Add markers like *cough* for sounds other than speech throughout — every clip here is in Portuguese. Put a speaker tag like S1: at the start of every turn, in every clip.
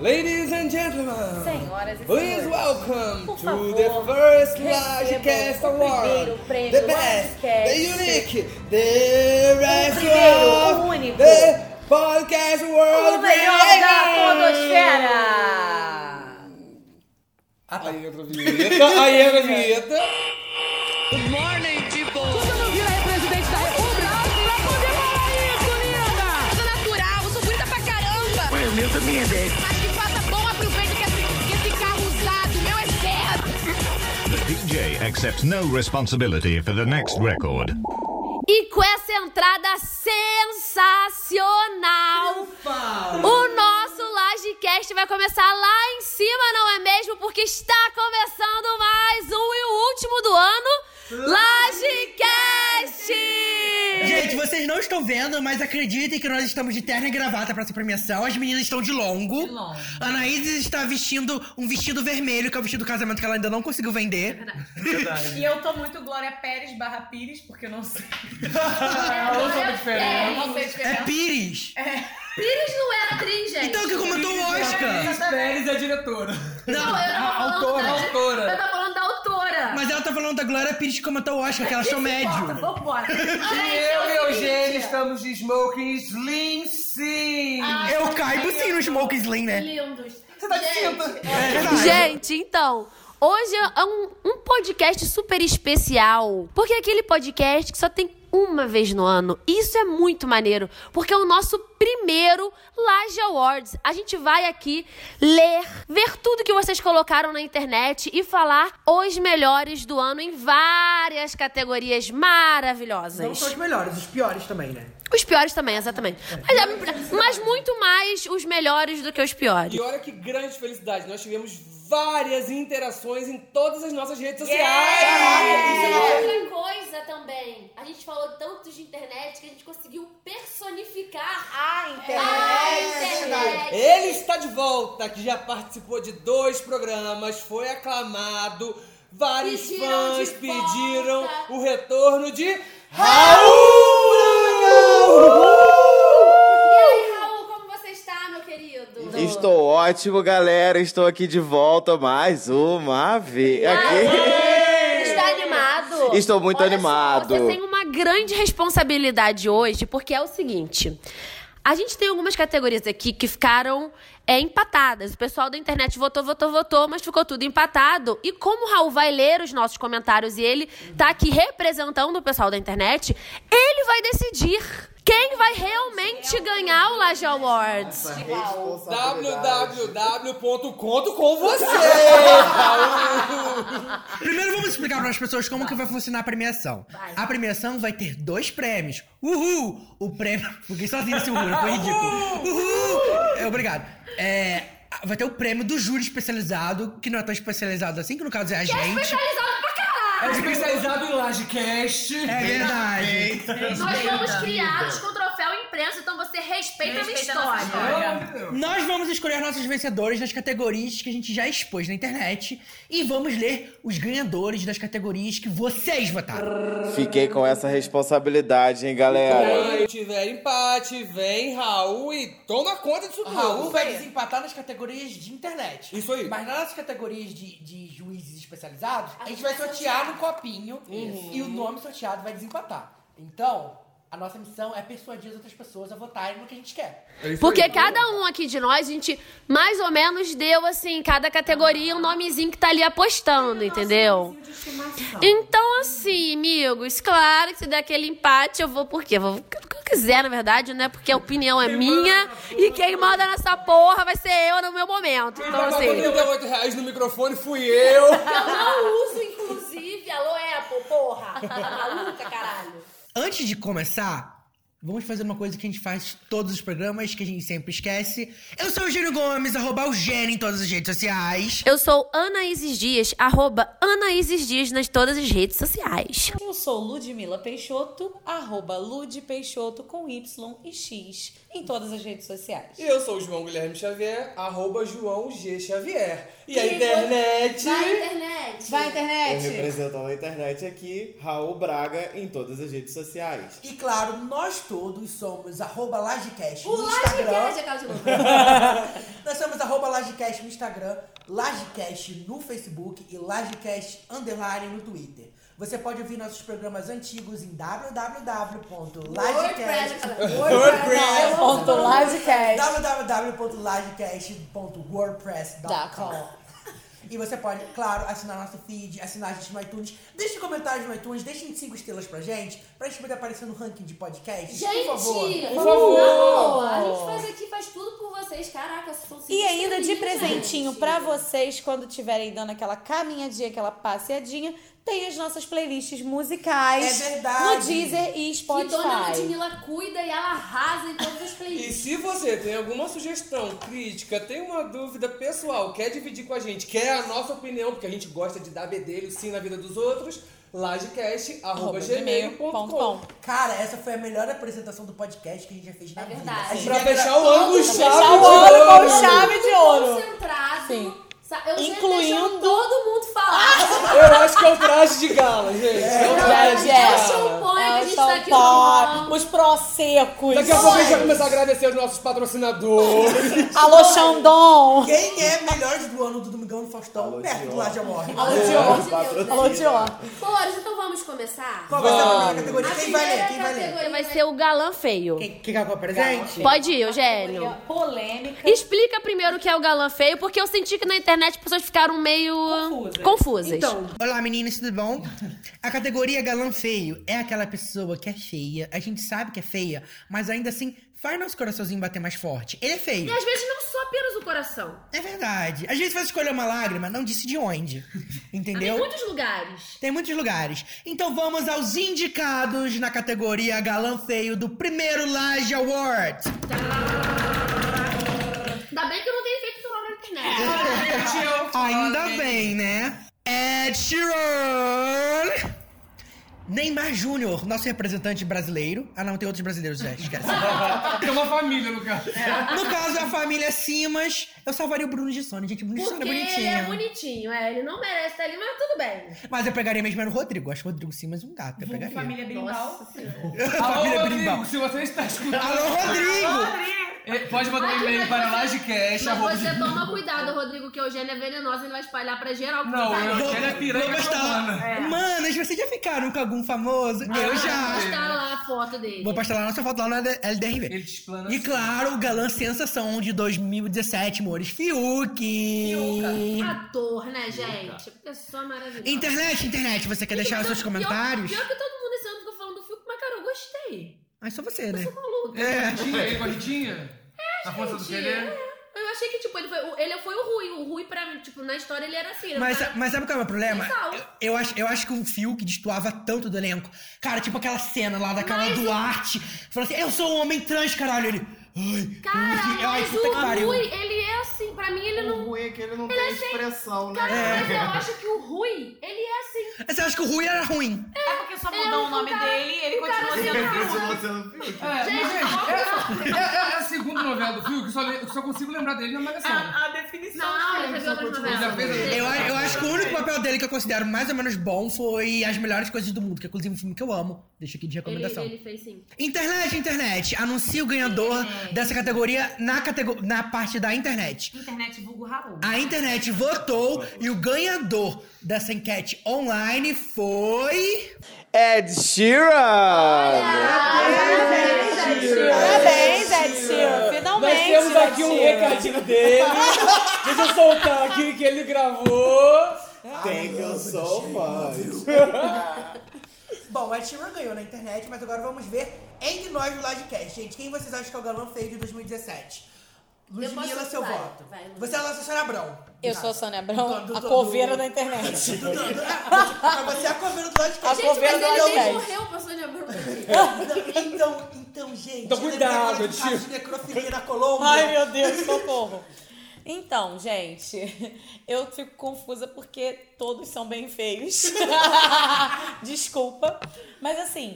S1: Ladies and gentlemen,
S2: Senhoras e
S1: please
S2: senhores,
S1: welcome
S2: por
S1: to
S2: favor,
S1: the first Logicast
S2: recebam o
S1: Award.
S2: primeiro prêmio
S1: The best,
S2: Logicast.
S1: the unique, the best
S2: primeiro,
S1: of
S2: o único.
S1: the podcast world.
S2: O melhor da
S1: premiere.
S2: podosfera!
S1: Ah, Aí entra a vinheta, aí entra a vinheta.
S3: Good morning, people!
S4: Você não vira presidente da República? Vai comemorar isso, linda!
S5: sou natural, eu sou bonita pra caramba.
S3: O meu também é 10.
S5: Acho que faça bom aproveito que esse, que esse carro usado, meu é certo.
S6: The DJ accepts no responsibility for the next record.
S4: E com essa entrada sensacional, o nosso Lagecast vai começar lá em cima, não é mesmo? Porque está começando mais um e o último do ano, Lagecast!
S7: Gente, vocês não estão vendo, mas acreditem que nós estamos de terno e gravata pra essa premiação. As meninas estão de longo. De
S2: longo.
S7: Anaís está vestindo um vestido vermelho, que é o vestido do casamento que ela ainda não conseguiu
S4: É
S7: vender.
S2: E eu tô muito Glória Pérez barra Pires, porque eu
S4: *laughs*
S2: não sei. Eu não sei
S7: É
S2: diferença.
S7: Pires.
S4: Pires não é atriz, gente. é
S7: Então, que comentou o Oscar.
S1: Pérez é diretora.
S4: Não, eu não tô
S1: Autora,
S4: falando da-
S1: autora.
S4: Eu tô falando da autora.
S7: Mas ela tá falando da Glória Pires que comentou o Oscar, que elas são médio.
S2: Vambora.
S4: Gente,
S1: Eu e
S4: é o
S1: Eugênio
S4: seguinte.
S1: estamos de smoking slim sim.
S2: Ah, tá.
S7: Eu caibo sim no Smoke Slim, né?
S4: Lindos.
S1: Você tá de
S4: Gente,
S1: cinta.
S7: É verdade.
S4: Gente, então, hoje é um, um podcast super especial. Porque é aquele podcast que só tem uma vez no ano. Isso é muito maneiro. Porque é o nosso primeiro Laje Awards. A gente vai aqui ler, ver tudo que vocês colocaram na internet e falar os melhores do ano em várias categorias maravilhosas.
S7: Não são os melhores, os piores também, né?
S4: Os piores também, exatamente. Mas, é, mas muito mais os melhores do que os piores.
S1: E olha que grande felicidade, nós tivemos várias interações em todas as nossas redes sociais.
S4: é Outra coisa também, a gente falou tanto de internet que a gente conseguiu personificar
S2: Ah,
S4: a
S2: internet.
S4: internet.
S1: Ele está de volta, que já participou de dois programas, foi aclamado, vários
S4: Pediram
S1: fãs
S4: de
S1: pediram
S4: volta.
S1: o retorno de Raul!
S4: E aí, Raul, como você está, meu querido?
S8: Estou ótimo, galera. Estou aqui de volta mais uma vez. Aqui.
S4: Está tá animado?
S8: Estou muito
S4: Olha só,
S8: animado.
S4: você tem uma grande responsabilidade hoje, porque é o seguinte. A gente tem algumas categorias aqui que ficaram é, empatadas. O pessoal da internet votou, votou, votou, mas ficou tudo empatado. E como o Raul vai ler os nossos comentários e ele tá aqui representando o pessoal da internet, ele vai decidir quem vai realmente ganhar o Laje Awards.
S1: www.conto com você, Raul!
S7: Primeiro vamos explicar para as pessoas como que vai funcionar a premiação. A premiação vai ter dois prêmios. Uhul! O prêmio. *laughs* Fiquei sozinho esse uhul, foi ridículo. Uhul! É, obrigado. É, vai ter o prêmio do júri especializado, que não é tão especializado assim, que no caso é a gente.
S4: Especializado Tá pra caralho!
S1: É especializado em Lajecast.
S7: É verdade.
S4: Nós fomos criados com troféu impresso, então você respeita,
S2: Respeita
S4: a
S2: a
S4: minha
S2: nossa
S4: história.
S7: Nós vamos escolher nossos vencedores das categorias que a gente já expôs na internet e vamos ler os ganhadores das categorias que vocês votaram.
S8: Fiquei com essa responsabilidade, hein, galera.
S1: Se tiver empate, vem Raul e toma conta disso tudo.
S9: Raul vai desempatar nas categorias de internet.
S1: Isso aí.
S9: Mas nas nossas categorias de, de juízes especializados, a gente vai sortear no copinho e o nome sorteado vai desempatar. Então, a nossa missão é persuadir as outras pessoas a votarem no que a gente quer.
S4: Porque cada um aqui de nós, a gente mais ou menos deu, assim, cada categoria um nomezinho que tá ali apostando, entendeu? Então, assim, amigos, claro que se der aquele empate, eu vou por quê? Eu Vou o que eu quiser, na verdade, né? Porque a opinião é minha e quem manda nessa porra vai ser eu no meu momento. Então,
S1: Pagou
S4: assim.
S1: 38 reais no microfone, fui eu.
S4: Eu não uso, inclusive, alô Apple, porra! Tá maluca, caralho?
S7: Antes de começar, vamos fazer uma coisa que a gente faz em todos os programas, que a gente sempre esquece. Eu sou o Eugênio Gomes, arroba Eugênio em todas as redes sociais.
S4: Eu sou Anaíses Dias, arroba Anaíses Dias nas todas as redes sociais.
S2: Eu sou Ludmila Peixoto, arroba Lud Peixoto com Y e X em todas as redes sociais.
S1: E eu sou o João Guilherme Xavier, arroba João G. Xavier. E a
S2: E
S1: internet...
S4: internet!
S2: Vai,
S8: Eu
S2: internet!
S8: representando a internet aqui, Raul Braga, em todas as redes sociais.
S9: E claro, nós todos somos arroba Lagecast
S4: O
S9: no
S4: Lagecast,
S9: Instagram.
S4: aquela de louco.
S7: *laughs*
S9: Nós somos arroba
S7: LajeCast no Instagram, LajeCast no Facebook e LajeCast Underline no Twitter. Você pode ouvir nossos programas antigos em www.lagecast.com
S2: Ponto livecast.
S7: www.livecast.wordpress.com E você pode, claro, assinar nosso feed, assinar a gente no iTunes. Deixe comentários no iTunes, deixem cinco estrelas pra gente, pra gente poder aparecer no ranking de podcast.
S4: Gente,
S7: por favor.
S4: por favor. a gente faz aqui, faz tudo por vocês. Caraca, são cinco
S2: E ainda de
S4: estrelinhas,
S2: presentinho
S4: gente.
S2: pra vocês, quando estiverem dando aquela caminhadinha, aquela passeadinha, tem as nossas playlists musicais.
S7: É verdade.
S2: No Deezer e
S4: Que Dona
S2: Spotify.
S4: Ludmilla cuida e ela arrasa em todas as
S1: E
S4: playlists.
S1: se você tem alguma sugestão, crítica, tem uma dúvida pessoal, quer dividir com a gente, quer a nossa opinião, porque a gente gosta de dar bedelho sim na vida dos outros,
S2: Arroba
S1: lagecast.gmail.com
S2: gmail.com.
S7: Cara, essa foi a melhor apresentação do podcast que a gente já fez na
S4: É
S7: vida.
S4: verdade.
S7: A gente
S1: Pra
S7: vai gravar-
S1: fechar o ângulo
S2: Fechar
S1: chave
S2: o
S1: de
S2: ano
S1: ouro.
S2: com chave de ouro.
S4: Concentrado.
S2: Sim.
S4: Sa- Eu Incluindo...
S2: Incluindo- Ah,
S4: todo mundo falar.
S1: Eu acho que é o traje de gala, gente. É o traje de
S4: é, é o
S1: gala.
S4: champanhe que a gente tá aqui tomando.
S2: Champó, os prosecos.
S1: Daqui a pouco a gente vai começar a agradecer aos nossos patrocinadores.
S2: Alô, Xandon.
S7: Quem é melhores do ano do Domingão do Faustão, perto do Laje Amor?
S2: Alô,
S4: Pelo
S2: Dior.
S4: amor de Deus, né?
S2: Alô, Dior.
S4: Flores, então vamos começar?
S7: Qual vai ser a primeira categoria?
S4: A
S7: Quem vai ler?
S4: primeira
S7: Quem vai ler?
S4: categoria
S5: Vai ser o galã feio.
S7: Quem quer que eu presente?
S5: Pode ir, Eugênio.
S2: Polêmica.
S5: Explica primeiro o que é o galã feio, porque eu senti que na internet as pessoas ficaram meio confusas.
S7: Então,
S10: Olá meninas, tudo bom? A categoria galã feio é aquela pessoa que é feia, a gente sabe que é feia, mas ainda assim faz nosso coraçãozinho bater mais forte. Ele é
S4: E
S10: feio,
S4: às vezes não só apenas o coração.
S10: é verdade. Às vezes você escolheu uma lágrima, não disse de onde,
S4: Em
S10: entendeu?
S4: muitos lugares.
S10: Tem muitos lugares. Então vamos aos indicados na categoria galã feio do primeiro Laje Awards.
S4: Ainda bem que eu não tenho feito isso lá na
S10: É,
S4: internet.
S10: Ainda bem, né? Ed Sheeran! Neymar Júnior, nosso representante brasileiro. Ah, não, tem outros brasileiros já, esquece.
S1: Tem uma família no caso.
S10: No caso, a família Simas, eu salvaria o Bruno de Sônia. Gente, o Bruno de
S4: Porque
S10: Sônia é
S4: ele é
S10: bonitinho.
S4: bonitinho, é. Ele não merece estar ali, mas tudo bem.
S10: Mas eu pegaria mesmo era o Rodrigo. Acho o Rodrigo Simas um gato. Eu pegaria. Família,
S4: Nossa Senhora.
S1: Alô,
S10: Brimbal.
S1: Rodrigo, se você está escutando,
S10: Alô, Rodrigo!
S1: eh, pode mandar um e-mail para lagecast.
S4: Mas
S1: arroba
S4: você tá-
S1: gmail.
S4: toma cuidado, Rodrigo, que o Eugênio é venenosa e ele vai espalhar pra geral. que
S1: Não,
S4: tu tá aí.
S1: eu- Ele é piranha
S10: Vamos estar lá.
S4: É.
S10: Manas, vocês já ficaram com algum famoso? eu já.
S4: Vou postar lá a foto dele.
S10: Vou postar lá a nossa foto lá na LDRV.
S1: Ele te explana
S10: E claro, o galã sensação de 2017, Mores Fiuk.
S4: Ator, né, gente? Pessoa maravilhosa.
S10: Internet, internet, você quer deixar os Então, seus
S4: Pior-
S10: comentários?
S4: Pior, que todo mundo esse ano ficou falando do filme, mas cara, eu gostei.
S10: Mas só você, né?
S4: Tô
S1: É,
S4: maluca.
S1: Gordinha, ele gordinha? A força do
S4: Gente,
S1: querer?
S4: é. Eu achei que, tipo, ele foi, o- ele foi o Rui. O Rui, pra mim, tipo, na história ele era assim. Ele
S10: Mas,
S4: era um cara-
S10: mas sabe qual é o meu problema?
S4: Então.
S10: Eu, eu acho, eu acho que o Fiuk destoava tanto do elenco. Cara, tipo aquela cena lá daquela Duarte. Falou assim, eu sou um homem trans, caralho. Ele... Ai, Fiuk,
S4: Cara,
S10: ai,
S4: mas
S10: puta que
S4: o
S10: pariu.
S4: Rui, ele é assim. Pra mim, ele
S3: O
S4: não...
S3: ruim é que ele não tem expressão, né?
S4: Cara, mas
S3: *laughs*
S4: eu acho que o Rui, ele é assim.
S10: Mas eu acho que o Rui era ruim.
S11: É porque só
S4: Ele é
S11: mudou
S4: um
S11: o nome
S4: cara-
S11: dele e ele
S4: um cara
S11: continua
S4: sem
S11: sendo.
S2: assim,
S4: graça.
S3: Continua sendo Fiuk.
S1: É, é, é a segunda novela do Fiuk, que só, le- eu só consigo lembrar dele na Malhação.
S4: Ah,
S11: A, a definição.
S4: Não,
S11: de
S4: ele
S11: filme
S4: teve outras
S11: continua-
S4: novelas.
S1: Já fez-
S4: Ele-
S10: Eu, eu acho que o único papel dele que eu considero mais ou menos bom foi As Melhores Coisas do Mundo, que é inclusive um filme que eu amo. Deixa aqui de
S4: Ele,
S10: recomendação.
S4: ele fez sim.
S10: Internet, internet. Anuncia o ganhador dessa categoria na, catego- na parte da internet.
S11: Internet vulgo Raul.
S10: A internet votou e o ganhador dessa enquete online foi.
S12: Ed Sheeran!
S2: Parabéns, Ed Sheeran.
S1: Nós
S2: Finalmente.
S1: temos
S4: né,
S2: Ed
S1: aqui um
S2: Sheeran.
S1: recadinho
S4: *laughs*
S1: dele. Deixa eu soltar aqui que ele gravou.
S12: Tem que eu sou mais.
S7: Bom, o Ed Sheeran ganhou na internet, mas agora vamos ver entre nós do Lodcast. Gente, quem vocês acham que é o galã feio de 2017? Ludmilla,
S4: posso-
S7: seu
S4: vai,
S7: voto.
S4: vai, Ludmilla.
S7: Você é a nossa senhora Abrão.
S2: Eu
S7: Tá.
S2: sou a Sônia Abrão,
S7: Do- do-
S2: a
S7: do-
S2: coveira
S7: do-
S11: *laughs*
S2: da internet.
S7: Do- do- do- ah, você é a coveira do
S2: A
S7: Lodcast.
S4: Gente, mas
S2: governo
S4: ele
S2: Alves.
S4: nem morreu, passou de amor.
S7: Então, então, gente.
S1: Então,
S7: lembra
S1: cuidado,
S7: agora do caso
S1: tio.
S7: de necrofilia na Colômbia.
S2: Ai, meu Deus, socorro. Então, gente, eu fico confusa porque todos são bem *laughs* feios. Desculpa. Mas assim,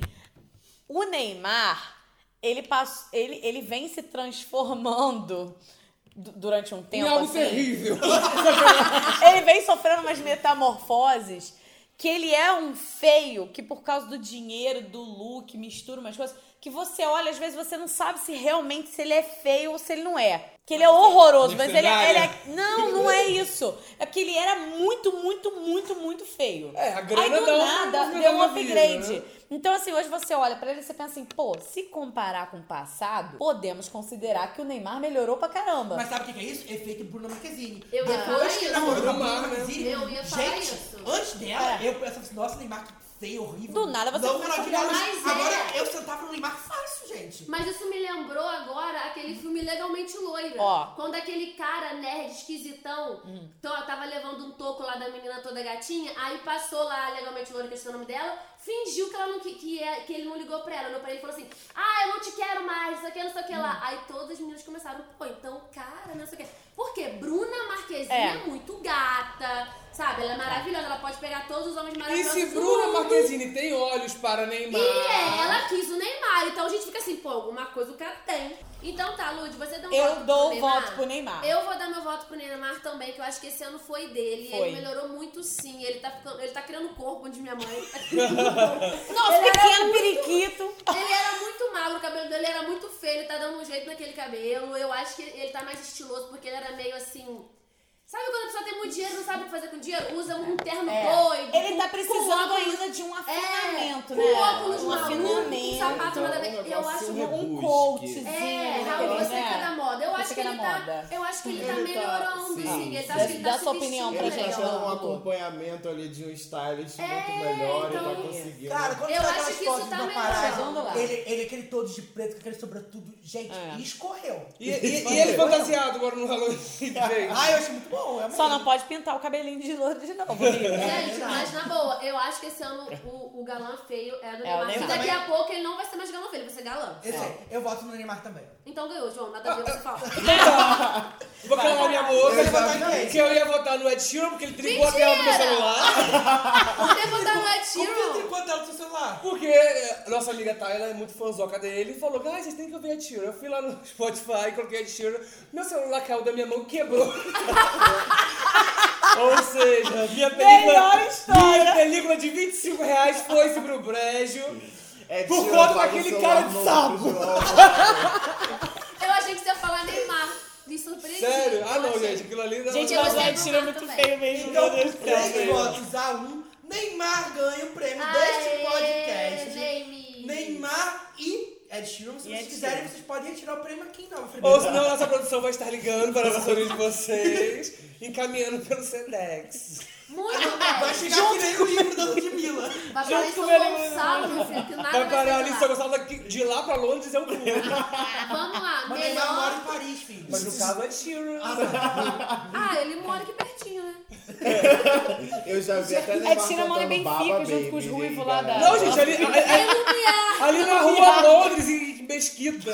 S2: o Neymar, ele, passa, ele, ele vem se transformando du- durante um tempo.
S1: Em algo
S2: assim.
S1: terrível.
S2: ele vem sofrendo umas metamorfoses que ele é um feio que por causa do dinheiro, do look, mistura umas coisas que você olha, às vezes você não sabe se realmente se ele é feio ou se ele não é. Que ele é horroroso, mas ele, é-
S1: Mercenário.
S2: ele é. Não, não é isso. É porque ele era muito, muito, muito, muito feio. É, a
S1: grana
S2: Aí do
S1: dá um-
S2: nada
S1: dá
S2: deu um
S1: uma vida,
S2: upgrade.
S1: né?
S2: Então, assim, hoje você olha pra ele e você pensa assim, pô, se comparar com o passado, podemos considerar que o Neymar melhorou pra caramba.
S7: Mas sabe o que que é isso? Efeito Bruno Marquezine.
S2: Eu ia falar
S7: Depois que
S2: isso.
S7: namorou com a Bruna
S2: Bruno
S7: Marquezine,
S2: Mars, né? Eu ia falar
S7: gente,
S2: isso.
S7: antes dela,
S2: É.
S7: eu pensava assim, nossa, Neymar, que feio, horrível.
S2: Do nada você
S7: Não,
S2: começa
S7: Ronaldinho
S2: a olhar.
S7: Gaúcho.
S4: Mas é.
S7: Agora eu sentava no Neymar fácil, gente.
S4: Mas isso me lembrou agora aquele filme Legalmente Loira.
S7: Ó.
S4: Quando aquele cara nerd esquisitão
S1: Hum.
S4: to- tava levando um toco lá da menina toda gatinha, aí passou lá Legalmente Loira, que eu sei o nome dela, fingiu que, ela não, que, que, é- que ele não ligou pra ela. Não, pra ele e falou assim: Ah, eu não te quero mais, não sei o que, não sei o que lá.
S1: Hum.
S4: Aí todas as meninas começaram, pô, então, cara, não sei o que. Porque Bruna Marquezine
S1: É.
S4: é. muito gata, sabe? Ela é maravilhosa, ela pode pegar todos os homens
S1: E
S4: maravilhosos
S1: se
S4: do
S1: Bruna
S4: mundo.
S1: Marquezine tem olhos para Neymar?
S4: E é, ela quis o Neymar, então a gente fica assim, pô, alguma coisa o cara tem. Então tá, Lud, você dá um
S2: Eu
S4: voto
S2: dou
S4: pro
S2: o
S4: Neymar?
S2: voto pro Neymar.
S4: Eu vou dar meu voto pro Neymar também, que eu acho que esse ano foi dele.
S2: Foi.
S4: Ele melhorou muito sim, ele tá, ficando, ele tá criando o corpo de minha mãe. *laughs*
S2: Nossa,
S4: Ele era muito-
S2: pequeno um periquito.
S4: Ele era muito magro, o cabelo dele era muito feio, ele tá dando um jeito naquele cabelo. Eu acho que ele tá mais estiloso, porque ele era meio assim... Sabe quando a pessoa tem muito dinheiro e não sabe o que fazer com o dinheiro? Usa um terno
S2: É.
S4: doido.
S2: Ele
S4: com-
S2: tá
S4: com
S2: precisando
S4: óculos-
S2: ainda de um afinamento,
S4: é,
S2: né?
S4: Com óculos
S2: Um
S4: maluco,
S2: afinamento.
S4: Um sapato nada a ver.
S2: Um
S4: Eu acho
S2: negocinho
S4: um
S2: coachzinho,
S4: É,
S2: daquele,
S4: Raul, você
S2: né?
S4: que é da moda. Eu
S2: Você
S4: acho
S2: que
S4: que
S2: é
S4: ele
S2: da
S4: tá.
S2: moda.
S4: Eu acho que ele tá
S2: Ele tá-
S4: melhorando,
S2: sim.
S4: sim. Ele tá-
S2: Dá-
S4: acho que ele tá
S2: dá
S4: se
S2: sua opinião
S4: vestindo
S12: Ele tá
S4: melhor.
S12: tendo um acompanhamento ali de um stylist
S1: É,
S12: muito melhor e
S1: então
S12: tá conseguindo.
S7: Cara, quando
S4: Eu
S7: sai
S4: acho
S7: aquelas
S4: que isso
S7: fotos
S4: tá
S2: é
S7: do
S4: melhorando. Segundo
S7: paparazzo,
S4: lado.
S7: ele, ele é aquele todo de preto, com aquele sobretudo, gente,
S2: É.
S7: escorreu.
S1: E, e- e ele fantasiado agora no Halloween, gente.
S7: Ai, eu acho muito bom. É
S2: Só não pode pintar o cabelinho de louro de novo.
S4: *laughs*
S2: É,
S4: Gente, mas na boa, eu acho que esse ano o, o galã feio é do
S2: É,
S4: Neymar.
S2: o
S4: E
S2: Neymar.
S4: daqui a pouco ele não vai ser mais galã feio, ele vai ser galã.
S7: Eu sei, eu voto no Neymar também.
S4: Então ganhou, João. Nada a ver você *laughs* falar.
S1: Vou calar minha boca,
S7: Eu ia votar em quem?
S1: que eu ia votar no Ed Sheeran, porque ele trincou a tela do meu
S4: Mentira!
S1: celular.
S4: Você votar no Ed Sheeran?
S1: Por que trincou a tela do seu celular? Porque eh, nossa amiga Tayla é muito fãzoca dele e falou, ah, vocês têm que ouvir Ed Sheeran. Eu fui lá no Spotify, coloquei Ed Sheeran, meu celular caiu da minha mão e quebrou. *laughs* Ou seja, minha
S2: Melhor
S1: película, minha película de 25 reais foi sobre o brejo. por
S12: Sheeran
S1: conta
S12: paga o
S1: daquele
S12: celular
S1: cara de
S12: novo
S1: sapo.
S4: Eu achei que você ia falar Neymar. Me surpreendi.
S1: Sério? Ah,
S4: Eu
S1: não,
S4: achei.
S1: gente, aquilo ali não
S4: Gente, eu gostei do Neymar também.
S7: Então,
S1: meu Deus do céu,
S7: três
S1: velho.
S7: votos a um, Neymar ganha o prêmio
S4: Aê,
S7: deste podcast.
S4: Neymi.
S7: Neymar e Ed Sheeran, se vocês quiserem, vocês podem retirar o prêmio aqui, não.
S1: Ou senão a nossa produção vai estar ligando para a assessoria de vocês, encaminhando pelo Sedex.
S4: Muito bem.
S7: Vai chegar aqui nem o livro da Ludmilla.
S4: Vai
S1: Junto
S4: parar
S1: com
S4: em São
S1: o meu
S4: Gonçalo, meu filho, que nada
S1: Vai parar
S4: vai
S1: ali,
S4: ser
S1: só
S4: lá.
S1: gostava daqui- de lá pra Londres é um pulo.
S4: Vamos lá,
S7: Mas Neymar mora em
S4: melhor...
S7: Paris, filho.
S1: Mas no caso é Sheeran.
S4: Ah, ele mora aqui pertinho, né?
S12: Eu já vi até
S2: Ed
S12: Neymar
S2: Sheeran mora em
S12: cantando
S2: Benfica,
S12: Baba
S2: junto com os
S12: Baby,
S2: ruivos lá
S12: galera.
S2: da-
S1: Não, gente, ali, ali- ali- ali na rua Londres, em Mesquita.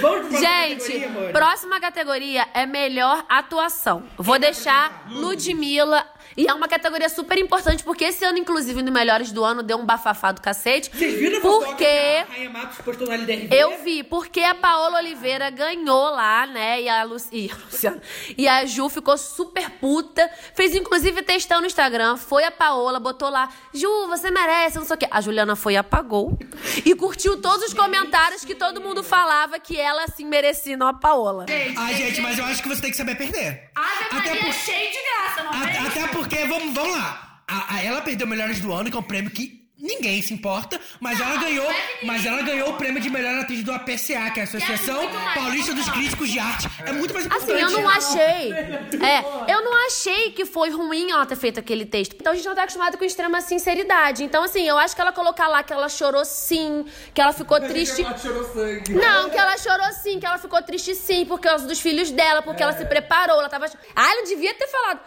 S7: Vamos
S5: Gente, próxima categoria é melhor atuação. Vou deixar Ludmilla. E é uma categoria super importante, porque esse ano, inclusive, no Melhores do Ano, deu um bafafá do cacete. Vocês
S7: viram a fofoca
S5: Porque...
S7: A Raia Matos postou na LDRV.
S5: Eu vi, porque a Paola Oliveira ganhou lá, né? E a, Lu- e a Luciana. E a Ju ficou super puta. Fez inclusive textão no Instagram. Foi a Paola, botou lá: Ju, você merece, não sei o quê. A Juliana foi e apagou. E curtiu todos os comentários que todo mundo falava que ela assim merecia, não a Paola.
S10: Ai, gente, mas eu acho que você tem que saber perder. Até, por-
S13: é cheio de graça, não
S10: a- até porque, vamos, vamos lá. A, a- ela perdeu o Melhores do Ano, que é um prêmio que ninguém se importa, mas ela
S13: é
S10: ganhou, mas ela ganhou o prêmio de melhor atriz do APCA, que é a Associação Paulista dos Críticos de Arte. É muito mais
S5: Assim,
S10: importante.
S5: eu não achei. É, eu não achei que foi ruim ela ter feito aquele texto. Então a gente não tá acostumado com extrema sinceridade. Então, assim, eu acho que ela colocar lá que ela chorou sim, que ela ficou triste.
S1: chorou sangue.
S5: Não, que ela chorou sim, que ela ficou triste sim, por causa dos filhos dela, porque ela se
S7: É.
S5: preparou, ela tava. Ah, ela devia ter falado.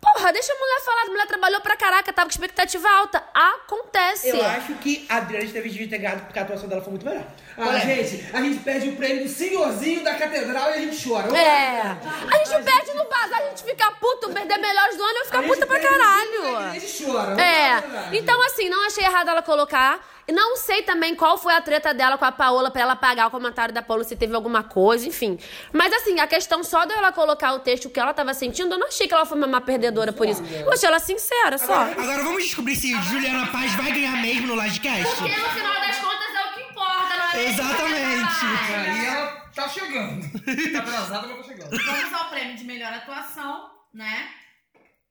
S5: Porra, deixa a mulher falar, a mulher trabalhou pra caraca, tava com expectativa alta. Acontece.
S7: Eu acho que a Adriana Esteves devia ter ganhado porque a atuação dela foi muito melhor.
S5: Ah,
S10: é?
S7: gente, a gente perde o prêmio do senhorzinho da catedral e a gente chora.
S5: É. A gente perde no bazar, a gente fica puto, perder melhores do ano, eu ficar puta pra caralho.
S7: chora.
S5: É. Então, assim, não achei errado ela colocar. E Não sei também qual foi a treta dela com a Paola pra ela pagar o comentário da Paola se teve alguma coisa, enfim. Mas, assim, a questão só dela colocar o texto que ela tava sentindo, eu não achei que ela foi uma má perdedora por isso. Eu achei ela é sincera só.
S10: Agora vamos descobrir se Juliana Paz vai ganhar mesmo no Livecast.
S4: Porque no final das contas é o que importa, não é?
S10: Exatamente.
S4: Vai.
S10: Aí ela
S14: Tá
S10: *laughs*
S14: chegando. Tá atrasado, mas tá
S1: é.
S14: chegando.
S11: Vamos ao prêmio de melhor atuação, né?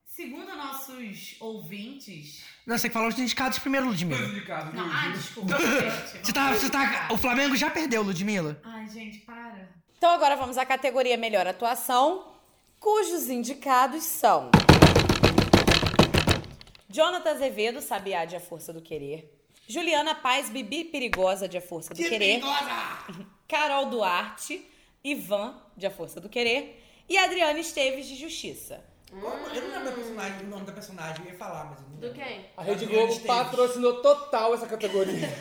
S11: Segundo nossos ouvintes.
S10: Não, você que falou os indicados primeiro, Ludmilla.
S11: Não, ah, desculpa. gente.
S10: Você tá, você tá, o Flamengo já perdeu, Ludmilla.
S11: Ai, gente, para.
S2: Então agora vamos à categoria Melhor Atuação, cujos indicados são Jonathan Azevedo, Sabiá de A Força do Querer. Juliana Paz, Bibi Perigosa de A Força do Querer. *laughs* Carol Duarte, Ivan de A Força do Querer. E Adriane Esteves de Justiça.
S7: Como? Eu não lembro a personagem, o nome da personagem, eu ia falar, mas eu não lembro.
S4: Do quem?
S1: A Rede
S7: Adriana
S1: Globo
S7: Esteves.
S1: patrocinou total essa categoria.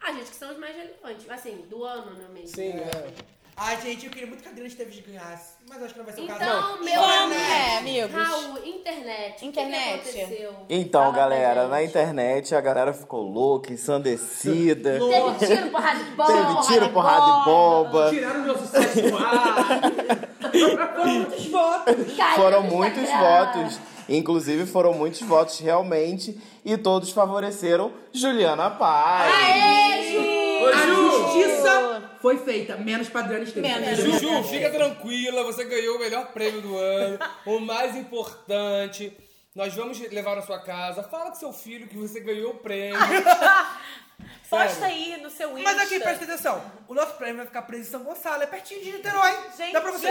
S4: Ah, gente, que são os mais relevantes. Assim, do ano, não é mesmo?
S7: Ai, gente, eu queria muito que a Adriana Esteves ganhasse, mas acho que não vai ser o caso.
S4: Então,
S7: Não. né?
S4: meu
S7: Vamos,
S4: amigo,
S2: É, amigos.
S4: Raul, internet.
S2: Internet.
S4: O que que aconteceu?
S12: Então, galera, na internet a galera ficou louca, ensandecida.
S4: Teve tiro, porrada de bola.
S12: Teve tiro, porrada de bomba.
S1: Tiraram meu sucesso do ar. Foram muitos votos.
S12: Foram muitos votos. Inclusive, foram muitos votos realmente. E todos favoreceram Juliana Paz.
S1: Ô,
S14: A
S1: Ju!
S14: justiça foi feita, menos pra Adriana Esteves.
S1: Juju, fica tranquila, você ganhou o melhor prêmio do ano, o mais importante. Nós vamos levar na sua casa. Fala com seu filho que você ganhou o prêmio.
S2: Posta aí no seu Insta.
S7: Mas aqui, presta atenção. O nosso prêmio vai ficar preso em São Gonçalo, é pertinho de Niterói.
S2: Gente,
S7: Dá pra você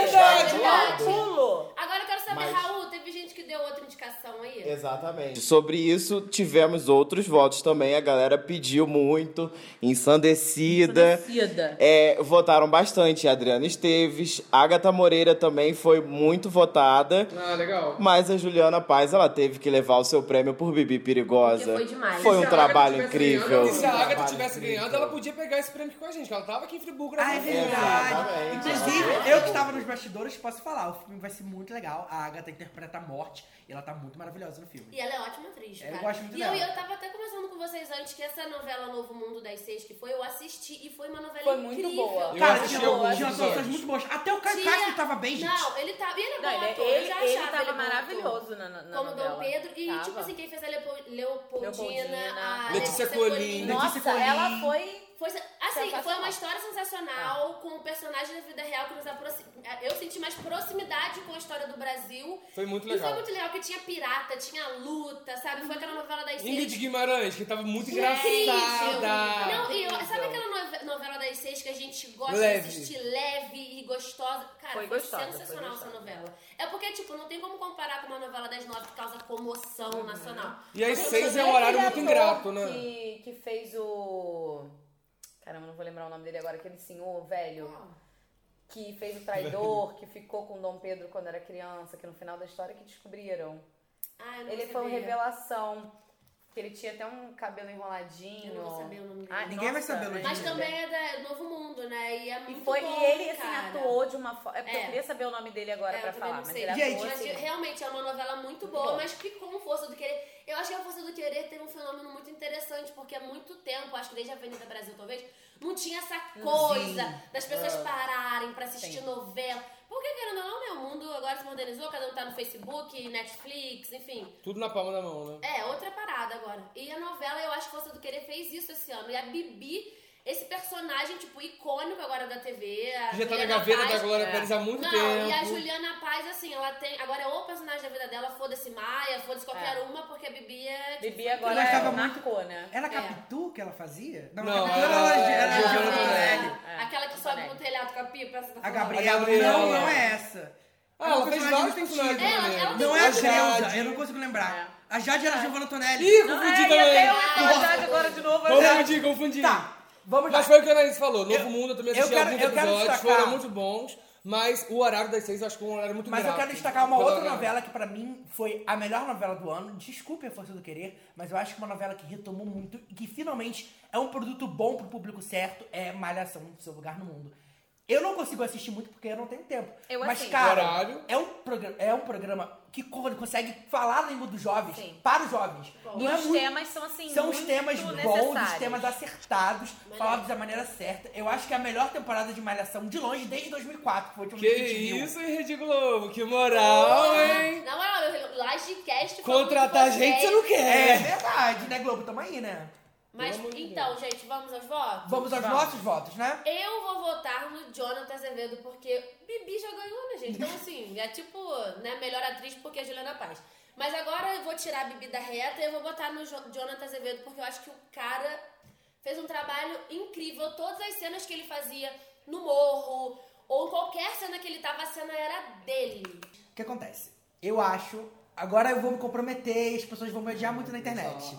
S7: achar.
S2: verdade, verdade. Pulo.
S4: Agora eu quero saber,
S12: Mas-
S4: Raul, teve gente que deu outra indicação aí?
S12: Exatamente. Sobre isso, tivemos outros votos também. A galera pediu muito, ensandecida.
S2: Ensandecida.
S12: É, votaram bastante. Adriana Esteves, Agatha Moreira também foi muito votada.
S1: Ah, legal.
S12: Mas a Juliana Paz, ela teve que levar o seu prêmio por Bibi Perigosa.
S4: Porque foi demais.
S12: Foi
S1: Se
S12: um
S1: a
S12: trabalho
S1: Agatha tivesse
S12: incrível.
S1: ganhado, é Se a Agatha tivesse ganhado, ela podia pegar esse prêmio aqui com a gente, que ela tava aqui em Friburgo.
S7: Ah, é
S1: gravando.
S7: verdade. Inclusive, eu que estava nos bastidores, posso falar. O filme vai ser muito legal. A Agatha interpreta a morte e ela tá muito maravilhosa no filme.
S4: E ela é ótima atriz,
S7: É,
S4: cara.
S7: eu gosto muito
S4: e
S7: dela.
S4: eu, eu tava até conversando com vocês antes que essa novela Novo Mundo das Seis que foi, eu assisti e foi uma novela
S2: Foi muito
S4: incrível.
S2: boa.
S7: Cara,
S2: assisti
S7: tinha,
S2: alguns
S7: tinha
S2: episódios.
S7: atuações muito boas. Até o Caio
S4: Tinha-
S7: Castro tava bem, gente.
S4: Não, ele tá. e Ele é bom
S2: Não, ele-
S4: ator,
S2: ele-
S4: eu já
S2: ele
S4: achava
S2: tava
S4: bom ator.
S2: maravilhoso na- na- na
S4: Como
S2: novela.
S4: Dom Pedro. E,
S2: Tava.
S4: tipo assim, quem fez a Leopo- Leopoldina,
S2: Leopoldina.
S4: a
S1: Letícia Colin.
S7: né?
S2: Nossa,
S1: Letícia Colin.
S2: ela foi...
S4: Foi, assim, foi
S2: Sensacional.
S4: uma história
S7: Ah.
S4: sensacional com um personagem da vida real que nos aproxima. Eu senti mais proximidade com a história do Brasil.
S1: Foi muito
S4: E foi
S1: legal.
S4: muito legal que tinha pirata, tinha luta, sabe? Foi aquela novela das seis.
S1: Ingrid Guimarães, que tava muito
S4: Incrível.
S1: engraçada.
S4: Não, e eu- sabe aquela nove- novela das seis que a gente gosta
S1: Leve.
S4: de assistir leve e gostosa? Cara,
S2: Foi
S4: foi,
S2: gostosa, foi
S4: sensacional
S2: gostosa.
S4: essa novela. É porque, tipo, não tem como comparar com uma novela das nove que causa comoção
S2: Uhum.
S4: nacional.
S1: E às
S4: Gente,
S1: seis é um
S2: Aquele
S1: horário muito
S2: ator
S1: ingrato, né?
S2: Que, que fez o... Caramba, não vou lembrar o nome dele agora. Aquele senhor velho
S4: Ah.
S2: que fez o traidor, que ficou com Dom Pedro quando era criança, que no final da história que descobriram.
S4: Ah, eu não
S2: Ele foi um uma
S4: sabia.
S2: revelação. Que ele tinha até um cabelo enroladinho.
S4: Eu não vou saber o nome dele.
S2: Ah,
S7: Ninguém vai
S2: nossa.
S7: saber, Ludmilla.
S4: Mas também é da Novo Mundo, né? E é muito
S2: E, foi,
S4: bom,
S2: e ele, assim,
S4: cara.
S2: atuou de uma forma... É porque eu
S4: É.
S2: queria saber o nome dele agora
S4: É,
S2: pra
S4: eu também
S2: falar.
S4: não
S2: Mas
S4: sei.
S2: ele
S7: Gente,
S2: atuou,
S4: Mas
S2: assim,
S4: realmente é uma novela muito boa, mas que com Força do Querer. Eu acho que a Força do Querer teve um fenômeno muito interessante, porque há muito tempo, acho que desde a Avenida Brasil talvez, não tinha essa coisa das pessoas
S2: Ah.
S4: pararem pra assistir novela. Porque, querendo ou não, né, o mundo agora se modernizou, cada um tá no Facebook, Netflix, enfim.
S1: Tudo na palma da mão, né?
S4: É, outra parada agora. E a novela, eu acho que Força do Querer fez isso esse ano. E a Bibi, esse personagem, tipo, icônico agora da TV. a
S1: Que já tá na
S4: Juliana
S1: gaveta
S4: Paz,
S1: da Glória Pérez há muito
S4: não,
S1: tempo.
S4: e a Juliana Paz, assim, ela tem. Agora é o personagem da vida dela, foda-se Maia, foda-se qualquer
S2: É.
S4: uma, porque a Bibi é. tipo,
S2: Bibi agora
S7: Eu
S2: é,
S7: achava É,
S2: marcou, né?
S7: Era Capitu que ela fazia?
S1: Não,
S7: Capitu
S1: era- era
S7: era
S1: Giovanna
S7: é. Giovanna
S1: Antonelli.
S7: Antonelli.
S4: é, Aquela que sobe no telhado com a pipa, essa tá
S7: A
S4: falando.
S7: Gabriela.
S1: É, A Gabriela.
S7: Não, não é essa.
S1: Ah,
S7: É uma
S1: ela fez
S7: personagem
S1: vários
S7: fictícia.
S1: personagens
S4: Ela- também. ela tem
S7: Não é a
S1: vários. A
S7: Jeuda,
S1: Jade.
S7: eu não consigo lembrar. A Jade era a Giovanna Antonelli.
S1: Ih,
S2: Não,
S1: confundi
S2: é, e
S1: também.
S2: até eu achei a Jade agora de novo. eu já-
S1: Confundi, confundi.
S7: Tá, vamos lá.
S1: Mas foi o que a Anaís falou. Novo Mundo, eu também
S7: eu
S1: assisti
S7: quero-
S1: alguns
S7: eu quero
S1: episódios,
S7: destacar-
S1: foram muito bons. Mas o horário das seis eu acho que é um horário muito
S7: Mas eu
S1: ingrato.
S7: quero destacar uma
S1: Pela
S7: outra
S1: galera.
S7: novela que pra mim foi a melhor novela do ano. Desculpe a força do querer, mas eu acho que é uma novela que retomou muito e que finalmente é um produto bom pro público certo é Malhação, seu lugar no mundo. Eu não consigo assistir muito porque eu não tenho tempo.
S2: Eu
S7: mas,
S2: assisto.
S7: cara,
S1: Horário.
S7: é um, programa, é um programa que co- consegue falar a língua dos jovens,
S2: Sim.
S7: para os jovens.
S2: E
S7: Não é
S2: os
S7: muito-
S2: temas são, assim,
S7: são os
S2: muito
S7: temas bons,
S2: necessários.
S7: os temas acertados, falados da maneira certa. Eu acho que é a melhor temporada de Malhação de longe desde 2004, que foi o último
S1: Que
S7: que a gente viu.
S1: isso, hein, Rede Globo? Que moral, hein?
S4: Na moral, eu- Lagecast foi
S1: Contratar
S4: muito
S1: gente, você
S4: vocês.
S1: não
S7: É
S1: quer.
S7: verdade, né, Globo? Tamo aí, né?
S4: Mas,
S7: Pelo amor de
S4: então,
S7: Deus.
S4: gente, vamos aos votos?
S7: Vamos aos nossos votos, né?
S4: Eu vou votar no Jonathan Azevedo, porque Bibi já ganhou, né, gente? Então, assim, é tipo, né, melhor atriz porque é Juliana Paz. Mas agora eu vou tirar a Bibi da reta e eu vou botar no Jo- Jonathan Azevedo, porque eu acho que o cara fez um trabalho incrível. Todas as cenas que ele fazia no morro, ou em qualquer cena que ele tava, a cena era dele.
S7: O que acontece? Eu acho. Agora eu vou me comprometer e as pessoas vão me odiar muito na internet.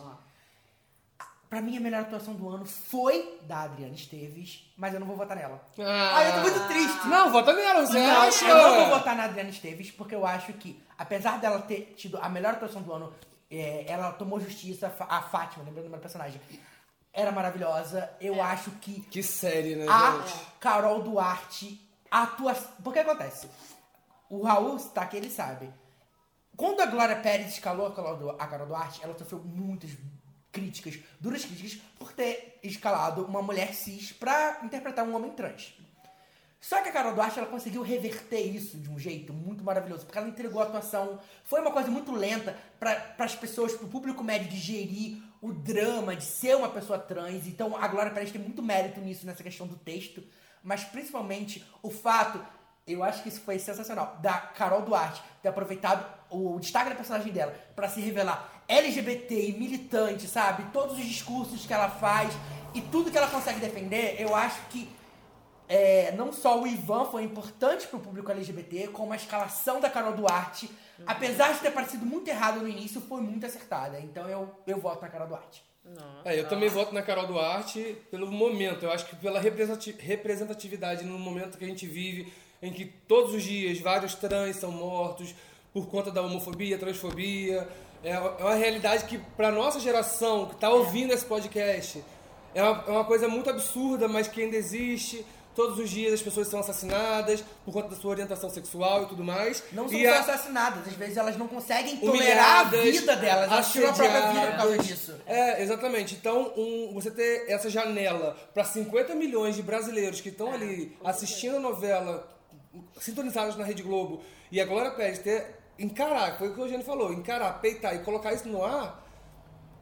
S7: Pra mim, a melhor atuação do ano foi da Adriana Esteves, mas eu não vou votar nela.
S1: Ah.
S7: Ai, eu tô muito triste.
S1: Não, vota nela, você
S7: Não,
S1: acha?
S7: Eu não vou votar na Adriana Esteves, porque eu acho que, apesar dela ter tido a melhor atuação do ano, é, ela tomou justiça. Fa- A Fátima, lembrando do meu personagem, era maravilhosa. Eu acho que
S1: Que série, né,
S7: a
S1: gente?
S7: Carol Duarte atua. Porque acontece? O Raul tá aqui, ele sabe. Quando a Glória Pérez escalou a Carol Du- a Carol Duarte, ela sofreu muitas críticas, duras críticas, por ter escalado uma mulher cis pra interpretar um homem trans. Só que a Carol Duarte ela conseguiu reverter isso de um jeito muito maravilhoso, porque ela entregou a atuação. Foi uma coisa muito lenta para as pessoas, para o público médio digerir o drama de ser uma pessoa trans. Então a Glória Pérez tem muito mérito nisso, nessa questão do texto, mas principalmente o fato, eu acho que isso foi sensacional, da Carol Duarte ter aproveitado o destaque da personagem dela para se revelar LGBT e militante, sabe? Todos os discursos que ela faz e tudo que ela consegue defender, eu acho que é, não só o Ivan foi importante pro público LGBT, como a escalação da Carol Duarte,
S1: Uhum.
S7: apesar de ter parecido muito errado no início, foi muito acertada. Então eu, eu voto na Carol Duarte.
S1: É,
S7: Tá.
S1: eu também voto na Carol Duarte pelo momento. Eu acho que pela representati- representatividade no momento que a gente vive, em que todos os dias vários trans são mortos por conta da homofobia, transfobia. É uma é uma realidade que, pra nossa geração que tá
S7: É.
S1: ouvindo esse podcast, é uma, é uma coisa muito absurda, mas que ainda existe. Todos os dias as pessoas são assassinadas por conta da sua orientação sexual e tudo mais.
S7: Não são
S1: e
S7: só
S1: a-
S7: assassinadas, às vezes elas não conseguem tolerar a
S1: humilhadas,
S7: vida delas, elas tiram a própria vida por causa
S1: assediadas.
S7: disso.
S1: É, exatamente. Então, um- você ter essa janela para 50 milhões de brasileiros que
S7: É,
S1: estão ali assistindo a novela, sintonizados na Rede Globo, e a Glória Pérez ter, encarar, foi o que o Eugênio falou, encarar, peitar e colocar isso no ar,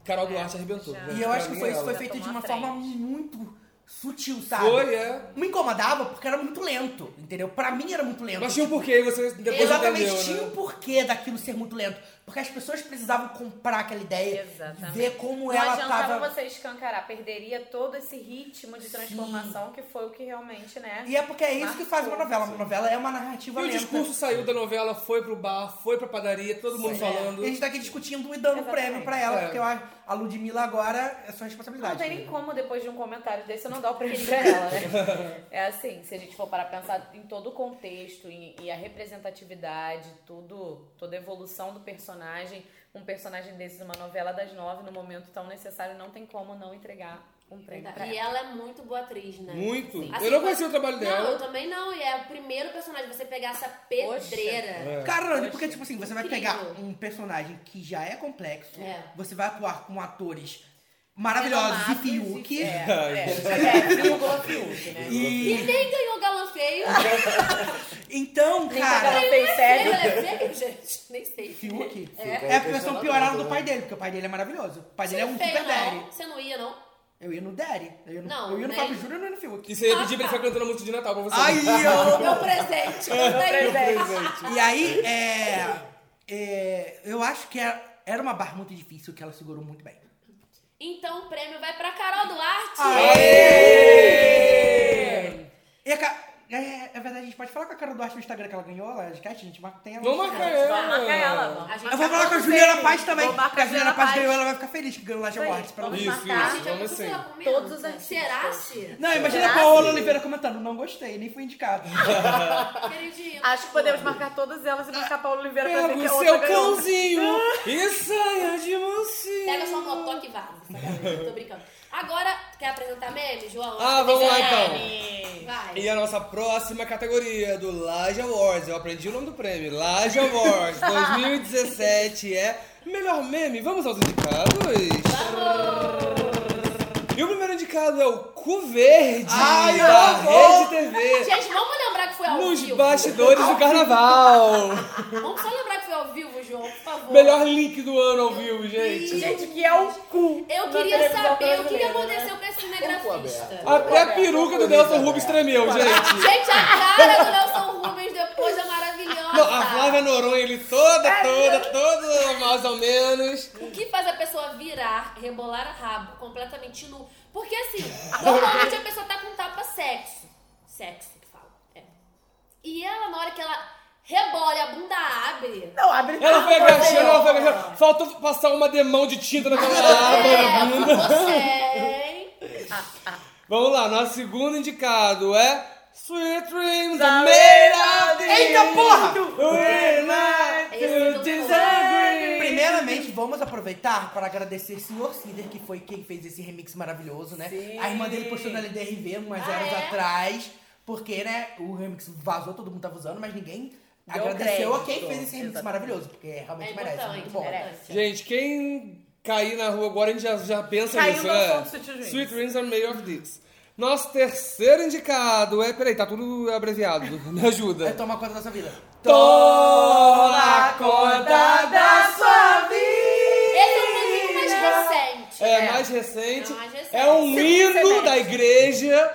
S1: Carol
S7: É,
S1: Duarte arrebentou.
S7: E eu acho que
S1: Pra
S7: foi,
S1: mim,
S7: isso foi
S1: ela.
S7: feito de uma forma muito sutil, sabe?
S1: Foi, é.
S7: Me incomodava porque era muito lento, entendeu? Pra mim era muito lento.
S1: Mas tinha um porquê, você depois
S7: Exatamente,
S1: entendeu,
S7: tinha
S1: né?
S7: um porquê daquilo ser muito lento. Porque as pessoas precisavam comprar aquela ideia,
S2: Exatamente.
S7: ver como
S2: Não
S7: ela
S2: adiantava
S7: tava...
S2: você escancarar, perderia todo esse ritmo de transformação que foi o que realmente, né?
S7: E é porque é isso que faz uma novela. Uma novela é uma narrativa
S1: E o
S7: lenta.
S1: discurso saiu da novela, foi pro bar, foi pra padaria, todo mundo
S7: Sim.
S1: falando.
S7: E a gente tá aqui discutindo e dando prêmio pra ela,
S1: É.
S7: porque eu acho- a Ludmilla agora é sua responsabilidade.
S2: Não tem nem
S7: né?
S2: como, depois de um comentário desse, eu não *laughs* dar o prêmio pra ela, né? É assim, se a gente for parar pra pensar em todo o contexto em- e a representatividade, tudo, toda a evolução do personagem, um personagem desses numa novela das nove, no momento tão necessário, não tem como não entregar um prêmio pra
S4: E ela é muito boa atriz, né?
S1: Muito.
S4: Sim.
S1: Eu não conhecia o trabalho
S4: não,
S1: dela.
S4: eu também não. E é o primeiro personagem, você pegar essa pedreira.
S7: Caralho, porque, tipo assim, você vai
S4: incrível.
S7: pegar um personagem que já é complexo,
S4: É.
S7: você vai atuar com atores maravilhosos e Fiuk.
S2: É,
S1: é,
S2: vírgula Fiuk, né?
S4: E nem ganhou galã feio.
S7: Então,
S4: Nem
S7: cara.
S4: galã feio, sério. Ele é feio, gente. Nem sei.
S7: Fiuk.
S4: É.
S7: É, a versão piorada do pai dele, porque o pai dele é maravilhoso. O pai dele é um
S4: Feio,
S7: super daddy.
S4: não. Você não ia, não?
S7: Eu ia no Daddy. Eu ia no,
S4: Não,
S7: eu ia no
S4: né?
S7: Fábio Júnior e não ia no Fiuk.
S1: E você ia pedir pra ele ficar cantando a música de Natal pra você.
S7: Aí, ó.
S4: Meu presente.
S7: Meu
S1: *laughs*
S4: Meu
S1: presente.
S7: E aí, é, é, eu acho que era, era uma barra muito difícil que ela segurou muito bem.
S4: Então o prêmio vai pra Carol Duarte.
S1: Ah, é?
S7: E a, Ca- é, é verdade, a gente pode falar com a Carol Duarte no Instagram que ela ganhou, ela esquece, a gente marca, tem ela. no
S1: Vamos
S7: Instagram.
S1: marcar ela. Vamos marcar ela, vamos. A gente
S7: Eu
S1: tá
S7: vou falar com a
S1: todo
S7: Juliana
S1: feliz.
S7: Paz também,
S1: Vou marcar
S7: porque a
S1: a
S7: Juliana
S1: Juliana
S7: Paz
S1: Paz.
S7: ganhou, ela vai ficar feliz que ganhou o Laje
S2: Isso aí,
S7: Awards. pra
S2: vamos
S7: ela.
S2: marcar. Gente,
S1: vamos assim. sim.
S2: Todos os artistas.
S4: Será, Ciro?
S7: Não, imagina a
S2: Será,
S7: Paola
S2: Ciro?
S7: Oliveira comentando, não gostei, nem fui indicada.
S4: Queridinho.
S2: Acho que podemos marcar todas elas e marcar Paulo Oliveira pra
S1: Pega
S2: ver que
S1: o
S2: a outra
S1: seu
S2: ganhou.
S1: cãozinho e saia de mansinho.
S4: Pega só um cotoque e vaza. Sacanagem, Tô brincando. Agora, quer apresentar meme, João?
S1: Ah, vamos lá, então.
S4: Meme. Vai.
S1: E a nossa próxima categoria do Laje Awards, eu aprendi o nome do prêmio, Laje Awards 2017 é Melhor Meme. Vamos aos indicados? E o primeiro indicado é o Cu Verde,
S13: Ai, eu
S1: da
S13: amo!
S1: Rede TV.
S4: Gente, vamos lembrar que foi ao
S1: Nos
S4: vivo.
S1: bastidores do carnaval.
S4: Vamos só lembrar que foi ao ao vivo, João, por favor.
S1: Melhor link do ano ao vivo, gente.
S4: Gente,
S7: que é o cu.
S4: Eu
S1: na
S4: queria
S1: televisão
S4: saber o que
S1: brasileira,
S4: aconteceu pra esse cinegrafista.
S1: Até a peruca do Nelson Rubens tremeu, gente.
S4: Gente, a cara do Nelson Rubens depois é maravilhosa.
S1: Não, a Flávia Noronha, ele
S14: É,
S1: toda, toda, toda, mais ou menos.
S4: O que faz a pessoa virar, rebolar a rabo completamente nu?
S1: *laughs*
S4: Porque assim, normalmente a pessoa tá com tapa sexo. Sexo que fala. É. E ela, na hora que ela rebola e a bunda abre.
S7: Não, abre
S1: Ela foi agachando, ela foi agachando. Faltou passar uma demão de tinta *laughs* naquela
S4: é,
S1: aba na bunda. *laughs* Vamos lá, nosso segundo indicado é Sweet Dreams are made of this.
S7: Eita porra!
S1: We're not
S4: é
S1: to disagree.
S7: Primeiramente, vamos aproveitar para agradecer o Sr. Cider, que foi quem fez esse remix maravilhoso, né?
S14: Sim.
S7: A irmã dele postou na LDRV umas
S14: Ah,
S7: horas
S14: é?
S7: atrás, porque, né, o remix vazou, todo mundo tava usando, mas ninguém
S14: Deu
S7: agradeceu a
S14: crédito,
S7: quem fez esse remix
S14: exatamente.
S7: maravilhoso, porque realmente
S14: É
S7: merece,
S14: importante,
S7: muito bom.
S14: merece.
S1: Gente, quem cair na rua agora, a gente já, já pensa
S14: Caiu
S1: nisso,
S14: no
S1: né?
S14: assunto Sweet Dreams.
S1: Sweet Dreams are made of this. Nosso terceiro indicado é... Peraí, tá tudo abreviado. Me ajuda.
S14: *laughs*
S1: É
S7: tomar conta da sua vida.
S1: Toma conta da sua
S4: Esse é um pouquinho mais recente.
S1: É, mais recente.
S4: É mais recente.
S1: É um
S4: Segundo
S1: hino
S4: semestre.
S1: da igreja,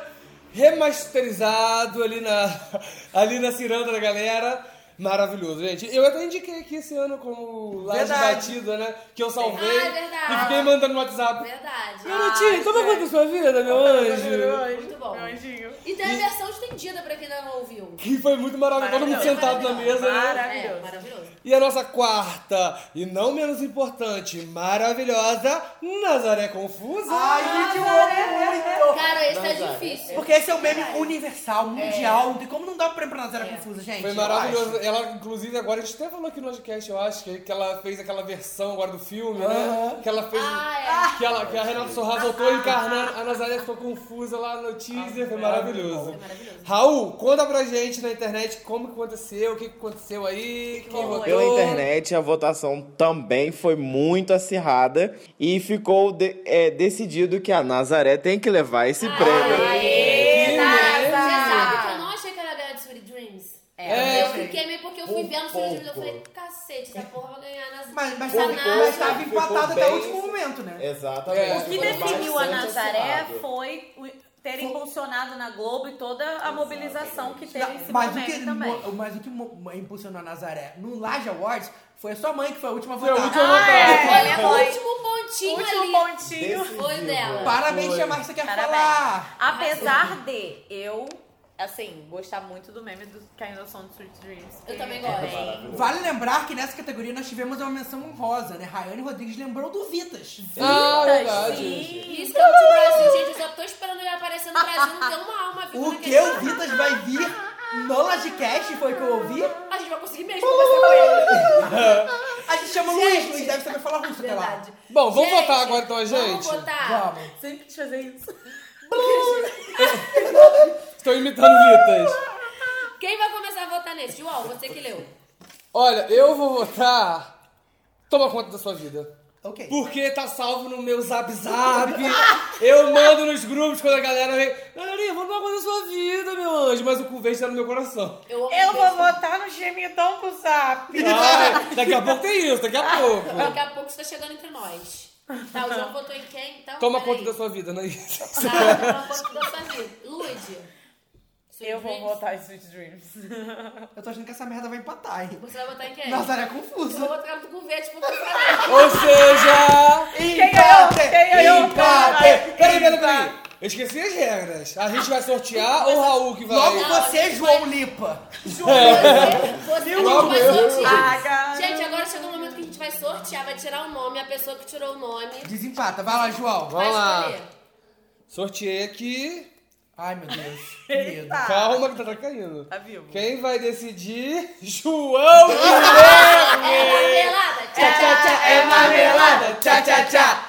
S1: remasterizado ali na, *laughs* ali na ciranda da galera. Maravilhoso, gente. Eu até indiquei aqui esse ano como laje
S14: Verdade.
S1: batida, né? Que eu salvei
S4: Ah, é verdade.
S1: e fiquei mandando no WhatsApp.
S4: Verdade. Ah.
S1: Garotinho, toma conta da sua vida, meu anjo.
S4: Muito bom. E tem a versão estendida pra quem ainda não ouviu.
S1: Que foi muito maravilhoso. Todo mundo sentado na mesa, né?
S4: É, maravilhoso.
S1: E a nossa quarta, e não menos importante, maravilhosa, Nazaré Confusa.
S7: Ai, gente, eu amo muito!
S4: Cara, esse é difícil.
S7: Porque esse é um meme universal,
S14: É.
S7: mundial, não tem como não dar prêmio pra Nazaré Confusa, gente.
S1: Foi
S7: eu
S1: maravilhoso.
S7: acho.
S1: Ela, inclusive, agora a gente até falou aqui no podcast, eu acho, que, que ela fez aquela versão agora do filme, né?
S7: Aham.
S1: Que ela fez.
S4: Ah,
S1: que, ela, que a Renata Sorra voltou a encarnar. A Nazaré ficou confusa lá no teaser.
S7: Ah,
S1: Foi maravilhoso. Raul, conta pra gente na internet como que aconteceu, o que que aconteceu aí, quem votou.
S12: Pela internet, a votação também foi muito acirrada e ficou de- é, decidido que a Nazaré tem que levar esse prêmio.
S4: Aê,
S1: Nazaré.
S4: Você sabe que eu não achei que ela ia ganhar de Sweet Dreams.
S12: É.
S4: eu fiquei meio porque eu fui
S12: Por
S4: vendo Sweet Dreams e eu
S12: pouco.
S4: falei, cacete, essa porra vai ganhar nas
S7: Mas, mas,
S4: na
S7: tava,
S4: nada.
S7: mas tava empatado até o
S12: bem-
S7: último momento, né?
S12: Exatamente.
S7: O que
S12: foi
S15: definiu a
S12: bastante
S15: Nazaré
S12: acirrado.
S15: foi o- ter impulsionado na Globo e toda a mobilização que teve em cima
S7: Mas
S15: do
S7: o, que,
S15: meme também.
S7: mo- mas o que mo- mo- impulsionou a Nazaré no Laje Awards foi a sua mãe, que foi a última
S1: Foi a
S7: votada.
S1: última Ah, votada. é, foi minha
S7: Foi
S1: mãe.
S7: o
S4: último pontinho
S15: Último
S4: ali.
S15: pontinho.
S4: Foi dela.
S7: Parabéns,
S15: Foi.
S7: tia Márcia, quer
S15: Parabéns.
S7: falar.
S15: Apesar de eu, assim, gostar muito do meme do Caindo ao Som do Sweet Dreams.
S4: Eu também
S15: porque-
S2: É,
S4: gosto. Maravilhoso.
S7: Vale lembrar que nessa categoria nós tivemos uma menção honrosa, né? Rayane Rodrigues lembrou do Vitas.
S1: Ah,
S7: Vitas,
S1: verdade.
S7: sim.
S4: Isso que eu te Brasil, gente, eu só tô esperando ele aparecer no Brasil, não tem uma alma viva
S7: O
S4: naquele
S7: que o
S4: lugar.
S7: Vitas vai vir no Lagecast foi o que eu ouvi.
S4: A gente vai conseguir mesmo conversar com ele.
S7: A gente chama Luiz, Luiz deve saber falar russo, até lá.
S1: Bom, vamos
S7: Gente,
S1: votar agora então, gente.
S7: Vamos.
S15: Sempre quis fazer isso.
S1: Estou imitando Vitas.
S4: Quem vai começar a votar nesse? João, você que leu.
S1: Olha, eu vou votar. Toma conta da sua vida.
S7: Ok.
S1: Porque tá salvo no meu zap zap. eu mando nos grupos quando a galera vem. Galerinha, vamos tomar conta da sua vida, meu anjo. Mas o convênio tá no meu coração.
S4: Eu,
S14: vou votar no gemidão com o zap.
S1: Ai, daqui a pouco tem isso, daqui a pouco.
S4: Daqui a pouco você tá chegando entre nós. Tá, o João votou em quem? Então,
S1: Toma
S4: peraí.
S1: conta da sua vida, não é isso?
S4: Tá, toma conta da sua vida. Lude.
S15: Eu vou
S4: Dreams?
S15: votar em Sweet Dreams.
S7: Eu tô achando que essa merda vai empatar, hein?
S4: Você vai votar em quem?
S7: Nazaré é confuso.
S4: Eu vou votar no convete porque eu falei.
S1: Ou seja.
S4: Quem ganhou? Quem ganhou?
S1: Empate! Peraí, peraí, peraí. Eu esqueci as regras. A gente vai sortear ou o Raul que vai.
S7: Logo você, João Lipa.
S16: É.
S4: Você
S1: Meu
S4: não vai
S1: Deus.
S7: Ah,
S4: sortear.
S7: cara.
S4: Gente, agora chegou o momento que a gente vai sortear, vai tirar o nome, a pessoa que tirou o nome.
S7: Desempata, vai lá, João.
S4: Vai
S1: Vamos lá.
S4: escolher.
S1: Sorteei aqui.
S7: Ai, meu Deus.
S1: Eita. Calma que tá, tá caindo.
S15: Tá vivo.
S1: Quem vai decidir? *laughs* João Guilherme! Tchá, tchá, tchá, é marmelada! Tchá, tchá, tchá!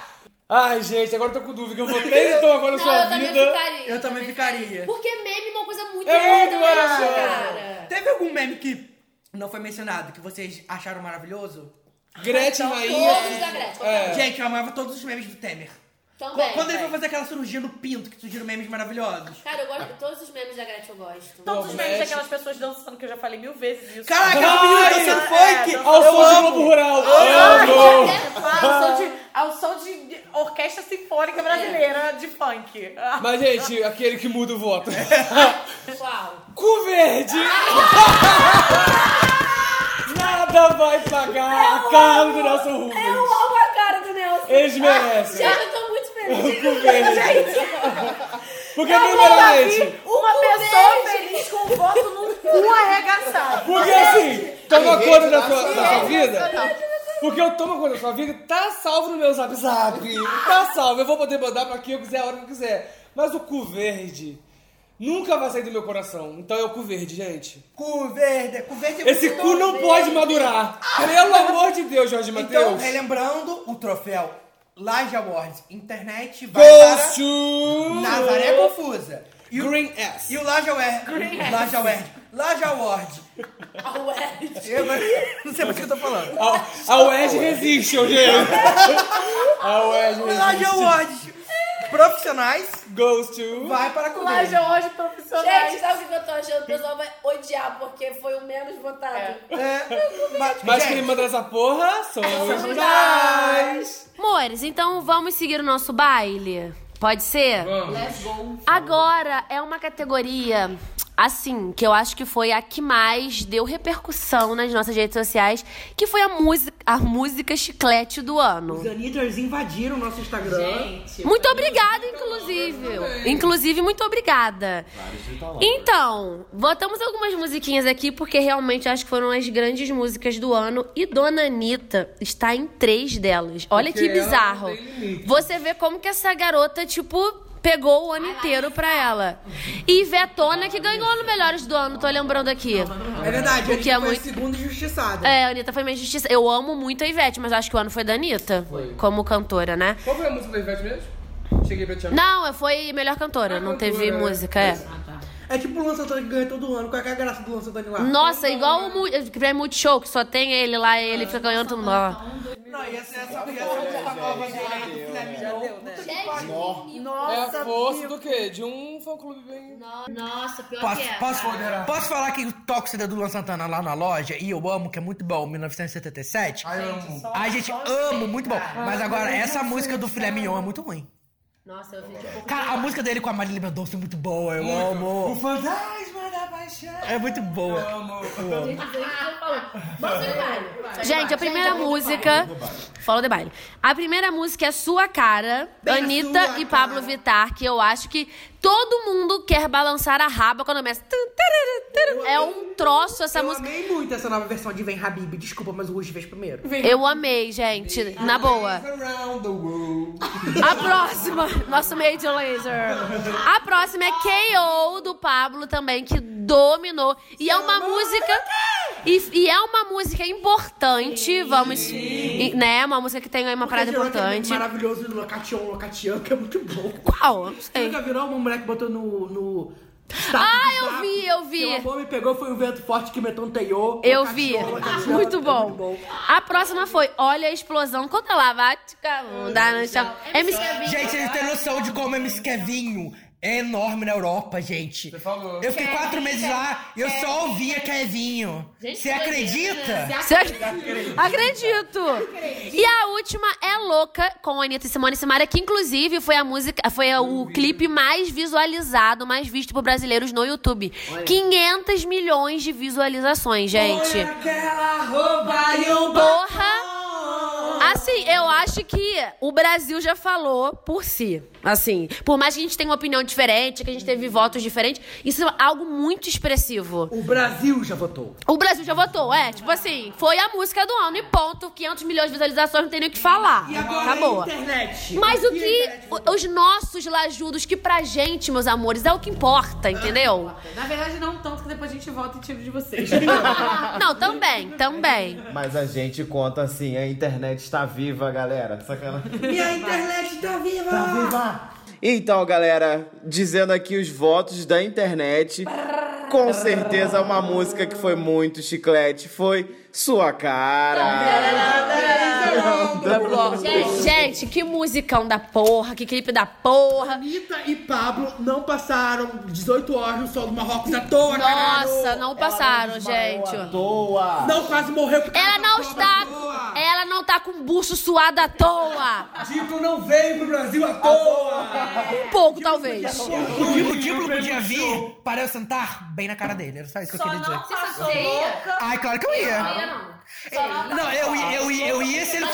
S1: Ai, gente, agora eu tô com dúvida. Eu votei então agora na
S4: Não,
S1: sua
S4: eu também
S1: vida.
S4: ficaria,
S1: Eu também ficaria.
S4: Porque meme é uma coisa muito
S1: É muito
S4: importante,
S1: maravilhoso.
S4: cara.
S7: Teve algum meme que não foi mencionado, que vocês acharam maravilhoso?
S1: É
S16: É.
S1: Gretchen Então, Rainha. todos da Gretchen, qualquer um.
S7: Gente, eu amava todos os memes do Temer.
S17: Também,
S16: Qu- Quando ele
S17: velho.
S16: foi fazer aquela cirurgia no pinto, que surgiram memes maravilhosos.
S17: Cara, eu gosto de todos os memes da Gretchen, eu gosto.
S16: Todos os memes
S2: Tem aquelas pessoas dançando que eu já falei mil vezes isso.
S16: Caraca,
S2: Ai,
S16: a menina dançando
S2: é,
S16: funk!
S2: dançando-
S16: Ao som
S2: Eu
S16: de
S2: amo.
S16: Globo Rural.
S2: Ai,
S16: Amo.
S2: até falo, Ah, Ao som de, ao som de- de orquestra sinfônica brasileira de funk.
S1: Mas, gente, aquele que muda o voto.
S17: Qual?
S1: Cu verde! Nada vai pagar a cara do nosso Rubens.
S17: Eu amo a cara do Nelson.
S1: Eles merecem.
S17: Gente, eu tô muito feliz.
S1: O cu verde. Porque,
S2: Eu nunca vi
S1: primeiramente...
S2: uma pessoa feliz com *laughs* um voto no cu *laughs* arregaçado.
S1: Porque, assim, toma
S2: Tem
S1: conta
S2: gente
S1: da sua,
S2: nacional.
S1: da sua
S2: Tem gente
S1: vida.
S2: nacional.
S1: Porque eu tomo conta da sua vida, tá salvo no meu zap zap. Tá salvo. Eu vou poder mandar pra quem eu quiser, a hora que eu quiser. Mas o cu verde nunca vai sair do meu coração. Então é o cu verde, gente.
S16: Cu verde, cu verde é
S1: Esse
S16: muito
S1: cu não
S16: bom.
S1: pode madurar. Pelo amor de Deus, Jorge
S16: Então,
S1: Matheus.
S16: relembrando o troféu Laje Awards Internet vai
S1: Goes
S16: para
S1: to...
S16: Nazaré Confusa. E o,
S1: Green S.
S16: E o Laje Award.
S1: Green S.
S16: Laje Award. Laje Award. Eu não
S1: *laughs*
S16: sei mais o que eu tô falando.
S1: A, a Wed resiste, ô gente. A Wed resiste.
S16: Laje Awards profissionais
S1: goes to...
S16: vai para a cu
S17: Laje
S16: verde.
S17: Awards
S2: profissionais.
S17: Gente, sabe o que eu tô achando? O pessoal vai odiar porque foi o menos votado.
S16: É.
S1: Mas quem manda essa porra são os guys.
S4: Amores, então vamos seguir o nosso baile? Pode ser?
S1: Let's
S4: go. Agora é uma categoria, assim, que eu acho que foi a que mais deu repercussão nas nossas redes sociais, que foi a música, a música chiclete do ano.
S18: Os Anitters invadiram o nosso Instagram.
S4: Muito obrigada, inclusive. Inclusive, muito obrigada. Então, botamos algumas musiquinhas aqui porque realmente acho que foram as grandes músicas do ano e Dona Anitta está em três delas. Olha
S19: Porque
S4: que
S19: ela não
S4: bizarro.
S19: tem limite.
S4: Você vê como que essa garota, tipo, pegou o ano inteiro pra ela. E Vetona que ganhou no Melhores do Ano, tô lembrando aqui.
S18: É verdade,
S4: o que é
S18: foi
S4: muito
S18: segundo injustiçado.
S4: é, a Anitta foi meio justiça. Eu amo muito a Ivete, mas acho que o ano foi da Anitta. Como cantora, né?
S1: Qual foi a música da Ivete mesmo? Cheguei pra te amar.
S4: Não, foi melhor cantora, não teve
S18: cantora,
S4: música, é.
S18: É tipo o Luan Santana que ganha todo ano. Qual é que é a graça do Luan Santana lá?
S4: Nossa, igual o Mu- que vai Multishow, que só tem ele lá e ele fica ganhando tudo lá.
S16: Não, e essa, essa, essa roupa nova dele, do filé mignon. Puta que pariu.
S1: é a força do quê? De um fã-clube bem...
S17: Nossa, pior
S7: Posso, posso, posso falar que o tóxico do Luan Santana lá na loja, e eu amo, que é muito bom, 1977.
S1: Ai, eu amo.
S7: A gente ama, muito bom. Mas agora, essa música do Filé Mignon é muito ruim.
S4: Nossa, eu fiquei um pouco.
S7: Cara, a música dele com a Marília Mendonça é muito boa, eu amo.
S16: O fantasma da paixão.
S7: É muito boa. Eu amo.
S4: Gente, a
S18: é
S4: primeira música. Follow the baile. A primeira música é Sua Cara,
S19: Bem
S4: Anitta
S19: sua
S4: e Pablo Vittar, que eu acho que todo mundo quer balançar a raba quando começa. Tum, tarara, tarara. É um troço essa música.
S18: Amei muito essa nova versão de Vem Habib. Desculpa, mas o Rush fez primeiro.
S4: Eu amei, gente. Na boa. A próxima. Nosso Major Laser. A próxima é K.O. do Pablo também, que dominou. E é uma música. E, e é uma música importante, vamos. e, né? Uma música que tem aí uma parada importante.
S18: maravilhoso do Locatião, Locatião, que é muito bom.
S4: Qual? Não sei.
S18: Nunca virou uma mulher que botou no. no
S4: Ah, eu vi, eu vi.
S18: O bom me pegou, foi um vento forte que meteu um teiô.
S4: Eu
S18: Locatião,
S4: vi.
S1: é
S18: Locatião.
S4: Muito bom. A próxima foi Olha a Explosão. Conta lá, vai te cagar, não chama- MC Kevinho.
S7: Gente, vocês têm noção de como MC Kevinho é enorme na Europa, gente. Você falou. Eu fiquei
S1: Kevin,
S7: quatro meses
S1: Kevin,
S7: lá, eu só ouvia Kevinho.
S1: Gente,
S7: Você
S1: que
S7: acredita?
S1: doideira, né?
S4: Você ac- Acredito. E a última é Louca, com Anitta e Simone e Simara, que inclusive foi a música, foi o clipe mais visualizado, mais visto por brasileiros no YouTube. 500 milhões de visualizações, gente. Porra! Assim, eu acho que o Brasil já falou por si. Assim, por mais que a gente tenha uma opinião diferente, que a gente teve votos diferentes, isso é algo muito expressivo.
S18: O Brasil já votou.
S4: O Brasil já votou, é. Tipo assim, foi a música do ano e ponto. 500 milhões de visualizações, não tem nem o que falar.
S18: E agora
S20: Tá
S4: Acabou.
S18: a internet?
S4: Mas o
S18: E a
S4: que... o- Os nossos lajudos, que pra gente, meus amores, é o que importa, entendeu?
S2: Na verdade, não tanto que depois a gente volta e tira
S18: *laughs*
S2: de vocês.
S4: Não, também, também.
S8: Mas a gente conta assim, a internet está viva, galera. Sacanagem.
S18: E a internet tá viva!
S8: Tá viva! Então, galera, dizendo aqui os votos da internet. Com certeza uma música que foi muito chiclete foi Sua Cara.
S5: Gente, gente, que musicão da porra, que clipe da porra.
S1: Anitta e Pablo não passaram 18 horas no sol do Marrocos à toa,
S5: Nossa, não passaram, gente. À
S8: toa.
S1: Não quase morreu. por causa
S5: Ela
S1: da
S5: não
S1: prova.
S5: está. Ela não tá
S4: um
S5: com o bucho suado à toa.
S1: Diplo não veio pro Brasil à toa.
S5: Um pouco, talvez.
S20: O Diplo, o Diplo podia vir para eu sentar bem na cara dele. Era só isso que eu queria dizer. Ai, claro que eu
S7: é.
S20: ia. Não, eu ia, eu ia, eu ia se ele,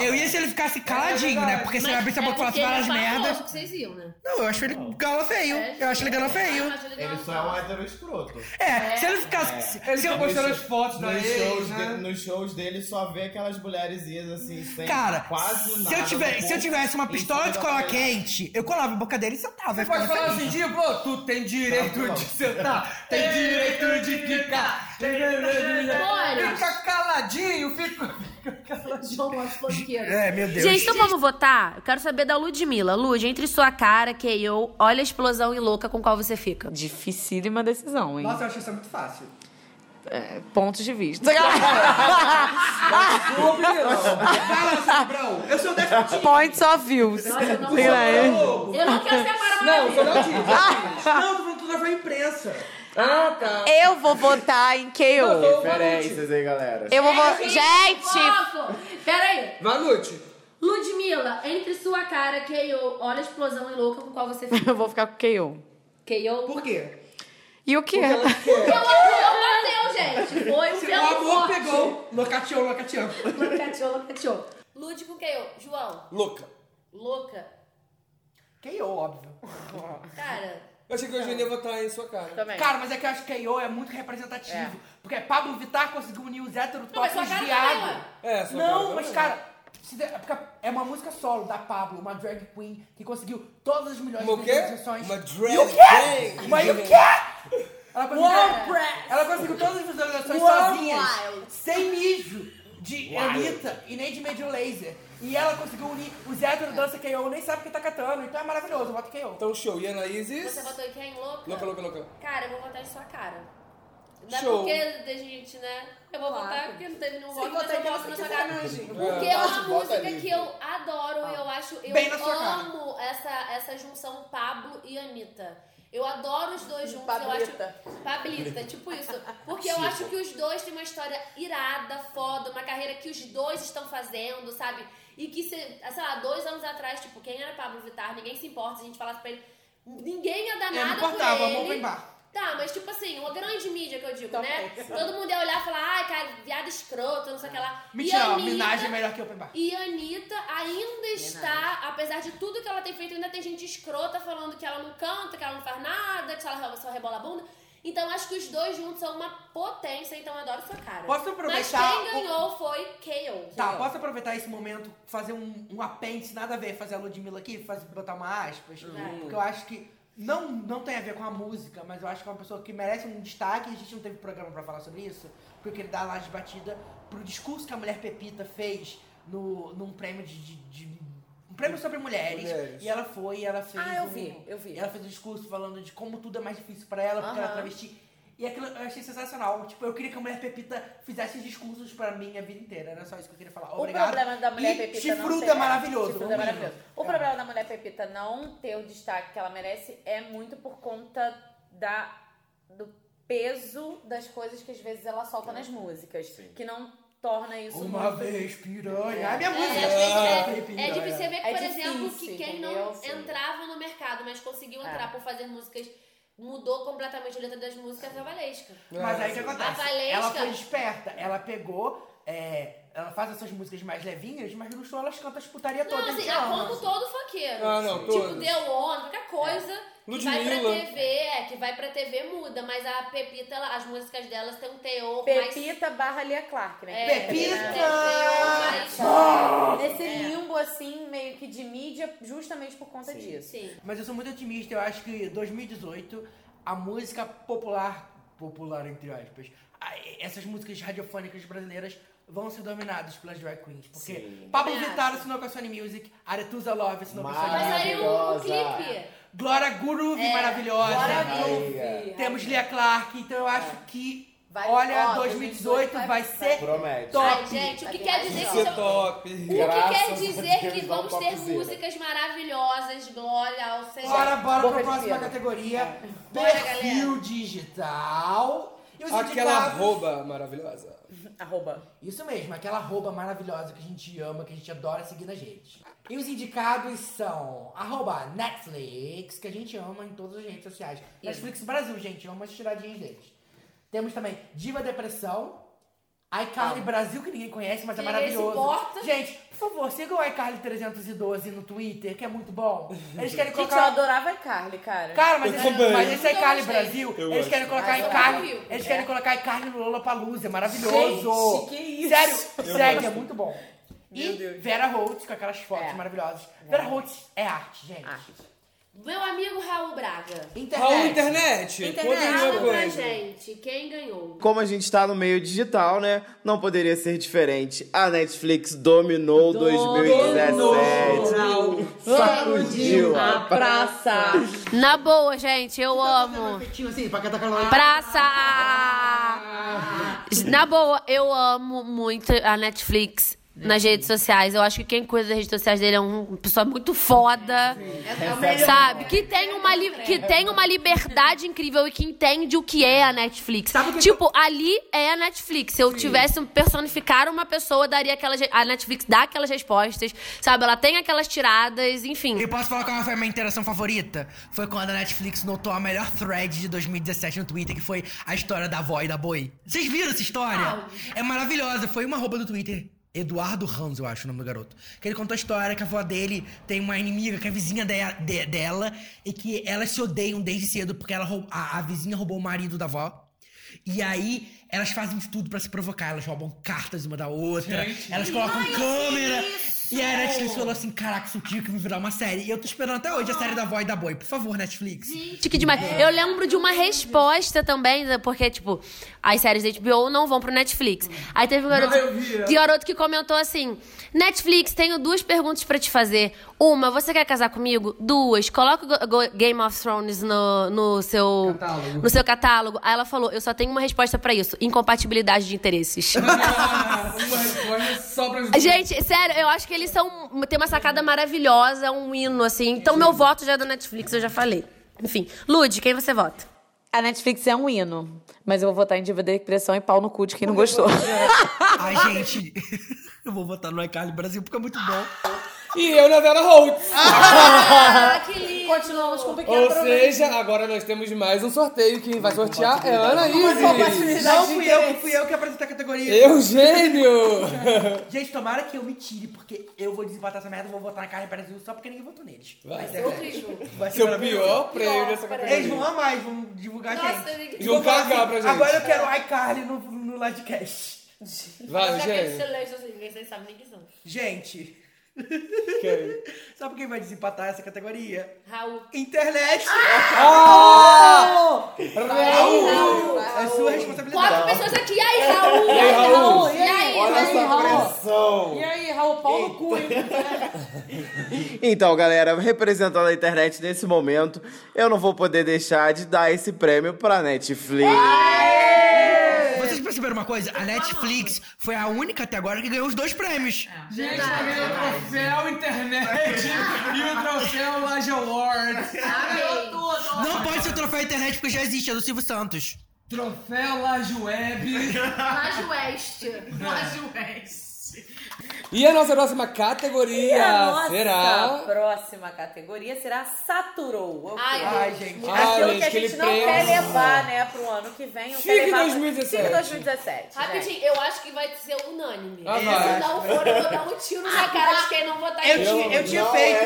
S20: eu ia se ele ficasse caladinho, né? Porque se
S7: É,
S20: ele
S4: É
S20: abrisse a boca e falasse várias merdas.
S4: que vocês iam, né?
S20: Não, eu acho ele galo feio. Eu acho É, ele galo feio.
S21: Ele só é um hétero escroto.
S20: É, se ele ficasse.
S21: Ele
S20: se eu-
S21: fica postando as fotos da
S20: nos
S21: ex,
S20: shows
S21: né?
S20: de-
S21: Nos shows dele só vê aquelas mulherezinhas assim, sem
S20: Cara,
S21: quase
S20: se, eu tiver, se eu tivesse uma pistola de cola quente, eu colava a boca dele e sentava.
S21: Você
S20: eu ficava
S21: pode falar
S20: feliz.
S21: assim, tipo, "Ô, tu tem direito de sentar, tem direito de ficar. tem direito de-
S22: Boris.
S21: Fica caladinho, fica.
S7: *laughs*
S5: É,
S20: meu
S5: Gente, então vamos votar? Eu quero saber da Ludmilla. Lud, entre sua cara, KO, olha a explosão e louca com qual você fica.
S2: Dificílima decisão, hein?
S5: Nossa,
S7: eu acho isso muito fácil.
S2: É, pontos de vista. *laughs*
S7: Sua opinião.
S2: Eu sou Points of views. Sei lá, é.
S1: Não, sou da Disney.
S2: *laughs* Ah.
S1: Não, tô falando tudo da imprensa.
S2: Ah, tá. Eu vou votar em KO.
S8: Referências aí, galera.
S2: Eu vou vo-
S4: Peraí,
S2: É, Gente!
S4: foco. É, Peraí.
S21: Valute.
S4: Ludmilla, entre sua cara, KO, olha a explosão e louca com qual você fica.
S2: *laughs* Eu vou ficar com KO.
S4: KO? Por
S1: quê?
S2: E o quê?
S4: Porque o amor bateu, gente. Foi um
S1: Se
S4: pelo
S1: o amor
S4: forte.
S1: pegou, locateou, locateou.
S4: Locateou, locateou. Lud com KO. João,
S23: Louca.
S4: louca.
S7: KO, óbvio.
S4: Cara.
S23: Eu achei que hoje eu ia votar em sua
S2: *laughs*
S23: cara.
S7: Cara, mas é que eu acho que KO é muito representativo. Porque Pablo Vittar conseguiu unir os héteros
S23: mas
S7: top
S23: sua
S7: os
S23: cara também,
S7: viados.
S23: ué. É, sua cara
S7: Não,
S23: também.
S7: mas cara, se der- é porque é uma música solo da Pablo, uma drag queen, que conseguiu todas as milhões
S23: Uma
S7: de
S23: o quê?
S7: visualizações.
S23: Uma drag
S7: E o quê?
S23: queen.
S7: Mas e o quê? Ela
S22: One
S7: conseguiu,
S22: breath.
S7: ela conseguiu todas as visualizações
S22: One
S7: sozinhas,
S22: wild.
S7: sem mijo de
S22: Wild.
S7: Anitta e nem de Major Laser. E ela conseguiu unir os héteros dança KO, nem sabe o que tá catando, então é maravilhoso, eu voto KO.
S23: Então show. E Anaíses?
S4: Você votou em quem? Louca?
S23: Louca, louca, louca.
S4: Cara, eu vou votar em sua cara. Não
S23: Show.
S4: é porque a gente, né? Eu vou
S2: Claro.
S4: votar porque não teve nenhum
S2: Se
S4: voto, mas
S2: votar
S4: eu
S2: em quem
S4: voto
S2: você
S4: na sua
S2: quiser,
S4: cara.
S2: né, gente?
S4: Porque é
S2: Vote,
S4: uma
S2: vota
S4: música
S2: livre.
S4: que eu adoro, eu acho, eu
S2: Ah. Bem na sua cara.
S4: amo essa, essa junção Pablo e Anitta. Eu adoro os dois juntos,
S2: Pablita.
S4: eu acho. Pablita, tipo isso. Porque eu
S2: Tipo.
S4: acho que os dois têm uma história irada, foda, uma carreira que os dois estão fazendo, sabe? E que, se- sei lá, dois anos atrás, tipo, quem era Pablo Vittar? Ninguém se importa se a gente falasse pra ele. Ninguém ia dar
S7: É, não
S4: nada
S7: importava,
S4: por ele.
S7: vamos embora.
S4: Tá, mas tipo assim, uma grande mídia que eu digo, né?
S7: bom.
S4: Todo mundo ia olhar e falar, ai, cara, viado escroto, não sei o que lá.
S7: Mentira,
S4: E
S7: a
S4: a
S7: homenagem é melhor que Open Bar.
S4: E a Anitta ainda está, apesar de tudo que ela tem feito, ainda tem gente escrota falando que ela não canta, que ela não faz nada, que ela só rebola a bunda. Então acho que os dois juntos são uma potência, então eu adoro sua cara.
S7: Posso aproveitar
S4: Mas quem
S7: o-
S4: ganhou foi KO.
S7: Tá, posso aproveitar esse momento, fazer um, um apêndice, nada a ver, fazer a Ludmilla aqui, fazer, botar uma aspas,
S2: Uhum.
S4: Vai.
S7: porque eu acho que não, não tem a ver com a música, mas eu acho que é uma pessoa que merece um destaque, e a gente não teve programa pra falar sobre isso, porque ele dá lá de batida pro discurso que a mulher Pepita fez no, num prêmio de... de- de- um prêmio sobre mulheres,
S2: Mulheres.
S7: E ela foi e ela fez.
S2: Ah, eu
S7: um-
S2: vi, eu vi.
S7: Ela fez um discurso falando de como tudo é mais difícil pra ela, porque ela é
S2: Aham.
S7: travesti. E aquilo eu achei sensacional. Tipo, eu queria que a mulher Pepita fizesse discursos pra mim a vida inteira. Era só isso que eu queria falar.
S2: O
S7: Obrigado.
S2: problema da mulher
S7: e
S2: pepita não
S7: chifrudo
S2: ter-
S7: é maravilhoso.
S2: chifrudo
S7: eu
S2: é
S7: amo.
S2: maravilhoso. O problema da mulher pepita não ter o destaque que ela merece é muito por conta da, do peso das coisas que às vezes ela solta nas músicas, que não torna isso
S7: É. Uma
S2: muito-
S7: vez piranha.
S2: É.
S7: É a minha
S2: É,
S7: música.
S2: às vezes
S4: É difícil você ver,
S2: É
S4: por
S2: difícil,
S4: exemplo, que quem não
S2: entendeu? Sim. É.
S4: entrava no mercado, mas conseguiu entrar por fazer músicas, mudou completamente a letra das músicas da Valesca.
S7: Mas aí o que
S4: A
S7: acontece?
S4: Valesca.
S7: Ela foi esperta. Ela pegou. é, ela faz essas músicas mais levinhas, mas no show elas cantam as putaria
S4: Não,
S7: todas.
S4: assim,
S7: eu
S4: é
S7: amo.
S4: como todo funkeiro.
S7: Ah, não,
S4: tipo,
S7: todos. É.
S4: deu on, qualquer coisa. Que vai pra
S7: Ludmilla.
S4: TV, é, que vai pra TV muda, mas a Pepita, ela- as músicas delas têm um teor mais.
S2: Pepita barra Lia Clark, né?
S4: É,
S2: Pepita!
S7: Ah!
S2: Nesse limbo, assim, meio que de mídia, justamente por conta disso.
S7: Mas eu sou muito otimista, eu acho que 2018 a música popular, popular entre aspas, a- essas músicas radiofônicas brasileiras vão ser dominadas pelas drag queens, porque
S21: Sim.
S7: Pablo
S21: Também
S7: Vittar assinou com a Sony Music, Aretusa Love assinou com a Sony
S21: Mas
S7: Music.
S21: aí o- o Maravilhosa. clipe.
S7: Glória Groove
S15: É,
S7: maravilhosa.
S15: Glória Groove.
S7: Temos Lia Clark, então eu acho que.
S15: ó,
S7: Olha, 2018 vai, ser
S8: Promete.
S7: top.
S2: Ai, gente, o que quer dizer que
S8: Vai
S1: é
S8: ser
S2: são-
S8: top.
S2: O que quer dizer que vamos ter músicas maravilhosas, glória ao Senhor.
S7: Bora, bora
S2: Boca
S7: pra
S2: de
S7: próxima
S2: pena.
S7: categoria.
S2: Bora,
S7: Perfil digital. E os
S1: Aquela
S7: indicados-
S1: arroba maravilhosa.
S7: Arroba. Isso mesmo, aquela arroba maravilhosa que a gente ama, que a gente adora seguir na gente. E os indicados são arroba Netflix, que a gente ama em todas as redes sociais. Netflix Brasil, gente, ama as tiradinhas deles. Temos também Diva Depressão, iCarly Brasil, que ninguém conhece, mas é
S15: Ninguém se
S7: maravilhoso.
S15: importa.
S7: Gente, por favor, sigam o iCarly 312 no Twitter, que é muito bom. Eles querem
S15: Gente,
S7: colocar...
S15: eu adorava Carly, cara.
S7: Cara, mas, esse, mas esse é
S15: Nunca
S7: iCarly
S15: gostei.
S7: Brasil, eles querem colocar
S15: Mas eu
S7: iCarly,
S15: amo.
S7: eles
S15: É.
S7: querem colocar iCarly no Lollapalooza, é maravilhoso.
S15: Gente, que isso?
S7: Sério,
S15: Eu
S7: sério,
S15: gosto.
S7: é
S15: É.
S7: muito bom. E Vera Holtz com aquelas fotos maravilhosas. Vera Holtz é arte, gente.
S2: Meu amigo Raul Braga.
S1: Raul, internet. Conta
S2: Internet.
S1: alguma
S2: Fala pra
S1: coisa.
S2: gente quem ganhou.
S8: Como a gente tá no meio digital, né? Não poderia ser diferente. A Netflix dominou 2017. Sacudiu a
S15: praça.
S4: Na boa, gente, eu amo. Praça! Na boa, eu amo muito a Netflix nas redes sociais. Eu acho que quem cuida das redes sociais dele é um- uma pessoa muito foda. Sabe? Que tem, uma li- que tem uma liberdade incrível e que entende o que é a Netflix. tipo, ali é a Netflix. Se eu tivesse um- personificar uma pessoa, eu daria aquelas. re- A Netflix dá aquelas respostas, sabe? Ela tem aquelas tiradas, enfim.
S24: Eu posso falar qual foi a minha interação favorita? Foi quando a Netflix notou a melhor thread de 2017 no Twitter, que foi a história da avó e da boi. Vocês viram essa história? É maravilhosa. Foi uma roupa do Twitter. Eduardo Ramos, eu acho o nome do garoto. Que ele contou a história que a avó dele tem uma inimiga que é vizinha de- de- dela e que elas se odeiam desde cedo porque ela rou- a, a vizinha roubou o marido da avó. E aí, elas fazem de tudo pra se provocar. Elas roubam cartas uma da outra,
S25: Gente.
S24: elas colocam
S25: Ai, eu
S24: câmera.
S25: vi
S24: E aí a
S25: isso.
S24: Netflix falou assim: caraca, isso tinha que virar uma série. E eu tô esperando até hoje a série da Void da Boi. Por favor, Netflix.
S4: Gente, que demais. Eu lembro de uma resposta também, né, porque, tipo, as séries da HBO não vão pro Netflix. Aí teve um garoto,
S25: Ah, eu vi, é.
S4: de garoto que comentou assim: Netflix, tenho duas perguntas pra te fazer. Uma, você quer casar comigo? Duas, coloca o Go- Go- Game of Thrones no, no seu,
S25: Catálogo.
S4: no seu catálogo. Aí ela falou: eu só tenho uma resposta pra isso: incompatibilidade de interesses. *laughs*
S1: Ah,
S25: Uma resposta só pra
S4: Gente, sério, eu acho que eles são. Tem uma sacada maravilhosa, um hino, assim. Então, meu voto já é da Netflix, eu já falei. Enfim. Lud, quem você vota?
S15: A Netflix é um hino, mas eu vou votar em Diva de Depressão e pau no cu de quem não gostou.
S24: Ai, gente. *laughs* eu vou votar no iCarly Brasil porque é muito bom.
S1: E eu na Vera Holtz.
S15: que lindo! Continuamos com o pequeno
S1: Ou
S15: problema.
S1: seja, agora nós temos mais um sorteio. Quem vai sortear é a Ana Ives.
S7: Não fui eu, fui eu que apresentei a categoria.
S1: Eugênio!
S7: Gente, tomara que eu me tire, porque eu vou desempatar essa merda, vou votar na Carne Brasil só porque ninguém votou neles.
S1: Vai.
S7: ser
S1: Seu
S7: grande.
S1: prêmio.
S7: Vai ser
S1: Seu
S7: maravilhoso.
S1: pior prêmio dessa categoria.
S7: Eles vão amar, eles vão divulgar a
S2: Nossa,
S7: gente.
S2: eles
S1: Vão
S7: Vão falar assim,
S1: cagar um pra gente.
S7: Agora eu quero o iCarly no, no Ladcast.
S1: Vai,
S2: Só aquele
S1: Eugênio.
S2: silêncio assim, ninguém vocês sabem nem quem são.
S7: Gente. *laughs* Sabe quem vai desempatar essa categoria?
S2: Raul.
S7: Internet!
S1: Ah!
S7: Raul! É sua responsabilidade.
S2: Quatro pessoas aqui. E aí, Raul?
S7: E aí, Raul?
S2: E aí,
S7: Olha
S2: Raul?
S7: essa
S8: pressão.
S2: E aí, Raul? Pau no cu, hein?
S8: Então, galera, representando a internet nesse momento, eu não vou poder deixar de dar esse prêmio pra Netflix.
S24: Vocês perceberam uma coisa? A Netflix foi a única até agora que ganhou os dois prêmios.
S25: Gente, vai ganhar o troféu internet e o troféu Laje Awards.
S24: Não pode ser o troféu internet porque já existe, é do Silvio Santos.
S25: Troféu Laje Web.
S2: Laje West.
S25: Laje
S1: E a nossa próxima categoria
S15: E a nossa
S1: será.
S15: próxima categoria será Saturou. Eu
S2: Ai,
S15: quero.
S1: Ai, gente. Ai,
S15: Aquilo
S1: gente,
S15: que a
S1: aquele
S15: gente não
S1: prêmio.
S15: quer levar, né, pro ano que vem. eu quero
S1: Fique
S15: levar-
S1: 2017.
S15: Fique 2017.
S2: Rapidinho, eu acho que vai ser unânime.
S1: Ah,
S2: Se
S1: vai.
S2: não for, eu vou dar um tiro na cara de quem não votar em
S7: Eu tinha, eu tinha
S2: mim.
S7: feito.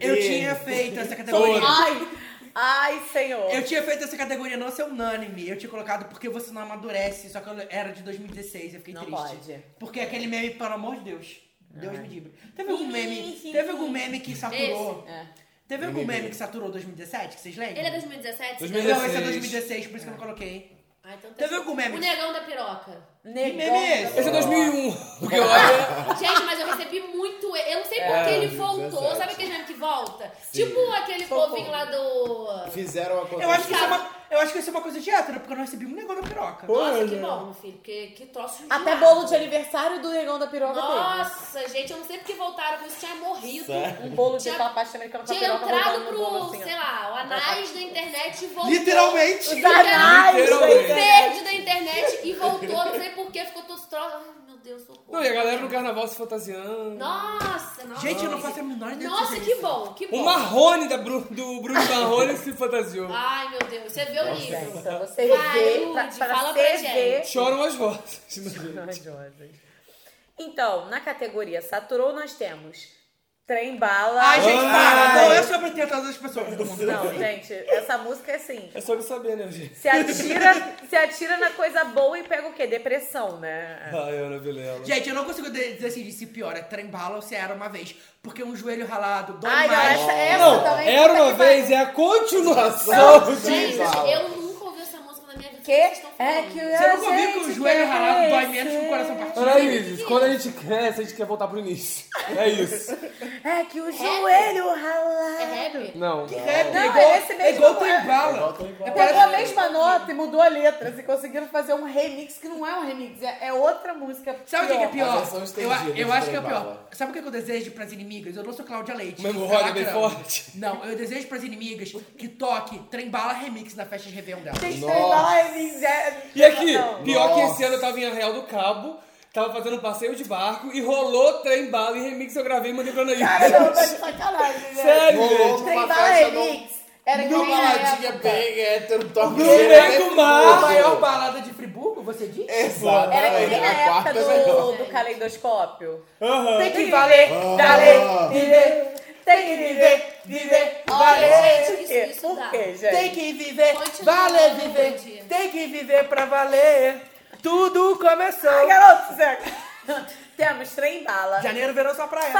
S7: eu
S1: ter.
S7: tinha feito essa categoria.
S15: Ai, ai, senhor.
S7: Eu tinha feito essa categoria não ser unânime. Eu tinha colocado porque você não amadurece, só que eu era de 2016, eu fiquei
S15: Não
S7: triste.
S15: pode.
S7: Porque aquele meme, pelo amor de Deus. Deus
S15: Ai.
S7: me livre. Teve algum meme, teve algum meme que saturou? Teve algum meme que saturou 2017, que vocês lembram?
S2: Ele é 2017?
S7: Não, esse é 2016, por isso que eu não coloquei.
S2: Ah, então tá
S7: Teve algum meme?
S2: O negão da piroca.
S1: Que meme é esse? Esse é 2001. Porque olha...
S4: Gente, mas eu recebi muito. e- Eu não sei por
S8: É,
S4: que ele voltou.
S8: 17.
S4: Sabe aquele meme que volta?
S8: Sim.
S4: Tipo aquele povinho lá do.
S8: Fizeram a conta.
S7: Eu acho, que isso é uma, eu acho que isso é uma coisa de hétero, porque eu não recebi um negócio na piroca.
S4: Nossa, que bom, meu filho. Que, que troço de
S15: Até bolo de aniversário do Negão da Piroca teve.
S4: Nossa, gente, eu não sei porque voltaram com isso. Tinha morrido.
S15: Sério? Um bolo de tapaste americano com a
S4: Tinha
S15: piroca
S4: entrado
S15: rodando no
S4: pro,
S15: bolo, assim, ó.
S4: sei lá, o anais da internet e voltou.
S7: Literalmente.
S4: Os
S7: Os
S4: anais.
S7: anais da
S4: O
S7: internet.
S4: verde da internet e voltou. Não sei por que ficou todo troço. Ai, meu Deus, socorro.
S1: Não, e a galera no carnaval se fantasiando.
S4: Nossa, nossa.
S1: Gente, eu não faço
S7: a menor
S1: ideia do que
S4: Nossa,
S1: é
S4: que bom, que bom.
S1: O Marrone da Bru- do Bruno Marrone se fantasiou.
S4: Ai, meu Deus, você vê o
S1: Nossa,
S4: livro.
S1: então
S15: você
S4: Vai,
S15: vê,
S4: Lud,
S15: pra- pra
S4: fala
S15: você
S4: pra gente.
S1: Choram as vozes. né,
S15: Então, na categoria Saturou, nós temos Trem Bala.
S7: Ai, gente, para. Não é sobre ter todas as pessoas do mundo.
S15: Não, gente, essa música é assim.
S1: É sobre saber, né, gente?
S15: Se atira, se atira na coisa boa e pega o quê? Depressão, né?
S1: Ai, Ana Vilela.
S7: Gente, eu não consigo de- decidir se pior é trem bala ou se era uma vez. Porque um joelho ralado dói
S15: Ai, não,
S7: mais.
S15: essa- essa
S1: Não, era uma vez, é a continuação
S7: Não,
S1: de
S7: gente,
S1: Bala.
S4: Eu nunca ouvi essa música na minha vida.
S15: Que? É que
S7: Você nunca ouviu que o joelho ralado dói menos que o coração partido?
S1: Olha aí, quando a gente cresce, a gente quer voltar pro início. É isso.
S15: É que o joelho ralado.
S4: É rap?
S1: Não.
S15: Não, é esse mesmo.
S7: É,
S15: Pegou a
S1: parece-
S15: mesma nota e mudou a letra. Se conseguiram fazer um remix que não é um remix, é, é outra música.
S7: Sabe o que que é
S15: pior?
S7: pior?
S8: versão
S7: Eu, a-
S8: estendida
S7: eu
S8: de
S7: acho que é
S8: Trem
S7: pior.
S8: Bala.
S7: Sabe o que que eu desejo pras inimigas? Eu não sou Cláudia Leite.
S1: Uma hemorroida
S7: Tá
S1: bem
S7: lacrando.
S1: forte.
S7: Não, eu desejo pras inimigas que toque Trem Bala Remix na festa de Réveillon dela.
S1: Gente, Trem Nossa. Bala
S15: Remix é...
S1: E aqui, pior que
S7: Nossa.
S1: esse ano eu tava em Arreal do Cabo, tava fazendo um passeio de barco e rolou trem bala e remix eu gravei e mandei pra Anaís.
S15: Cara, não, tá de sacanagem, né?
S1: Sério,
S8: Rolou
S2: um
S1: gente.
S8: numa
S15: Trem Bala
S8: festa num-
S15: Remix. Era que
S8: numa
S15: nem na
S8: baladinha
S15: época.
S8: bem hétero,
S7: No
S8: top
S7: meio do mar! A maior balada de Friburgo, você disse?
S8: Ah, Exato.
S15: Era que nem na
S8: A
S15: época
S8: quarta é melhor.
S15: do, do caleidoscópio.
S7: Tem que valer,
S8: Ah.
S7: valer, viver. Tem que viver, viver, valer.
S15: Olha, gente, isso- isso dá.
S7: É, Por quê, gente? Tem que viver, valer, viver. Tem que viver pra valer. Tudo começou. Ai,
S15: garoto, *laughs* Temos trem bala.
S7: Janeiro, verão, só praia.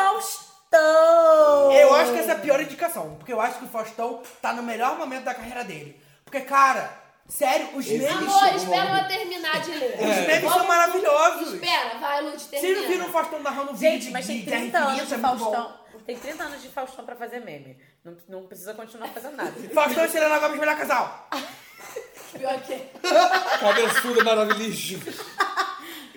S15: Faustão!
S7: Eu acho que essa é a pior indicação, porque eu acho que o Faustão tá no melhor momento da carreira dele. Porque, cara, sério, os memes...
S4: Amor, espera ela terminar de ler.
S7: Os memes são maravilhosos.
S4: Espera, vai, Lud, termina.
S7: Vocês não viram o Faustão narrando vídeo
S15: Gente, mas
S7: de
S15: tem
S7: Guerra
S15: 30 anos
S7: Infinita,
S15: de
S7: é muito bom.
S15: Faustão. Tem 30 anos de Faustão pra fazer meme. Não, não precisa continuar fazendo nada.
S7: Faustão e Selena Gomes, melhor casal.
S4: Pior que
S1: Cabeçuda maravilhoso.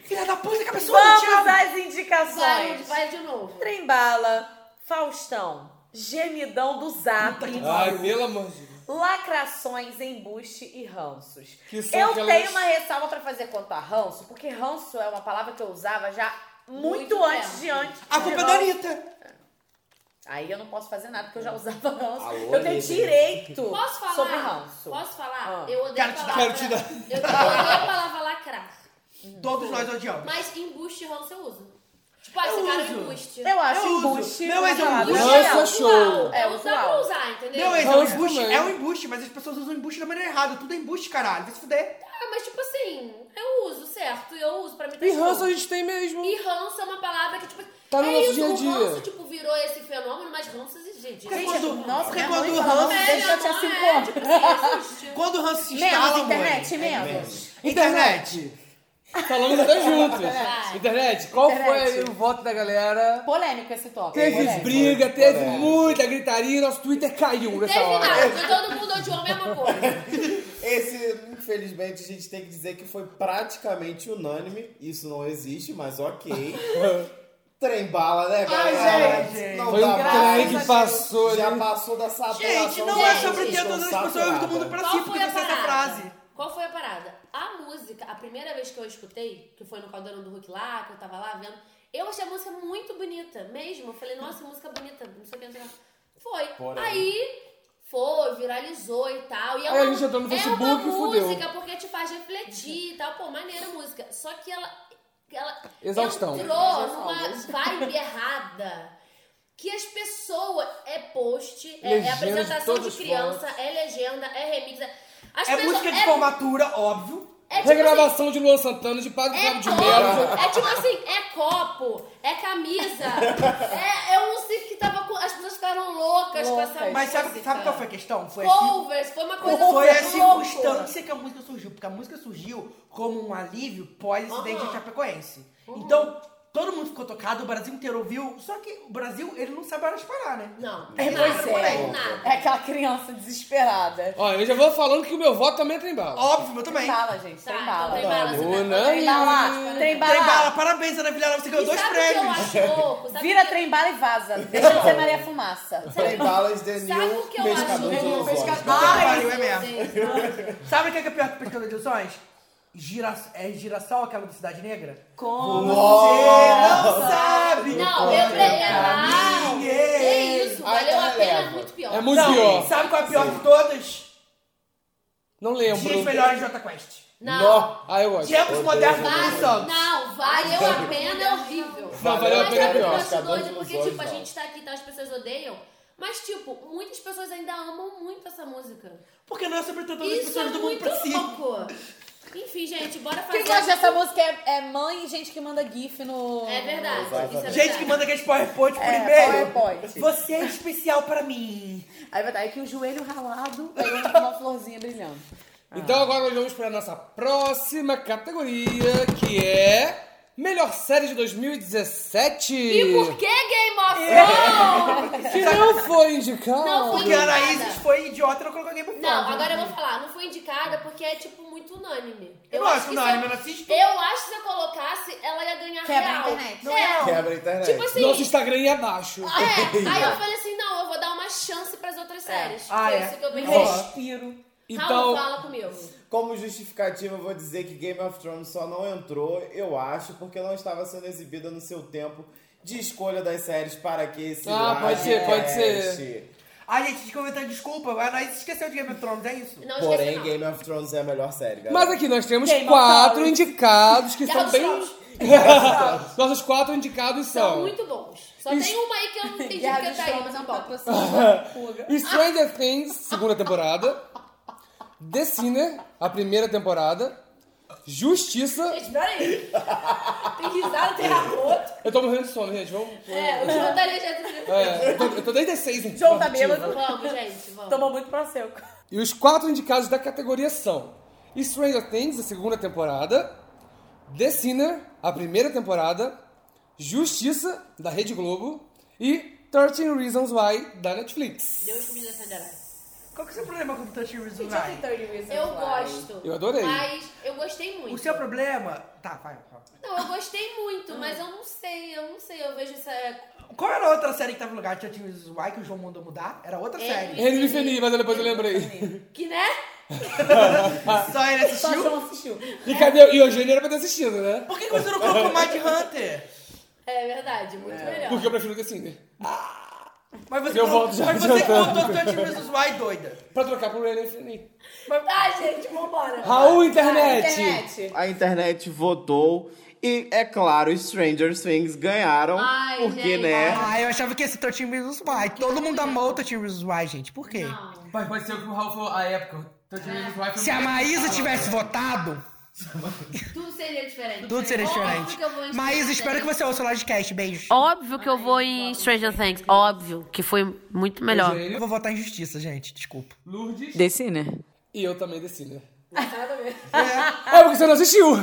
S7: Filha da puta, cabeçuda,
S15: Vamos
S7: Thiago.
S15: às indicações.
S4: Vai, Lud, vai de novo.
S15: Trembala, Faustão, gemidão do Zap,
S1: Ai, pelo amor de Deus.
S15: lacrações, embuste e ranços.
S1: Que são
S15: eu
S1: aquelas-
S15: tenho uma ressalva pra fazer quanto a ranço, porque ranço é uma palavra que eu usava já muito,
S4: Muito
S15: antes
S4: tempo.
S15: de antes.
S7: A
S15: de
S7: culpa é da
S15: ranço.
S7: Anitta.
S15: Aí eu não posso fazer nada, porque eu já usava ranço.
S8: Alô,
S15: eu tenho
S8: Anitta.
S15: direito
S4: Posso falar?
S15: sobre ranço.
S4: Posso falar?
S15: Ah.
S4: Eu odeio
S7: Quero
S4: a
S7: te
S4: palavra.
S7: dar. Quero
S4: Eu odeio a palavra lacrar.
S7: Todos nós odiamos.
S4: Mas embuste e ranço eu uso. Tipo, ah,
S7: Eu
S4: esse cara é
S7: uso.
S4: embuste.
S15: Eu acho
S7: Eu uso.
S15: embuste.
S7: Meu ex é um
S15: uma
S7: embuste.
S15: palavra
S1: Ranço é show.
S4: Uau,
S15: É,
S4: eu uso dá pra
S15: uau.
S4: usar, entendeu?
S7: Meu ex é um
S1: Ranço
S7: embuste,
S1: também.
S7: é um embuste, mas as pessoas usam embuste da maneira errada. Tudo é embuste, caralho. Vai se fuder.
S4: Ah, mas tipo assim, eu uso, certo? Eu uso, pra mim tá
S1: E
S4: show.
S1: ranço a gente tem mesmo.
S4: E ranço é uma palavra que, tipo...
S1: Tá no
S4: é
S1: nosso
S4: isso,
S1: dia a dia.
S4: O ranço, tipo, virou esse fenômeno, mas ranço existe, gente.
S7: Porque
S4: Existe.
S7: quando,
S15: nossa,
S7: porque
S15: minha
S7: quando
S15: mãe
S7: o
S15: falava
S7: ranço...
S15: isso. gente,
S4: É,
S15: assim,
S4: não
S15: pô.
S4: é, tipo, assim, existe.
S7: Quando o ranço se instala,
S15: Menos
S7: amor, É
S15: internet, menos.
S7: Internet.
S1: Falamos até juntos.
S15: Vai.
S1: Internet, qual
S15: Internet.
S1: foi o voto da galera?
S15: Polêmico esse tópico.
S1: Teve
S15: polêmico.
S1: briga, teve muita gritaria e nosso Twitter caiu nessa
S4: Teve
S1: hora.
S4: nada, todo mundo odiou a mesma coisa.
S8: Esse, infelizmente, a gente tem que dizer que foi praticamente unânime. Isso não existe, mas ok.
S7: *laughs*
S8: Trem bala, né, galera?
S7: gente, gente.
S8: Não
S1: Foi um
S8: dá mais.
S1: trem que passou,
S8: Já
S1: né?
S8: passou da saturação.
S7: Gente, não é
S4: Gente,
S7: sobre ter
S8: estão
S7: todas as pessoas do
S8: saturadas.
S7: mundo pra
S4: Qual
S7: si, porque
S4: foi a
S7: você essa
S4: parada?
S7: frase.
S4: Qual foi a parada? A música, a primeira vez que eu escutei, que foi no Caldeirão do Hulk lá, que eu tava lá vendo, eu achei a música muito bonita, mesmo. Eu falei, nossa, que música bonita, não sei o que, não sei o que. Foi.
S8: Porém.
S4: Aí foi, viralizou e tal. E é
S1: Aí
S4: uma,
S1: a gente entrou no
S4: é uma
S1: Facebook e fudeu.
S4: música porque te faz refletir e tal. Pô, maneira a música. Só que ela, ela
S1: Exaustão.
S4: entrou numa vibe errada. Que as pessoas. É post, é, é
S1: Legenda de
S4: apresentação
S1: todos
S4: de
S1: os
S4: criança, é legenda, é remix. é- As
S7: É
S4: pessoas-
S7: música de
S4: é-
S7: formatura, óbvio.
S4: é tipo
S1: Regravação de Luan Santana, de Padre
S4: É
S1: Fábio de
S4: copo,
S1: Melo.
S4: é tipo assim, é
S1: *laughs*
S4: copo, é camisa, é, é um que tava com. As pessoas ficaram loucas, loucas com essa música.
S7: Mas sabe, sabe qual foi a questão? Foi a cir-
S4: Covers, foi uma coisa
S7: foi a
S4: louca.
S7: circunstância que a música surgiu. Porque a música surgiu como um alívio pós-incidente de Chapecoense. Então, todo mundo ficou tocado, o Brasil inteiro ouviu. Só que o Brasil, ele não sabe a hora de parar, né?
S4: Não.
S7: É,
S15: Nada,
S7: pois é.
S15: nada. É aquela criança desesperada.
S1: Ó, eu já vou falando que o meu voto também tem bala.
S7: Óbvio, eu também.
S15: Fala, gente.
S4: Tá,
S15: Tem bala.
S1: tem
S4: então
S1: bala, você
S15: Luna.
S1: vai-
S15: Tem bala. Tem bala.
S7: Trem bala, parabéns, Ana Vilhena, você ganhou
S15: E
S7: dois
S15: sabe o que eu
S7: prêmios.
S15: acho louco? Vira trem bala e *laughs* vaza. Deixa de ser Maria Fumaça.
S8: Trem é balas de Nil,
S15: que eu
S8: pescador
S15: acho?
S8: de
S15: Nil,
S8: ilusões.
S15: pescador. Ai,
S7: Pariu, é
S15: gente,
S7: mesmo. Sabe o que é que é pior que pescador de ilusões? Gira, é girassol aquela da Cidade Negra? Como você não
S8: Nossa.
S7: sabe?
S4: Não, eu peguei lá. Que isso,
S7: Ai,
S4: valeu a
S7: então
S4: pena,
S7: releva.
S4: muito pior.
S1: É muito
S7: Não,
S1: pior.
S7: Sabe qual é a pior de todas?
S1: Não lembro.
S7: Dias melhores de Jota Quest.
S4: Não.
S1: Nó. Ah, eu gosto.
S7: Tempos modernos do
S4: Vale,
S7: Santos.
S4: não, valeu a pena, é horrível.
S1: Não, valeu a
S4: mas
S1: pena, é
S4: sabe o que eu
S1: pior.
S4: acho
S1: Pescador de
S4: doido? Porque,
S1: ilusões,
S4: tipo, a
S1: não.
S4: gente tá aqui, tá? As pessoas odeiam. Mas, tipo, muitas pessoas ainda amam muito essa música.
S7: Porque não é sobre todas as
S4: Isso
S7: pessoas
S4: é
S7: do mundo
S4: muito
S7: pra si.
S4: louco. Enfim, gente, bora fazer...
S15: Quem gosta dessa música é, é mãe e gente que manda gif no...
S4: É verdade, isso é verdade.
S7: Gente que manda aqueles PowerPoint por
S15: É,
S7: e-mail.
S15: PowerPoint.
S7: Você é especial pra mim.
S15: Aí vai dar aqui o joelho ralado, aí entra uma florzinha brilhando.
S1: Então agora nós vamos para a nossa próxima categoria, que é... Melhor série de 2017.
S4: E por que Game
S7: É.
S4: of Thrones?
S1: Que não foi indicado.
S4: Não foi
S7: Porque a
S4: indicada.
S7: Anaíses foi idiota e não colocou Game of
S4: Não,
S7: Thrones.
S4: agora eu vou falar. Não foi indicada porque é, tipo, muito unânime.
S7: Eu não acho
S4: que
S7: unânime,
S4: se eu,
S7: né? eu não assisto.
S4: Eu acho que se eu colocasse, ela ia ganhar
S15: Quebra a
S4: real.
S15: internet.
S4: Não, é.
S8: Quebra a internet.
S4: Tipo assim-
S1: Nosso Instagram ia abaixo.
S4: É, aí eu falei assim, não, eu vou dar uma chance pras outras séries.
S7: Ah,
S4: Foi
S7: é. então-
S4: isso que eu pensei.
S7: Respiro.
S1: Então,
S4: Raul, fala comigo.
S8: Como justificativa, eu vou dizer que Game of Thrones só não entrou, eu acho, porque não estava sendo exibida no seu tempo de escolha das séries para que esse
S1: Ah, pode ser, pode
S8: livecast.
S7: Ai, gente, desculpa, então, desculpa. A Anaíses esqueceu de Game of Thrones, é isso?
S4: Não
S8: Porém, Game of Thrones é a melhor série, galera.
S1: Mas aqui nós temos
S7: Game of
S1: quatro
S7: Thrones.
S1: indicados que
S4: Guerra
S1: são
S4: dos
S1: bem. *laughs*
S4: Tronos. *laughs*
S1: Nossos quatro indicados
S4: São
S1: são.
S4: muito bons. Só tem uma aí que eu não entendi
S15: Guerra
S4: porque
S15: dos
S4: tá aí,
S15: Tronos
S4: mas
S15: é
S4: é
S15: um
S4: um
S1: *laughs* Stranger Things, segunda temporada. The Sinner, a primeira temporada. Justiça.
S4: Gente, peraí. Tem risada, tem arroto.
S1: Eu tô morrendo de sono, gente. Vamos.
S4: É, o João tá legendo.
S1: É, eu, tô, eu tô desde as seis, gente.
S15: João tá
S1: Positivo.
S15: bêbado.
S4: Vamos, gente, vamos.
S15: Tomou muito prosecco.
S1: E os quatro indicados da categoria são Stranger Things, a segunda temporada, The Sinner, a primeira temporada, Justiça, da Rede Globo e 13 Reasons Why, da Netflix.
S4: Deus que me defenderá.
S7: Qual que é o seu problema com o Touch Reason Live?
S4: Eu gosto.
S1: Eu adorei.
S4: Mas eu gostei muito.
S7: O seu problema... Tá, vai. fala.
S4: Não, eu gostei muito, mas eu não sei, eu não sei. Eu vejo essa.
S7: Qual era a outra série que tava no lugar de Touch Reason Live que o João mandou mudar? Era
S10: É.
S7: outra série.
S1: Ele me feliz, mas depois eu lembrei.
S4: Que né?
S7: Só ele assistiu?
S1: E cadê? E o Eugênio era pra ter assistido, né?
S7: Por que que você
S10: *laughs*
S7: não colocou Mind Hunter?
S4: É verdade, muito melhor.
S1: Porque eu prefiro The Sinner.
S7: Mas você,
S1: Eu
S7: colocou-
S1: volto já
S7: mas você
S1: adiantando.
S7: contou Touch Reasons Why, doida.
S1: Pra trocar pro Renan Infinito.
S4: Tá, gente, vambora.
S1: Raul, internet!
S8: A internet votou e, é claro, Stranger Things ganharam,
S4: Ai,
S8: porque,
S4: gente.
S8: né...
S10: Ah, eu achava que esse Touching Reasons Why. Todo mundo amou o Touching Reasons Why, gente. Por quê?
S26: Mas pode ser o que o Raul falou à época. Touch Reasons Why foi um
S10: Se a
S26: muito-
S10: Maísa tivesse votado,
S4: Tudo seria diferente.
S10: tudo seria
S4: Óbvio que eu vou
S10: diferente. Maísa, espero que você ouça o Lodcast. Beijos.
S5: Óbvio que eu vou em Stranger Things. Óbvio que foi muito melhor.
S10: Eu vou votar em justiça, gente. Desculpa.
S1: Lourdes.
S5: Desci, né?
S1: E eu também The Sinner.
S4: você.
S1: É porque você não assistiu!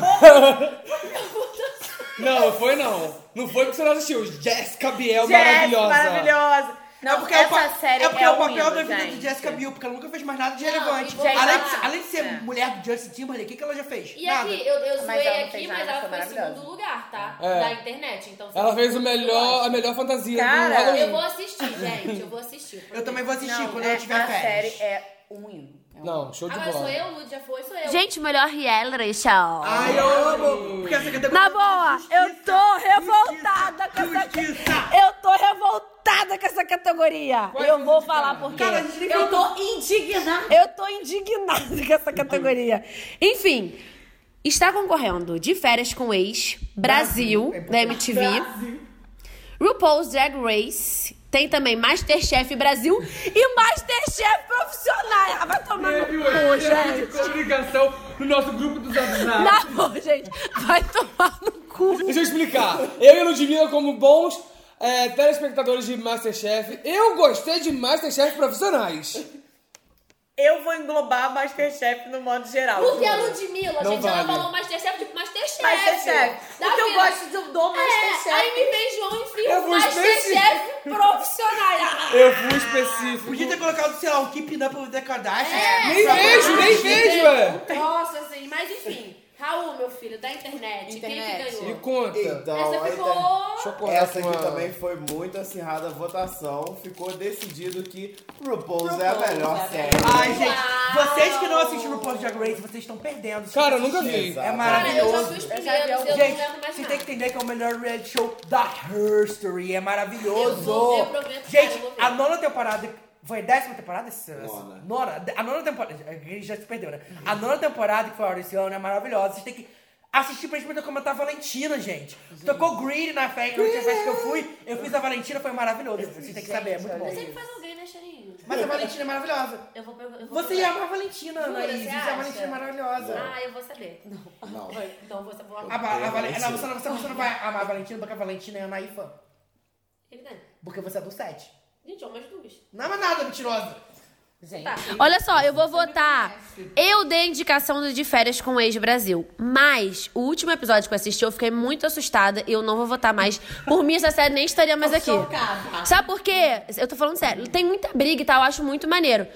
S1: Não, foi não. Não foi porque você não assistiu. Jéssica Biel maravilhosa.
S15: Maravilhosa. Não,
S7: porque é o
S15: essa
S7: pa-
S15: série um
S7: é porque é o papel da vida
S15: gente.
S7: de Jessica Biel, porque ela nunca fez mais nada de
S4: Não,
S7: relevante.
S4: e vou
S7: além, de,
S4: falar.
S7: além de ser
S15: É.
S7: mulher do Justin Timberlake, o que, que ela já fez?
S4: E
S7: nada.
S4: aqui, eu, eu
S15: Mas ela
S4: zoei
S15: não
S4: aqui,
S15: fez
S4: mas
S15: nada,
S4: ela foi
S15: foi
S4: em
S15: maravilhosa.
S4: segundo lugar, tá?
S1: É.
S4: Da internet, então...
S1: Ela fez o melhor, a melhor fantasia do
S15: Cara,
S1: Halloween.
S4: Eu vou assistir, gente, eu vou assistir. porque-
S7: Eu também vou assistir
S15: Não,
S7: quando
S15: é,
S7: eu tiver
S15: a
S7: férias.
S15: série é um hino.
S1: Não, show de
S4: Agora Ah, sou
S1: bola.
S4: eu, Lu, já foi, sou eu.
S5: Gente, melhor reality show.
S7: Ai, eu amo! Porque essa categoria
S5: Na boa, eu tô revoltada com essa
S7: Justiça!
S5: Eu tô revoltada com essa categoria. eu vou falar porque
S7: Cara, a gente nem
S5: eu
S7: falou.
S5: tô indignada. Eu tô indignada com essa categoria. Enfim, está concorrendo de férias com o ex, Brasil,
S14: é
S5: da MTV. RuPaul's Drag Race. Tem também Masterchef Brasil e Masterchef Profissional. Ah, vai tomar no cu,
S14: né?
S5: gente.
S1: comunicação no nosso grupo dos amigos.
S5: Na boa, gente. Vai tomar no cu.
S1: Deixa eu explicar. Eu e a Ludmilla, como bons é, telespectadores de Masterchef, eu gostei de Masterchef profissionais.
S14: Eu vou englobar Masterchef no modo geral.
S4: Porque a
S14: juro.
S4: é Ludmilla,
S1: Não
S4: gente, ela
S1: vale.
S4: falou Masterchef tipo Masterchef.
S14: Masterchef.
S4: Dá
S14: Porque eu
S4: vida.
S14: gosto
S15: um
S14: do- do Masterchef.
S4: É, aí me vem João e
S14: Eu
S4: Frio,
S14: vou
S4: Masterchef
S14: específico. *laughs*
S4: profissional.
S1: Eu fui específico.
S7: Podia ter colocado, sei lá, um Keep Up with the Kardashians.
S4: É,
S7: Só pra- é.
S4: Nossa, assim, mas enfim. Raul, meu filho, da internet, quem é que ganhou?
S8: Então,
S4: Essa
S8: aí
S4: ficou...
S8: tá-
S1: cortar
S8: Essa aqui
S1: com a-
S8: também foi muito acirrada a votação. Ficou decidido que RuPaul's é a
S7: RuPaul's
S8: melhor
S7: é a
S8: série.
S7: melhor. Ai, gente, vocês que não assistiram o Post Drag Race, vocês estão perdendo.
S1: Cara, eu nunca
S7: Vocês-
S1: vi.
S7: É
S1: Cara,
S7: maravilhoso.
S1: eu já vi os
S7: já vi
S4: primeiros, eu
S7: alguns.
S4: não
S7: gente,
S4: lembro mais
S7: Você
S4: nada.
S7: tem que entender que é o melhor reality show da History. É maravilhoso.
S4: Eu vou ver, prometo, cara,
S7: gente,
S4: eu vou ver.
S7: a nona temporada. Foi a décima temporada? essa- essa- Nona. A nona temporada. A gente já se perdeu, né? A nona temporada que foi a esse ano é maravilhosa. Vocês têm que. assistir pra gente poder comentar a Valentina, gente. Tocou Greedy na fé, que eu festa que eu fui. Eu fiz a Valentina, foi maravilhoso. Vocês têm que saber, é muito bom.
S4: Eu sempre faz alguém, né, Charinho?
S7: Mas a Valentina é maravilhosa.
S4: Eu vou, pergu- eu vou
S7: Você ia amar a Valentina,
S4: Jura,
S7: Anaís.
S4: você
S7: Você é
S4: acha?
S7: a Valentina é maravilhosa.
S4: Ah, eu vou saber. Não. *laughs* Então você vou
S7: A, Va- a Valen- não, você, não, você, não- você não vai amar a Valentina porque a Valentina é a Naifã.
S4: Evidente.
S7: Porque você é do 7.
S4: Gente, ó, mais duas.
S7: Não ama nada, mentirosa.
S4: Gente.
S5: Olha só, eu vou votar. Eu dei indicação do de férias com o ex-Brasil. Mas o último episódio que eu assisti, eu fiquei muito assustada e eu não vou votar mais. Por mim, essa série nem estaria mais aqui.
S13: chocada.
S5: Sabe por quê? Eu tô falando sério. Tem muita briga e tal, eu acho muito maneiro.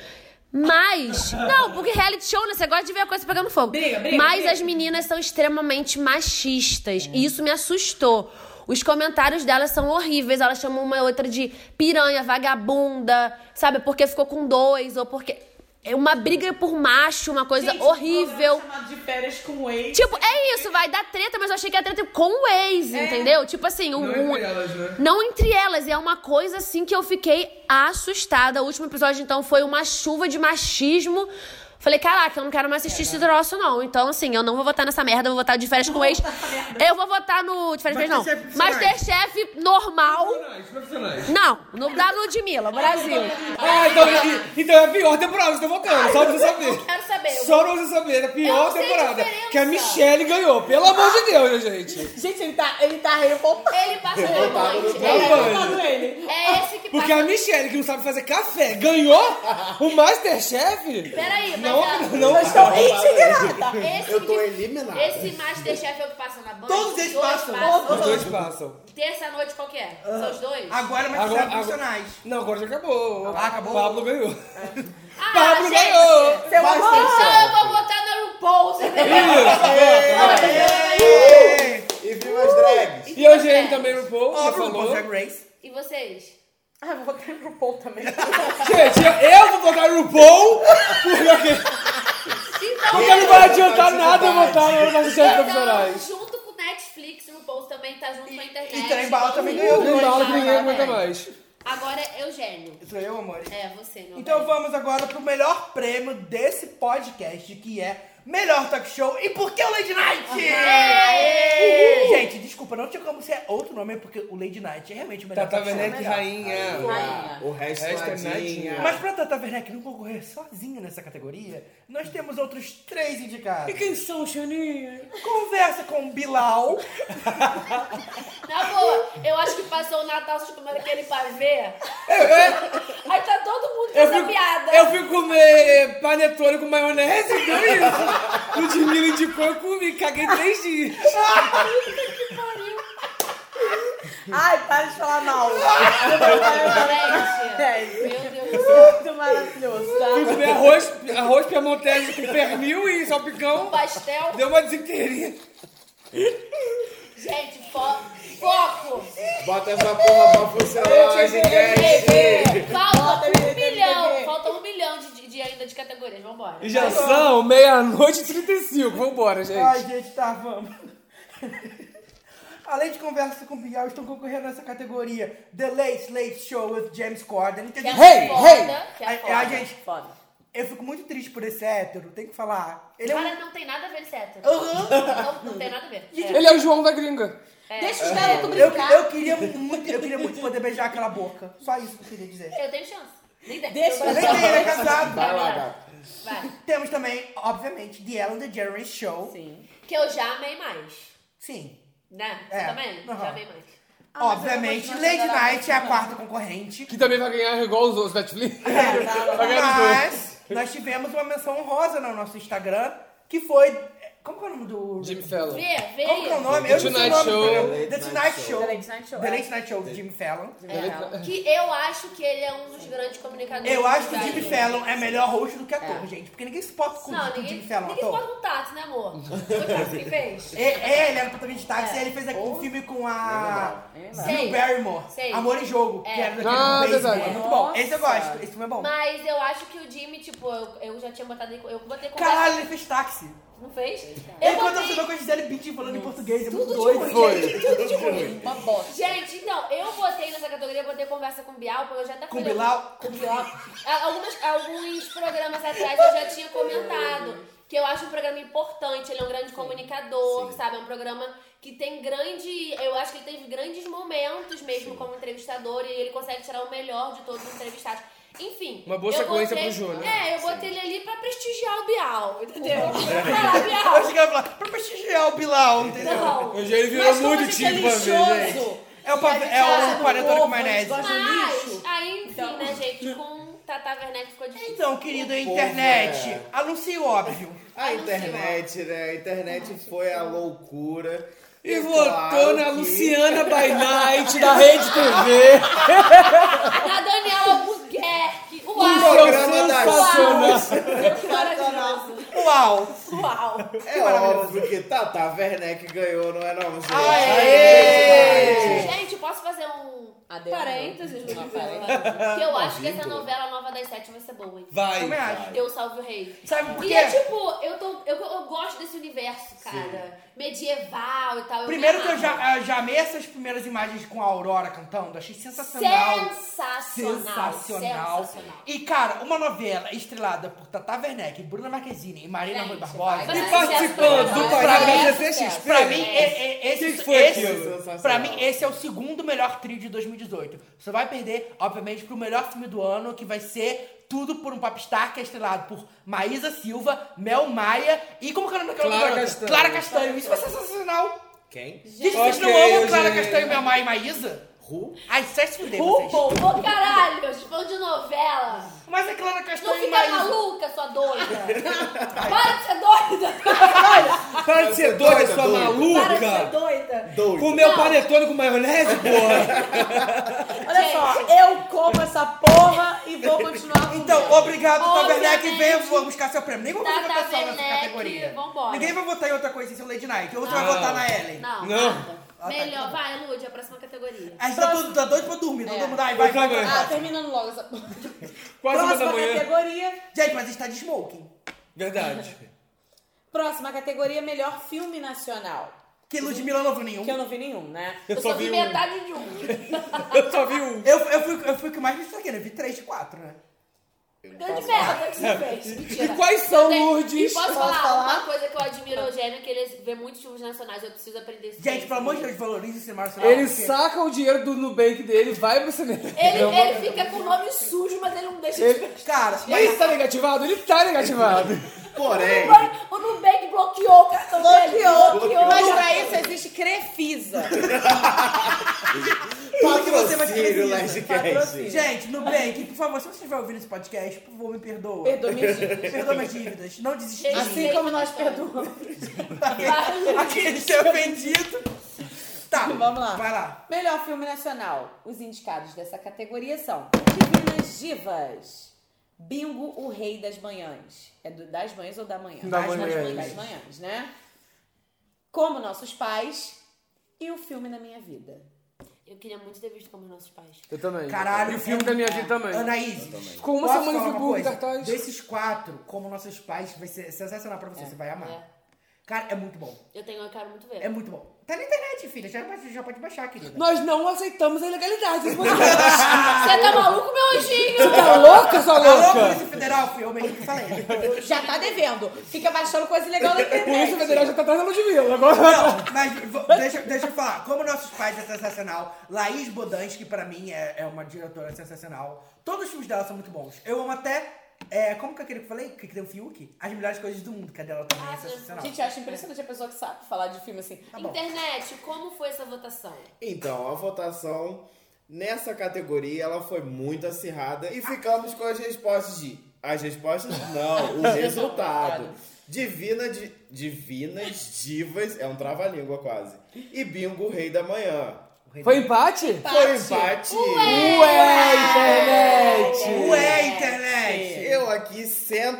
S5: Mas. Não, porque reality show, né? Você gosta de ver a coisa pegando fogo.
S13: Briga, briga,
S5: Mas
S13: briga.
S5: as meninas são extremamente machistas. E isso me assustou. Os comentários delas são horríveis. Elas chamam uma outra de piranha, vagabunda, sabe? Porque ficou com dois, ou porque. É uma briga por macho, uma coisa horrível.
S14: De férias com o ex.
S5: Tipo, é isso, vai dar treta, mas eu achei que era treta com o ex,
S14: É.
S5: entendeu? Tipo assim, um,
S14: Não entre
S5: um-
S14: elas, né?
S5: Não entre elas. E é uma coisa assim que eu fiquei assustada. O último episódio, então, foi uma chuva de machismo. Falei, caraca, eu não quero mais assistir esse troço, não. Então, assim, eu não vou votar nessa merda, eu vou votar de férias com o ex. Eu vou votar no. De férias com
S14: é
S5: o ex, não. Masterchef normal. Não, no da Ludmilla, Brasil.
S1: Ah, então, então é a pior temporada que você tá votando, só pra você saber.
S5: Eu quero saber, eu
S1: Só
S5: vou-
S1: pra você saber, é a
S5: Eu
S1: pior
S5: não sei a
S1: temporada. Que a Michelle ganhou, pelo amor de Deus, né, gente? tá
S14: Gente, ele tá, ele tá revoltado.
S4: Ele
S1: passou na Revoltado noite. no
S14: Ele
S1: trabalho.
S14: revoltado ele.
S4: É esse que
S1: Porque a Michelle, que não sabe fazer café, ganhou o Masterchef?
S4: Peraí, mas
S1: Não,
S4: a-
S1: não, não.
S4: Eu estou
S8: indignada.
S4: Esse
S8: Eu tô
S4: que-
S8: eliminada.
S4: Esse Masterchef é o que passa na banda?
S7: Todos eles passam.
S1: Os dois passam.
S4: Terça-noite, qual que é? São os dois?
S7: Agora é uma
S1: Agora-
S7: agora, profissionais.
S1: Não, agora já acabou. Ah, acabou. Pablo ganhou.
S4: Ah,
S1: Pablo
S4: gente,
S1: ganhou!
S4: Seu
S1: Mas
S4: amor!
S1: tem
S4: Então eu
S1: certo.
S4: vou votar na RuPaul's. *laughs*
S7: é.
S8: E viu as drags?
S1: E hoje ele também no Paul, você
S7: Óbvio,
S1: falou.
S7: o Drag Race.
S4: E vocês?
S14: Ah, eu vou votar no RuPaul também.
S1: Gente, eu- eu vou votar no RuPaul, porque, porque não vai adiantar nada eu um votar no Masterchef
S4: Então,
S1: profissionais.
S4: junto com o Netflix, o RuPaul's também tá junto com a internet.
S7: E trem bala também
S4: Junto com
S7: ganhou.
S4: o Trembala.
S1: que ninguém aguenta mais.
S4: Agora é Eugênio.
S7: Sou eu, um amor.
S4: É, você, meu
S7: Então vamos agora pro melhor prêmio desse podcast, que é Melhor Talk Show e Por que o Lady Night?
S1: Aê!
S7: Uhul! Gente, desculpa, não tinha como ser outro nome, porque o Lady Night é realmente o melhor
S1: Tata
S7: talk show.
S1: Werneck,
S7: melhor.
S1: né, rainha. Rainha.
S8: O resto,
S1: Resto é
S8: é nadinha.
S1: nadinha.
S7: Mas pra Tata Werneck não concorrer sozinha nessa categoria, nós temos outros três indicados.
S1: E quem são, Xaninha?
S7: Conversa com o Bilal.
S4: Na boa, eu acho que passou o Natal se comendo aquele pavê. Aí tá todo mundo com
S1: Eu
S4: essa
S1: fico,
S4: piada.
S1: eu fui comer panetone com maionese, *laughs* deu isso. Ludmilla indicou, eu comi, caguei três dias.
S14: Ai, para de falar mal.
S4: Meu Deus do céu.
S14: Muito maravilhoso, tá?
S1: Fui comer arroz, arroz piemontese com pernil e salpicão.
S4: pastel.
S1: Deu uma desinteria.
S4: Gente, fo foco.
S8: Bota essa porra pra funcionar, podcast.
S4: Falta
S14: Bota
S4: um
S14: ele,
S4: milhão.
S14: bebê.
S4: Falta um milhão de, de- de ainda de categorias. Vambora.
S1: E já são meia-noite e 35. Vambora,
S7: Ai,
S1: gente.
S7: gente, tá, vamos. Além de conversa com o Bilal, estão concorrendo nessa categoria The Late Late Show with James Corden. Entendeu?
S4: Que é foda, que é
S7: Ai,
S4: foda,
S7: ai, gente,
S4: foda.
S7: eu fico muito triste por esse hétero, tem que falar. Ele é um...
S4: Cara, não tem nada a ver esse hétero.
S7: Aham.
S4: Não, não tem nada a ver.
S1: Ele é o João da gringa.
S4: Deixa os
S7: eu,
S4: garotos
S7: eu,
S4: brincar.
S7: eu queria muito, eu queria muito poder beijar aquela boca. Só isso que eu queria dizer.
S4: Eu tenho chance. Nem tem.
S7: Deixa eu ver. Ele é casado.
S4: *laughs* Vai lá, Vai.
S7: Temos também, obviamente, The Ellen DeGeneres Show.
S4: Que eu já amei mais.
S7: Sim.
S4: Né?
S7: É.
S4: Você também?
S7: Aham.
S4: Já amei mais. Ah, mas
S7: Obviamente,
S4: eu não gosto de
S7: Lady
S4: nada
S7: Night é a quarta concorrente.
S1: Que também vai ganhar igual os outros Netflix. vai ganhar os dois.
S7: É. Mas nós tivemos uma menção honrosa no nosso Instagram, que foi. Como que é o nome do. Jimmy
S1: Fallon.
S7: Vê, vê. Como que é o nome?
S1: The
S7: Eu não sei o
S1: Tonight
S7: nome do
S1: Show.
S7: programa. The Tonight Show.
S15: The Late Night Show,
S7: The
S15: é.
S7: Late Night Show, Jimmy Fallon.
S1: tá-
S4: É, que eu acho que ele é um dos grandes comunicadores.
S7: Eu acho que o
S4: da
S7: Jimmy
S4: idade.
S7: Fallon é melhor host do que ator, gente. Porque ninguém se pode com
S4: Não,
S7: com o
S4: ninguém,
S7: Jimmy Fallon,
S4: ninguém
S7: ator.
S4: pode com o Tato, né, amor? Foi o Tato que fez.
S7: É, é, ele era protagonista de táxi, aí ele fez aqui um filme com a Drew
S4: Sei.
S7: Barrymore,
S4: Sei.
S7: Amor e Jogo, que
S4: É.
S1: Ah,
S7: era daquele do
S1: verdade.
S7: beisebol. É muito bom. Esse eu
S1: Nossa.
S7: gosto, esse filme é bom.
S4: Mas eu acho que o Jimmy, tipo, eu, eu já tinha botado. em- Eu botei com
S7: Caralho, ele fez táxi.
S4: Não fez?
S7: Ele quando assinou com a Gisele Bündchen falando em português, é
S4: Tudo
S7: muito
S4: de
S7: doido.
S4: ruim, gente, tudo de ruim.
S7: Uma
S4: Gente, não, eu botei nessa categoria, eu botei conversa com o Bial, porque eu já até
S7: Com
S4: falei-
S7: Bilal?
S4: Com Bial. Ah, Algumas, alguns programas atrás eu já tinha comentado que eu acho um programa importante, ele é um grande comunicador, sabe? É um programa que tem grande. Eu acho que ele teve grandes momentos mesmo como entrevistador e ele consegue tirar o melhor de todos os entrevistados. Enfim.
S1: Uma boa
S4: eu
S1: sequência
S4: botei-
S1: pro Júnior. né?
S4: É, eu botei ele ali pra prestigiar o Bial, entendeu? *laughs* Vai
S1: *laughs*
S4: lá, Bial.
S7: Eu chegava lá, pra prestigiar o Bilal, entendeu?
S4: Não.
S1: Eu já ele virou muito
S2: é
S1: tipo pra ver, gente.
S7: É o, pa- é o panetone com maionese.
S4: Mas, aí, enfim, né, gente? Com Tata Werneck ficou difícil.
S7: Então, querida
S8: Povo,
S7: internet,
S8: é.
S7: anuncie o óbvio.
S8: A internet, né? A internet foi a loucura. É
S1: E
S8: claro
S1: votou na
S8: que-
S1: Luciana by Night da Rede TV.
S4: Da Daniela Buquerque. Uau!
S1: Um programa das
S4: Uau!
S8: sonas.
S7: Uau!
S4: Uau!
S8: É óbvio que Tata Werneck ganhou, não é não, gente?
S4: Aê!
S8: Aê!
S4: Gente, posso fazer um
S15: Adendo.
S4: parênteses?
S15: Uma
S4: Parênteses. Que eu acho que essa
S8: Ouvindo.
S4: novela nova das sete vai ser boa, hein?
S8: Vai.
S7: é
S8: Também acho.
S4: Eu salve o rei.
S7: Sabe por
S4: E
S7: quê?
S4: é tipo, eu, tô, eu, eu gosto desse universo, cara. Medieval e tal. eu me
S7: Primeiro que eu
S4: amarro.
S7: já, eu já amei essas primeiras imagens com a Aurora cantando, achei sensacional.
S4: Sensacional.
S7: é Sensacional.
S4: Sensacional.
S7: E, cara, uma novela estrelada por Tata Werneck, Bruna Marquezine e Marina Rui Barbosa.
S1: vai. E participando do programa da CCXP.
S7: Pra mim,
S4: né?
S7: é, é,
S1: O
S7: esse,
S1: que que foi
S7: esse-
S1: aquilo?
S7: pra mim, esse é o segundo melhor trio de 2018. Você vai perder, obviamente, pro melhor filme do ano, que vai ser Tudo por um Popstar, que é estrelado por Maísa Silva, Mel Maia e como que é o nome daquela
S1: Clara
S7: outra?
S1: Castanho.
S7: Clara Castanho. Isso vai ser sensacional.
S8: Quem?
S7: Gente, vocês não
S1: Ok,
S7: amam Clara
S1: Eugênia.
S7: Castanho, Mel Maia e Maísa?
S8: Who?
S7: Ai, sai se fuder,
S4: Ô,
S7: vocês.
S4: Ô, caralho, fã de novela.
S7: Mas a Clara Castanho
S4: Não fica
S7: Maísa.
S4: maluca, sua
S7: *laughs*
S4: doida. Para de ser doida.
S1: Para de ser doida, sua
S4: Para
S8: doida.
S4: de ser
S1: maluca!
S14: doida.
S1: Comeu panetone com maionese, porra!
S14: Olha só, eu como essa porra e vou continuar comendo.
S7: Então, obrigado,
S4: Obviamente.
S7: Taverneck. Venha vou buscar seu prêmio. Nem vou fazer
S4: Tata
S7: votação nessa
S4: Werneck,
S7: categoria.
S4: né? vambora. Ah.
S7: Ninguém vai votar em outra coisa sem ser o Lady Night. Ou você vai
S1: Não.
S7: votar na Ellen.
S4: Não,
S1: Não.
S4: nada.
S7: Ah, tá.
S4: Melhor, vai, Lud, a próxima categoria.
S7: A gente tá, todo, tá doido pra dormir.
S15: É.
S7: Todo mundo, ai, vai,
S1: Eu
S7: vai,
S1: também.
S7: vai.
S15: Ah, terminando logo essa *laughs* porra.
S1: Quase uma da
S15: Próxima
S1: manhã.
S15: categoria.
S7: Gente, mas a gente tá de smoking.
S1: Verdade. *laughs*
S15: Próxima categoria, melhor filme nacional.
S7: Que Ludmilla não viu nenhum.
S15: Que eu não vi nenhum, né?
S1: Eu
S4: Eu
S1: só
S4: só
S1: vi
S4: vi
S1: um.
S4: metade
S1: *laughs*
S4: de um.
S1: Eu só vi um.
S7: Eu, eu, fui, eu fui o que mais me saquei, né? Eu vi três de quatro, né?
S4: Grande merda que você fez. Mentira.
S1: E quais são,
S4: Eu tenho-
S1: Lourdes?
S4: E posso
S1: Posso
S4: falar,
S1: falar?
S4: uma coisa que eu admiro ao Eugênio, que ele vê muitos filmes nacionais, eu preciso aprender isso.
S7: Gente, pelo amor de Deus, valorize o cinema nacional.
S1: Ele
S7: porque-
S1: saca o dinheiro do Nubank dele, vai pro cinema.
S4: Ele, ele fica com o nome sujo, mas ele não deixa de
S1: Ele-
S7: Cara, mas...
S1: Ele tá negativado? Ele tá *laughs* negativado.
S8: Porém,
S4: Agora, O Nubank bloqueou o cartão dele. Bloqueou.
S15: Mas pra isso existe Crefisa.
S7: Tudo que você vai
S8: patrocínio
S7: ter
S8: Lashcast.
S7: Gente, Nubank, por favor, se você estiver ouvindo esse podcast, por favor, me perdoa.
S15: Perdoa minhas dívidas.
S7: Perdoa minhas dívidas. Não desisti.
S4: Gente,
S15: Assim como nós perdoamos. *laughs*
S7: Aquele que é ofendido. Tá,
S15: Vamos lá.
S7: Vai lá.
S15: Melhor filme nacional. Os indicados dessa categoria são Divinas Divas. Bingo, o Rei das Manhãs. É do- das manhãs ou da manhã?
S1: Da
S15: das
S1: manhã.
S15: Das manhãs, né? Como Nossos Pais. E o filme na minha vida.
S4: Eu queria muito ter visto como nossos pais.
S1: Eu também.
S7: Caralho, é
S1: E o filme da minha vida também.
S7: Anaís.
S1: Ficou uma semana
S7: posso
S1: em
S7: falar uma
S1: Friburgo,
S7: coisa?
S1: cartaz.
S7: Desses quatro, como nossos pais, vai ser sensacional pra você. você vai amar.
S4: é.
S7: Cara, é muito bom.
S4: Eu tenho, eu quero muito ver.
S7: É muito bom. Tá na internet, filha. Já, já pode baixar, querida.
S1: Nós não aceitamos a ilegalidade.
S4: *laughs*
S1: Você
S4: Você tá maluco, meu anjinho?
S1: tá louca, sua
S7: Alô,
S1: louca?
S7: Polícia Federal, filho. Eu mesmo que
S1: *laughs*
S7: falei.
S15: Já tá devendo. Fica baixando coisa ilegal
S1: Por
S15: na
S1: isso o
S15: internet.
S1: federal já tá atrás da Ludmilla. Agora...
S7: Não, mas v- deixa, deixa eu falar. Como Nossos Pais é sensacional, Laís Bodansky, pra mim, é, é uma diretora sensacional. Todos os filmes dela são muito bons. Eu amo até É, como que é aquele que eu falei? Que que tem o Fiuk? As melhores coisas do mundo. Cadê ela também? é
S4: Ah,
S7: sensacional.
S2: Gente, eu acho impressionante a pessoa que sabe falar de filme assim.
S7: Tá bom.
S4: Internet, como foi essa votação?
S8: Então, a votação nessa categoria ela foi muito acirrada e ficamos com as respostas de. As respostas não, o resultado. Divina de, divinas divas, é um trava-língua quase. E bingo, o rei da manhã.
S1: Foi empate?
S8: Foi um empate!
S1: Ué, Ué, internet!
S8: Ué, internet! Eu aqui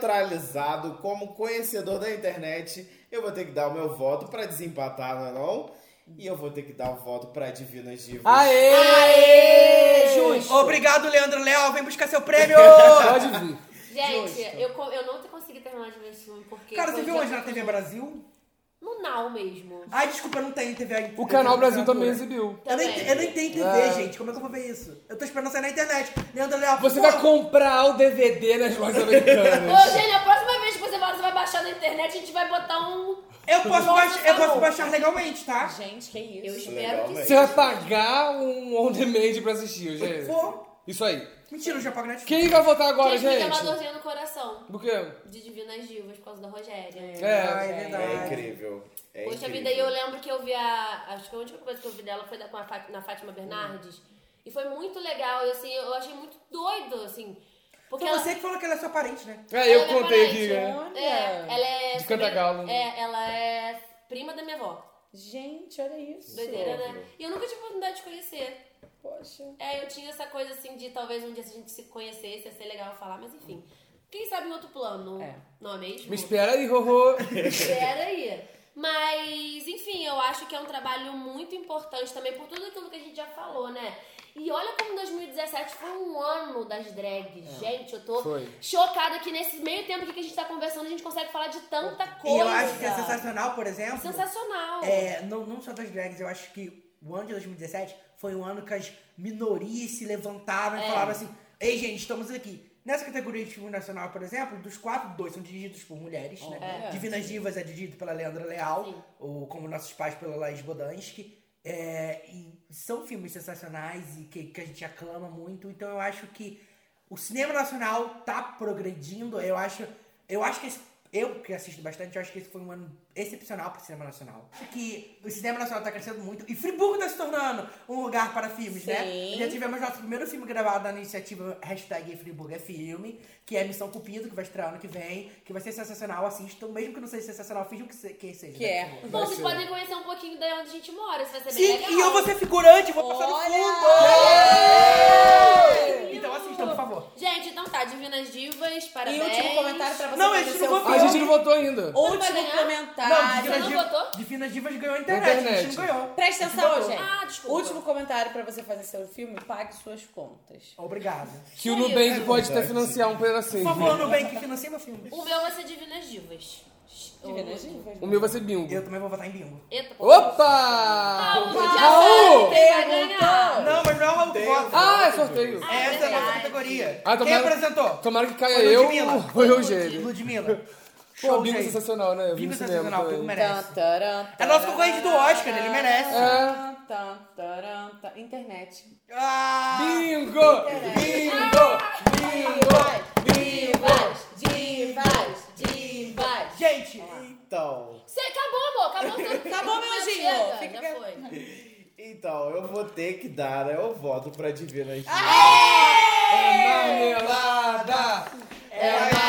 S8: centralizado como conhecedor da internet, eu vou ter que dar o meu voto pra desempatar, não é não? E eu vou ter que dar o voto pra Divinas Divas.
S1: Aê!
S7: Aê! Justo! Obrigado, Leandro Léo. Vem buscar seu prêmio!
S1: Pode vir.
S4: Gente, eu, co- eu não consegui terminar de ver esse filme porque.
S7: então. Cara, você
S4: foi
S7: viu
S4: já-
S7: hoje né? na TV Brasil?
S4: No Now mesmo.
S7: Ai, desculpa, não tem TV aí.
S1: O Canal Brasil também
S7: Cultura.
S1: exibiu.
S7: Eu não, ent- eu não entendo TV,
S1: É.
S7: gente. Como é que eu vou ver isso? Eu tô esperando sair na internet. Leandro Léo,
S1: Você
S7: pô,
S1: vai comprar o DVD nas lojas americanas.
S4: Ô, Gênia, a próxima vez que você vai, você vai baixar na internet, a gente vai botar um.
S7: Eu posso,
S4: Nossa,
S7: baixar, eu posso
S4: falou.
S7: baixar legalmente, tá?
S2: Gente, que isso.
S4: Eu
S1: é
S4: espero que
S1: Você vai pagar um on-demand pra assistir, gente.
S7: Vou.
S1: Isso aí.
S7: Mentira, é eu já pago Netflix.
S1: Quem vai votar agora,
S4: Quem fica uma
S1: gente?
S4: dorzinha no coração.
S1: Do quê?
S4: De Divinas Divas, por causa da Rogéria.
S1: É.
S7: é
S8: É
S7: verdade.
S8: incrível. É
S4: Poxa
S8: incrível.
S4: vida, e eu lembro que eu vi a. Acho que a única coisa que eu vi dela foi da, com a Fá- na Fátima Bernardes. E foi muito legal. E assim, eu achei muito doido, assim. Porque
S7: Foi
S4: ela,
S7: você que falou que ela é sua parente, né?
S1: É, eu
S4: ela é
S1: contei aqui,
S4: parente,
S1: né?
S4: É, ela é.
S1: De né? Cantagalo.
S4: É, ela é prima da minha avó.
S2: Gente, olha isso.
S4: Doideira, né? E eu nunca tive oportunidade de conhecer.
S2: Poxa.
S4: É, eu tinha essa coisa assim de talvez um dia se a gente se conhecesse, ia ser legal falar, mas enfim. Quem sabe em outro plano, não é mesmo?
S1: Me espera aí, Rorô.
S4: Espera aí. Mas, enfim, eu acho que é um trabalho muito importante também por tudo aquilo que a gente já falou, né? E olha como 2017 foi um ano das drags.
S7: É.
S4: Gente, eu tô
S1: Foi.
S4: chocada que nesse meio tempo aqui que a gente tá conversando, a gente consegue falar de tanta coisa.
S7: E eu acho que é sensacional, por exemplo.
S4: Sensacional.
S7: É, não, não só das drags, eu acho que o ano de 2017 foi um ano que as minorias se levantaram e
S4: É.
S7: falaram assim: Ei, gente, estamos aqui. Nessa categoria de filme nacional, por exemplo, dos quatro, dois são dirigidos por mulheres, né?
S4: É.
S7: Divinas Divas é dirigido pela Leandra Leal, ou Como Nossos Pais pela Laís Bodansky. É, e são filmes sensacionais e que, que a gente aclama muito, então eu acho que o cinema nacional tá progredindo, eu acho. Eu acho que esse- eu que assisto bastante, eu acho que esse foi um ano excepcional pro cinema nacional. Acho que o cinema nacional tá crescendo muito e Friburgo tá se tornando um lugar para filmes, né?
S2: Sim.
S7: Já tivemos nosso primeiro filme gravado na iniciativa hashtag Friburgo é filme, que é Missão Cupido, que vai estrear ano que vem, que vai ser sensacional, assistam, mesmo que não seja sensacional, finjam que, se, que seja.
S2: Que
S7: né?
S2: é.
S4: Bom, Então, vocês podem conhecer um pouquinho da onde a gente mora, isso vai ser bem
S7: Sim,
S4: legal.
S7: e eu vou ser figurante, vou passar no fundo! Então assistam, por favor.
S4: Gente, então tá, Divinas Divas, parabéns.
S2: último comentário pra você
S7: Não,
S2: fazer
S7: esse
S2: seu
S7: não
S1: A gente não votou ainda.
S4: Vai
S2: Último
S4: ganhar?
S7: Não,
S2: comentário.
S7: Divinas
S4: não
S7: Divas,
S4: votou?
S7: Divinas Divas ganhou a internet, a gente não
S1: Internet.
S7: ganhou.
S2: Presta atenção, gente.
S4: Ah, desculpa.
S2: Último comentário pra você fazer seu filme, pague suas contas.
S7: Obrigado.
S1: Que o Nubank pode até financiar um
S7: Por
S1: pedacinho.
S7: favor, Nubank, financia meu filme.
S4: O meu vai ser Divinas Divas.
S2: Divinas
S4: Eu-
S2: Divas.
S1: O meu vai ser bingo.
S7: Eu também vou votar em bingo.
S4: Eita, pô.
S1: Opa!
S4: Raul, já
S1: Raul!
S4: sabe quem vai ganhar.
S7: Não, mas não é o Raul que vota.
S1: Ah, é sorteio.
S7: Essa é a nossa categoria.
S1: Ah,
S7: Quem
S1: tomara-
S7: apresentou?
S1: Tomara que caia
S7: Foi
S1: eu
S7: Ludmilla.
S1: ou foi o Eugênio.
S7: Ludmilla.
S1: Pô,
S7: Show,
S1: bingo
S7: gente.
S1: sensacional, né? Eu vi
S7: Bingo
S1: no cinema
S7: sensacional, bingo
S1: também.
S7: merece.
S2: Tantaram,
S7: É nosso concorrente do Oscar, ele merece.
S1: É.
S2: tantaram, tantaram, tan- Internet.
S7: Ah!
S1: Bingo! Bingo! Bingo!
S2: Divas, divas, divas.
S7: Gente,
S8: Então,
S4: Cê- acabou, amor. Acabou, seu-
S2: Acabou, meu
S4: Já
S2: anjinho.
S4: chega,
S2: Fica
S4: já foi.
S8: então, eu vou ter que dar né, o voto pra Divinas Divas.
S2: Ah,
S1: É marmelada!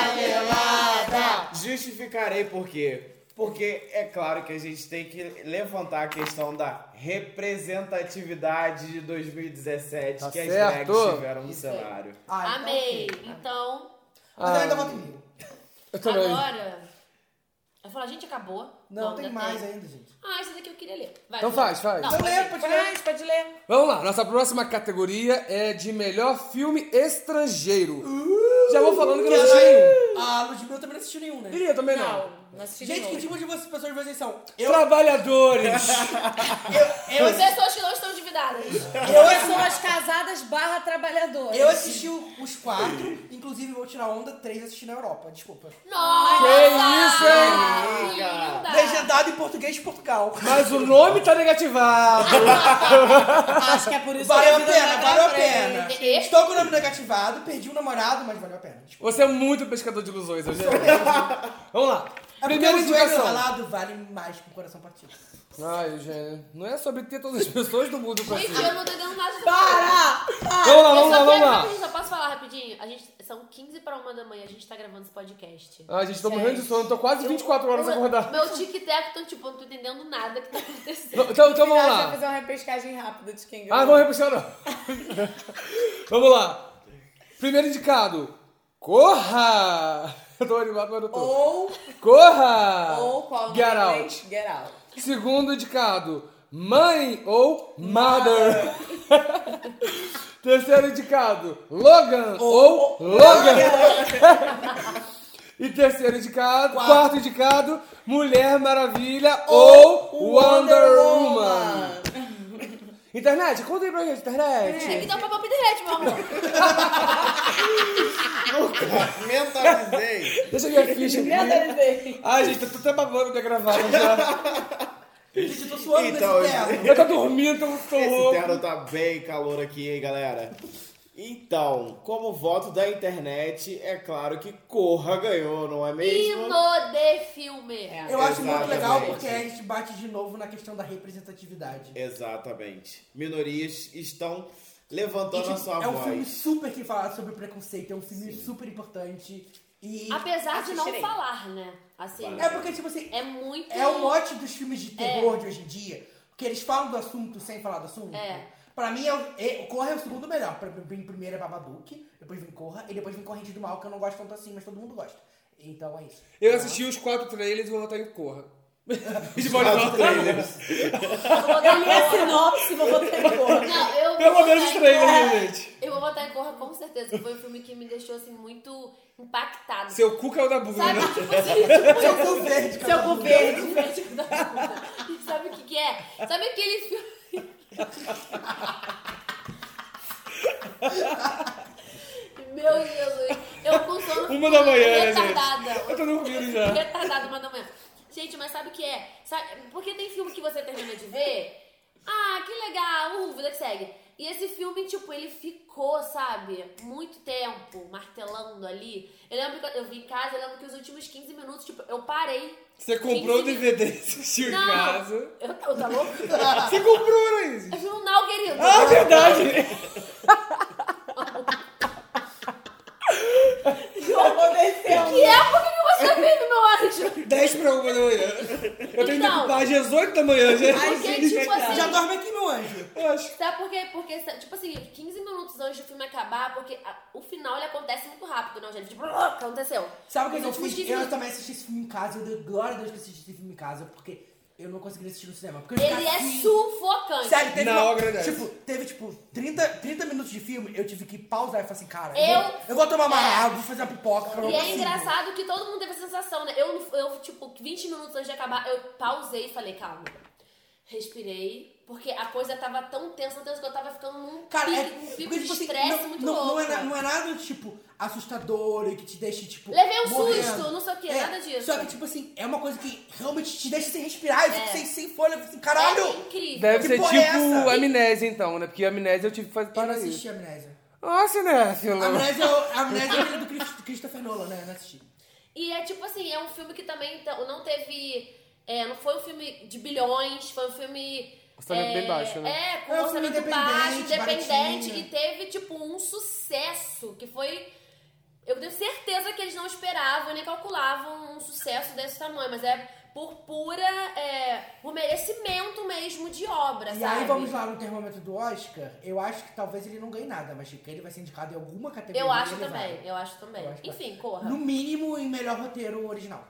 S2: é?
S8: Justificarei por quê? Porque é claro que a gente tem que levantar a questão da representatividade de 2017
S1: Tá
S8: que as
S1: certo.
S8: drags tiveram no
S4: Isso aí.
S8: cenário.
S7: Ah, então
S4: Amei.
S7: ok.
S4: Então,
S1: Ah.
S7: Mas eu ainda voto em bingo.
S1: Eu também.
S4: agora... Eu falo, gente, acabou.
S7: Não, tem
S4: ainda
S7: mais ainda, gente.
S4: Ah, esse daqui eu queria ler. Vai,
S1: Então
S4: Fernanda.
S1: faz, faz.
S4: Não,
S1: Então
S4: pode
S7: lê,
S4: ir.
S7: pode
S2: Faz, pode ler.
S1: Vamos lá, nossa próxima categoria é de melhor filme estrangeiro. Já vou falando que eu não assisti nenhum.
S7: A Ah, Ludmilla também não assistiu nenhum, né?
S1: Ih, eu também não.
S2: Não, não assisti
S7: Gente, que
S2: nenhum.
S7: tipo de vocês- pessoas vocês são?
S1: Trabalhadores!
S7: Eu, eu,
S4: É, Pessoas que não estão ajudadas.
S2: Pessoas casadas barra trabalhadoras.
S7: Eu assisti o- os quatro, inclusive vou tirar onda, três assisti na Europa, desculpa.
S4: Nossa!
S7: Que isso, hein?
S4: Linda!
S7: Legendado em português de Portugal.
S1: Mas o nome tá negativado.
S7: Acho
S1: que é por isso que
S7: valeu
S1: a vida
S7: a pena,
S1: não vai
S7: valeu a
S1: pra
S7: pena.
S1: frente. E-
S7: Estou com o nome negativado, perdi um namorado, mas valeu a pena.
S1: Você é muito pescador de ilusões, hoje. Vamos lá.
S7: É
S1: Primeira
S7: porque o joelho
S1: indicação.
S7: ralado vale mais que o coração partido.
S1: Ai, Eugênia, não é sobre ter todas as pessoas do mundo pra si.
S4: Gente, eu não tô entendendo nada do
S7: Para!
S4: Para!
S1: Tá, Vamos lá, vamos lá,
S4: eu só
S1: vamos lá.
S4: Rapidinho, só posso falar rapidinho? A gente, são 15 para uma da manhã, a gente tá gravando esse podcast.
S1: Ah, gente, tô morrendo de sono, tô quase 24 horas acordado.
S4: Meu tic-tac, tô tipo, não tô entendendo nada que
S1: *laughs*
S4: tá acontecendo.
S1: Não, então- então vamos
S15: Acho que
S1: lá.
S15: vai fazer uma repescagem rápida de quem ganhou.
S1: Ah, vamos repuxar não. *laughs* Vamos lá. Primeiro indicado. Corra! Eu tô animado, mas não tô.
S15: Ou-
S1: Corra!
S15: Ou qual o nome
S1: Get
S15: em
S1: out.
S15: inglês? Get out.
S1: Segundo indicado. Mãe ou Mother. *laughs* Terceiro indicado. Logan ou, Logan. *laughs* e terceiro indicado. Quarto. indicado. Mulher Maravilha ou, Wonder, Woman. Internet, conta aí pra gente, internet.
S4: Tem que dar um papo internet, meu amor.
S1: *laughs* Mentalizei. Deixa eu ver a ficha aqui.
S4: Mentalizei.
S1: Ai, gente, eu tô até babando de gravar né, já.
S7: Gente, eu tô
S1: suando
S8: Então,
S1: nesse terno. Eu tô dormindo, eu tô
S8: Esse
S1: louco.
S8: terno tá bem calor aqui, hein, galera. Então, como voto da internet, é claro que Corra ganhou, não é mesmo?
S4: Hino de filme.
S15: É.
S7: Eu acho muito
S8: Exatamente.
S7: legal porque a gente bate de novo na questão da representatividade.
S8: Exatamente. Minorias estão levantando
S7: E,
S8: a
S7: tipo,
S8: sua
S7: é um
S8: voz.
S7: filme super que fala sobre preconceito, é um filme super importante. E
S4: Apesar de não
S7: Assistirei.
S4: falar, né? Assim.
S7: É porque, tipo assim,
S4: É muito.
S7: É o mote dos filmes de terror
S4: É.
S7: de hoje em dia, porque eles falam do assunto sem falar do assunto.
S4: É.
S7: Pra mim, é, o- é, o Corra é o segundo melhor. Pra, mim, primeiro é Babadook, depois vem Corra, e depois vem Corrente do Mal, que eu não gosto tanto assim, mas todo mundo gosta. Então é isso.
S1: Eu assisti os quatro trailers e vou votar em Corra. De
S8: Os quatro
S1: modo
S8: trailers.
S4: Eu li a
S14: sinopse, vou botar em
S1: *laughs*
S14: Corra.
S4: Não, eu
S1: É Pelo
S4: vou
S1: menos
S4: botar em
S1: trailer,
S4: Corra.
S1: né, gente?
S4: Eu vou botar em Corra com certeza. que Foi um filme que me deixou assim muito impactado.
S1: Seu cu caiu da bunda. né?
S4: Sabe, tipo assim,
S1: Seu cu verde
S4: Seu
S1: caiu da
S4: cu
S1: bunda.
S4: verde, cu verde *laughs* caiu da bunda. E sabe o que que é? Sabe aquele filme... *laughs* Meu Jesus. Eu com sono...
S1: Uma da manhã, né, gente?
S4: Retardada.
S1: Eu tô dormindo já.
S4: Retardada, uma da manhã. Gente, mas sabe o que é? Sabe- Porque tem filme que você termina de ver... Ah, que legal, uhul, vida que segue. E esse filme, tipo, ele ficou, sabe, muito tempo martelando ali. Eu lembro que eu- eu vim em casa, eu lembro que os últimos 15 minutos, tipo, eu parei.
S1: Você comprou o
S4: 15
S1: DVD e *laughs* assistiu em
S4: Não.
S1: casa.
S4: Eu, eu tá louco? *laughs*
S1: Você comprou, né, Anaís?
S4: É filme não, querido.
S1: Ah,
S4: *laughs*
S1: verdade!
S14: que aconteceu?
S4: Que época que você veio, meu anjo?
S1: 10 pra 1 da manhã. Eu tenho que
S4: Então.
S1: ocupar às 18 da manhã, gente.
S4: Ai, gente, tipo assim- Já dorme
S7: aqui, meu anjo.
S4: Sabe por quê? Porque, tipo assim, 15 minutos antes do filme acabar, porque a- o final ele acontece muito rápido, não, gente? Tipo, aconteceu.
S7: Sabe o que eu
S4: Os últimos
S7: fiz?
S4: 15
S7: Eu
S4: minutos.
S7: também assisti esse filme em casa, eu dei glória a Deus que eu assisti esse filme em casa, porque eu não consegui assistir no cinema. Porque eu
S4: Ele
S7: ficava
S4: é
S7: assim-
S4: sufocante.
S7: Sério, teve
S1: Não,
S7: uma-
S1: agradece.
S7: Tipo, teve tipo 30, 30 minutos de filme, eu tive que pausar e falar assim, cara,
S4: Eu-
S7: eu, eu vou tomar uma
S4: é.
S7: água, vou fazer uma pipoca. eu não
S4: E é
S7: consigo.
S4: engraçado que todo mundo teve a sensação, né? Eu, eu, tipo, 20 minutos antes de acabar, eu pausei e falei, calma. Respirei, porque a coisa tava tão tensa, tão tensa, que eu tava ficando num
S7: Cara,
S4: pico,
S7: é,
S4: um pico
S7: porque,
S4: de
S7: tipo assim,
S4: estresse
S7: não,
S4: muito
S7: não, não
S4: louco. né?
S7: é, na- não é nada, tipo, assustador e que te deixe, tipo.
S4: Levei um
S7: morrendo.
S4: susto, não sei o quê,
S7: É,
S4: nada disso.
S7: Só que, tipo assim, é uma coisa que realmente te deixa sem respirar, eu fico
S4: É.
S7: sem, sem folha, eu fico assim, caralho!
S4: É incrível.
S1: Deve
S7: Que
S1: ser
S7: porra
S1: tipo
S7: é essa?
S1: amnésia, então, né? Porque amnésia eu tive que fazer para
S7: Eu
S1: isso.
S7: assisti Amnésia.
S1: Nossa, né, filho?
S7: Amnésia, é o- amnésia é aquele do Christ- Christopher Nolan, né? Eu não assisti.
S4: E é tipo assim, é um filme que também então, não teve. é, não foi um filme de bilhões, foi um filme.
S1: Orçamento
S4: é,
S1: bem baixo, né?
S4: É, com
S1: É um filme
S4: orçamento baixo,
S1: independente,
S4: independente,
S1: baratinho.
S4: e teve, tipo, um sucesso que foi. Eu tenho certeza que eles não esperavam nem calculavam um sucesso desse tamanho, mas é por pura. É, por merecimento mesmo de obra,
S7: E
S4: É, sabe?
S7: aí, vamos lá no termômetro do Oscar. Eu acho que talvez ele não ganhe nada, mas que ele vai ser indicado em alguma categoria.
S4: Eu acho
S7: ele vai.
S4: também, eu acho também. Enfim, corra.
S7: No mínimo, em melhor roteiro original.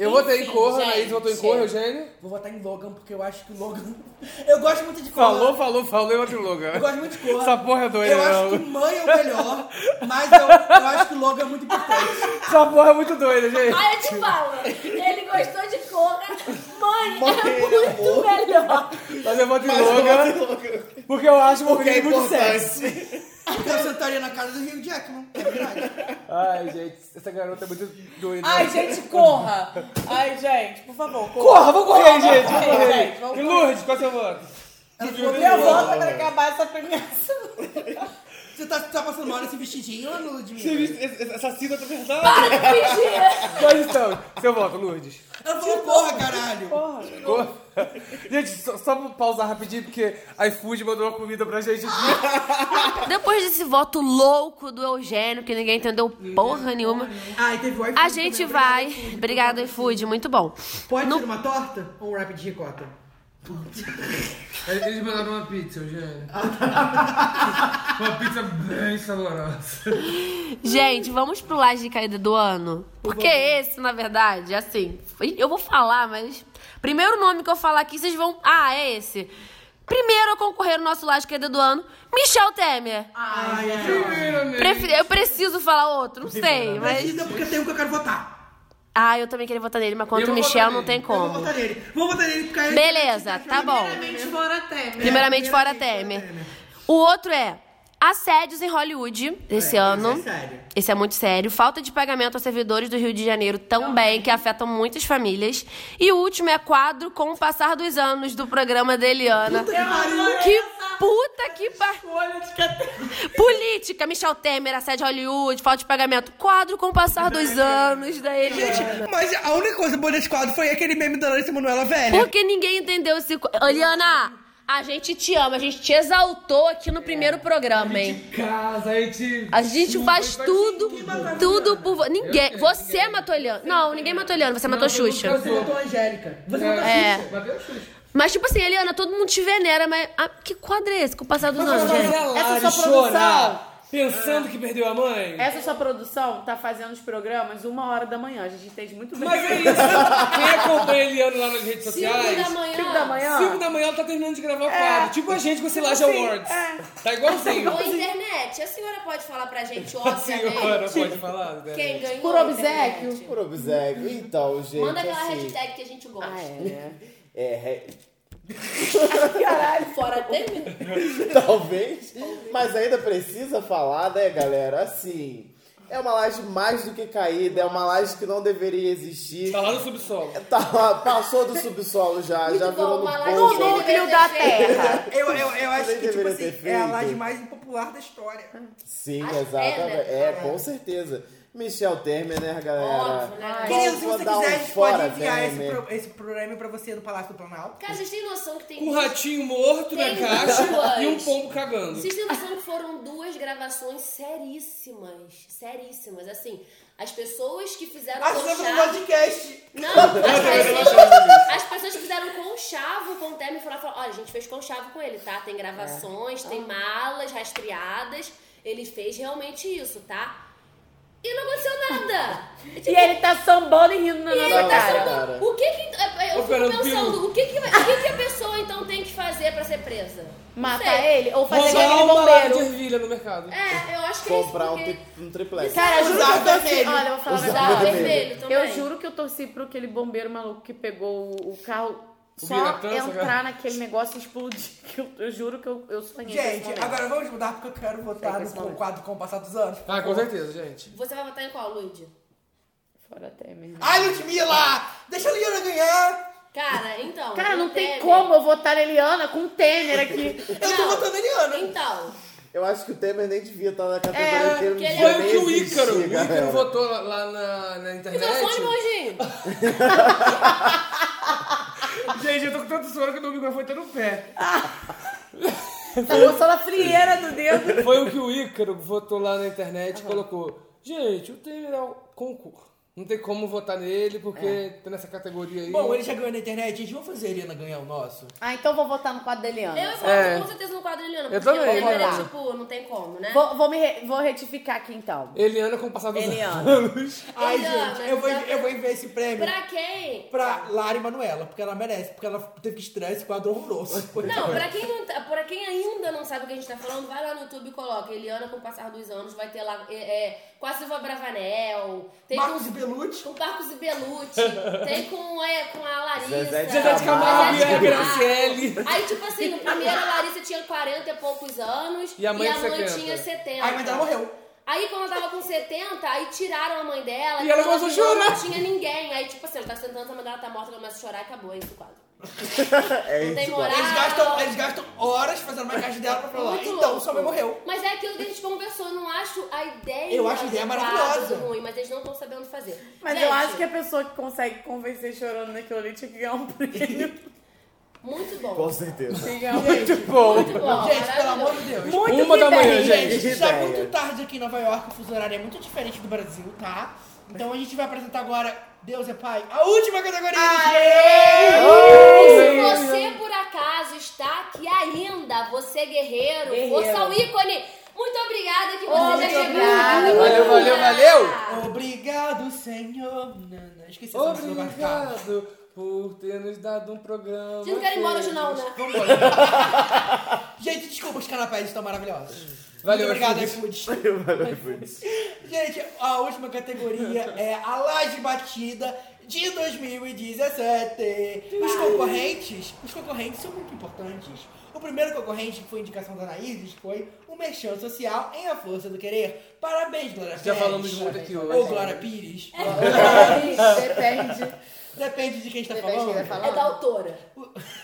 S1: Eu votei em Enfim, Corra, Anaís gente. votou em Corra, Eugênio?
S7: Vou votar em Logan, porque eu acho que Logan... *laughs* Eu gosto muito de Corra.
S1: Falou, falou, falou, eu outro lugar.
S7: Eu gosto muito de Corra.
S1: Essa porra é doida,
S7: Eu acho
S1: não.
S7: que Mãe é o melhor, mas eu, eu acho que Logan é muito importante.
S1: Essa porra é muito doida, gente.
S4: Aí eu te falo, ele gostou de corra. Mãe,
S1: Mãe,
S4: é muito melhor.
S1: Mas eu voto em
S8: Mas eu
S1: Logan.
S8: voto em Logan.
S27: Porque eu acho o
S2: Porque é
S27: movimento muito
S2: importante.
S27: sexy.
S2: Porque
S7: Então,
S2: eu sentaria na cara do Hugh Jackman. É verdade.
S27: Ai, gente, essa garota é muito doida.
S28: Ai, gente, corra! Ai, gente, por favor, corra.
S27: Corra, vamos correr, gente, vamos
S28: Corra,
S27: correr.
S28: gente, vamos
S1: E
S28: correr.
S1: Lourdes, qual é o seu voto?
S28: Meu voto é pra acabar essa premiação.
S2: Você tá, tá passando mal nesse vestidinho, ô, Ludmilla?
S1: Você viu essa- essa cinta tá verdade?
S2: Para de fingir.
S1: Quais estão? Seu voto, Lourdes.
S2: Eu vou porra, caralho.
S1: Corra. Gente, só, só pra pausar rapidinho, porque a iFood mandou uma comida pra gente aqui.
S4: Depois desse voto louco do Eugênio, que ninguém entendeu porra nenhuma, a gente vai. Obrigada, iFood, muito bom.
S7: Pode ser uma torta ou um wrap de ricota?
S27: Eles mandaram uma pizza,
S1: *laughs*
S27: gente. uma pizza bem saborosa.
S4: Gente, vamos pro laje de caída do ano. Porque esse, na verdade, é assim, eu vou falar, mas. Primeiro nome que eu falar aqui, vocês vão. Ah, é esse. Primeiro a concorrer no nosso laje de caída do ano, Michel Temer.
S7: Ai, ai.
S4: Prefe- Eu preciso falar outro, não sei, mas.
S7: Precisa porque tem um que eu quero votar.
S4: Ah, eu também queria votar nele, mas
S7: Eu
S4: contra o
S7: vou
S4: Michel
S7: votar
S4: não
S7: nele,
S4: tem
S7: eu vou
S4: como.
S7: votar nele. Vou votar nele porque ele-
S4: Beleza, tá bom.
S29: Primeiramente fora Temer.
S4: Primeiramente fora Temer. O outro é assédios em Hollywood esse ano.
S7: esse é sério.
S4: Esse é muito sério. Falta de pagamento aos servidores do Rio de Janeiro
S7: né?
S4: também, que afetam muitas famílias. E o último é quadro com o passar dos anos do programa da Eliana.
S7: Puta que pariu.
S4: que puta que pariu. *laughs* Política, Michel Temer, assédio em Hollywood, falta de pagamento. Quadro com o passar dos anos da Eliana.
S30: Gente, mas a única coisa boa desse quadro foi aquele meme da Larissa Manoela
S7: é.
S30: velha.
S4: Porque ninguém entendeu esse. co- Eliana, a gente te ama, a gente te exaltou aqui no primeiro programa, hein?
S27: Casa, a gente.
S4: A gente faz tudo, tudo por vo- ninguém. Você matou Eliana. Não, ninguém matou Eliana, você é matou Xuxa.
S7: Você votou a Angélica. Você votou a
S4: É.
S7: Xuxa.
S4: Mas tipo assim, Eliana, todo mundo te venera, mas ah, que quadro é esse com o passar dos anos, gente?
S1: Essa
S4: é a sua
S1: chorar, pensando que perdeu a mãe.
S15: Essa sua produção tá fazendo os programas uma hora da manhã. A gente entende muito bem.
S1: Mas é isso. Quem acompanha a Eliana lá nas redes
S15: Cinco
S1: sociais...
S15: da manhã. Cinco da manhã.
S1: 5 da manhã ela tá terminando de gravar o quadro. Tipo a gente com esse
S15: Tipo
S1: Laje
S15: assim,
S1: Awards.
S15: é.
S1: Tá igualzinho.
S31: Ô, internet, a senhora pode falar pra gente,
S1: A
S31: obviamente.
S1: senhora pode falar, né?
S31: Quem ganhou?
S15: Por obséquio.
S31: internet?
S8: Por obséquio. Então, gente.
S31: Manda aquela
S8: assim,
S31: hashtag que a gente gosta.
S8: É, *laughs* re-
S31: Caralho, fora Temer.
S8: Talvez. Mas ainda precisa falar, né, galera? Assim. É uma laje mais do que caída, é uma laje que não deveria existir. Tá
S1: lá no subsolo.
S8: passou do subsolo já, já virou
S31: bom, uma laje
S8: no
S31: que não
S8: poço.
S31: deveria ter feito.
S7: Eu, eu, eu acho
S8: Nem
S7: que, tipo
S8: deveria
S7: assim,
S8: ter
S7: é a
S8: feito.
S7: laje mais impopular da história.
S8: Sim,
S7: Acho
S8: exatamente.
S7: que é, né?
S8: É, com certeza. Michel Temer, né, galera?
S7: Óbvio, né?
S8: Vamos
S7: Querido, se você
S8: dar um
S7: quiser, a gente
S8: fora,
S7: pode enviar esse,
S8: Temer.
S7: pro, esse programa pra você no Palácio do Planalto.
S31: *laughs* Cara, vocês têm noção que tem.
S1: Um ratinho morto na
S31: Tem
S1: caixa
S31: duas.
S1: e um pombo cagando.
S31: Vocês têm noção que foram duas gravações seríssimas. Seríssimas. Assim, as pessoas que fizeram
S7: Acho
S31: com
S7: que
S31: o
S7: foi pro
S31: Chavo-
S7: podcast.
S31: Não, as pessoas, as pessoas que fizeram com o Chavo, com o Temer, falaram, falaram, olha, a gente fez com o Chavo com ele, tá? Tem gravações, tem malas rastreadas. Ele fez realmente isso, tá? E não aconteceu nada.
S15: E ele tá sambando e rindo na
S31: E ele tá
S15: nossa cara.
S31: sambando. O que que... Eu
S15: Ô, Fernando,
S31: fico pensando,
S15: peru.
S31: o que que, vai- o que que a pessoa, então, tem que fazer pra ser presa? Não
S15: Matar
S31: sei.
S15: ele ou fazer
S1: Roubar
S15: aquele
S1: uma lata de
S15: bombeiro.
S1: ervilha no mercado.
S31: É, eu acho que é isso,
S8: Comprar um,
S31: porque-
S8: tri um triplex.
S15: Cara, eu juro que eu torci.
S7: assim,
S31: vermelho.
S15: Olha, eu vou falar a
S31: Usar
S15: verdade.
S31: vermelho também.
S15: Eu juro que eu torci pro aquele bombeiro maluco que pegou o o carro.
S7: O
S15: Só
S7: Biratã,
S15: entrar
S7: cara.
S15: naquele negócio e explodir. que *laughs* Eu, eu juro que eu, eu sonhei. com esse
S7: Gente,
S15: momento.
S7: agora vamos mudar porque eu quero votar
S15: esse
S7: no
S15: momento.
S7: quadro com o passar dos anos.
S1: Ah, com certeza, gente.
S31: Você vai votar em qual, Luigi?
S15: Fora Temer.
S7: Ai, Ludmilla! Deixa a Liana ganhar!
S31: Cara, então.
S15: Cara, não tem
S31: Temer-
S15: como eu votar na Eliana com o Temer aqui. *laughs*
S31: Eu tô votando na Eliana. Então.
S8: Eu acho que o Temer nem devia estar na categoria
S15: É,
S8: inteira.
S15: porque ele
S1: Foi o que o Ícaro,
S8: Ícaro,
S1: o Ícaro votou lá, lá na, na
S7: Então,
S1: internet.
S31: Microfone, mojinho.
S1: Gente, eu tô com tanto sono que o meu microfone tá no pé.
S15: Tá passando a frieira do dedo.
S1: Foi o que o Ícaro votou lá na internet e colocou. Gente, o Temer é um concurso. Não tem como votar nele, porque
S7: É.
S1: tá nessa categoria aí.
S7: Bom, ele já ganhou na internet, gente. Vamos fazer a Eliana ganhar o nosso?
S15: Ah, então vou votar no quadro da Eliana.
S31: Eu voto
S1: É.
S31: com certeza no quadro Eliana,
S1: Eu
S31: porque o
S1: também,
S31: Temer é
S1: concordo.
S31: tipo, não tem como, né?
S15: Vou, vou me re- vou retificar aqui então.
S1: Eliana com o passar dos
S15: Eliana.
S1: anos.
S7: Ai,
S31: Eliana,
S7: gente, eu vou, envi- eu vou enviar esse prêmio
S31: Pra quem?
S7: pra Lara e Manuela, porque ela merece, porque ela teve que estrear esse quadro horroroso.
S31: Não, pra quem, não tá- pra quem ainda não sabe o que a gente tá falando, vai lá no YouTube e coloca Eliana com o passar dos anos, vai ter lá é, é, Quassilva Bravanel, tem
S7: Marcos
S31: com-
S7: Bilu.
S32: Belucci.
S4: Com Marcos e Belucci. Tem com, é, com a Larissa.
S1: Zezé de Zezé de Camargo e a Graciele.
S4: Aí, tipo assim, no primeiro a Larissa tinha 40 e poucos anos.
S1: E a mãe de 70.
S4: tinha 70.
S1: Aí a mãe dela morreu.
S4: Aí quando ela tava com 70, aí tiraram a mãe dela.
S1: E ela
S4: quando
S1: começou a
S4: virou,
S1: chorar.
S4: Não tinha ninguém. Aí, tipo assim, ela tá sentando, a mãe dela tá morta, ela começa a chorar e acabou esse quadro.
S8: É
S4: Não tem
S8: isso,
S4: moral.
S7: Eles gastam, eles gastam horas fazendo uma caixa dela pra falar.
S4: Muito
S7: então,
S4: louco.
S7: sua mãe morreu.
S4: Mas é aquilo que a gente conversou, eu não acho a ideia.
S7: Eu acho a ideia
S4: do
S7: maravilhosa.
S4: quadro ruim, mas eles não estão sabendo fazer.
S14: Mas
S4: Gente,
S14: eu acho que é a pessoa que consegue convencer chorando naquilo ali tinha que ganhar um prêmio.
S4: Muito bom.
S8: Com certeza.
S14: Tinha que ganhar um
S8: Muito
S14: prêmio.
S8: bom.
S4: Muito bom,
S7: Gente, pelo
S4: maravilhoso.
S7: amor de Deus.
S8: Muito Uma que da manhã, bem, gente.
S7: gente. Já é
S8: Ideia.
S7: muito tarde aqui em Nova York, o fuso horário é muito diferente do Brasil, tá? Então a gente vai apresentar agora Deus é Pai, a última categoria.
S4: Aê!
S7: Aê!
S4: Se você por acaso está aqui ainda, você guerreiro,
S7: Guerreiro.
S4: força o ícone. Muito obrigada que
S7: Muito
S4: você já chegou.
S7: obrigada.
S1: Valeu, valeu, valeu.
S7: Obrigado, Senhor. Não, não, esqueci essa música tá? do Barcala.
S1: Obrigado por ter nos dado um programa.
S7: Vocês não querem ir embora hoje não, né?
S1: Vamos embora.
S7: Gente, desculpa, os canapés estão maravilhosos.
S1: Valeu,
S7: Muito obrigado,
S1: iFood.
S7: iFood.
S1: Valeu,
S7: Gente, a
S1: *laughs*
S7: última categoria é a laje batida de 2017. Os concorrentes, os concorrentes são muito importantes. O primeiro concorrente, que foi indicação da Anaíses, foi o Merchan Social em A Força do Querer. Parabéns, Glória
S1: Já
S7: Pérez.
S1: falamos muito aqui hoje.
S7: Ou Glória
S1: *laughs*
S7: Pires.
S14: Depende.
S7: Depende de quem está
S14: Depende de
S7: falando.
S14: quem tá falando.
S4: É da autora.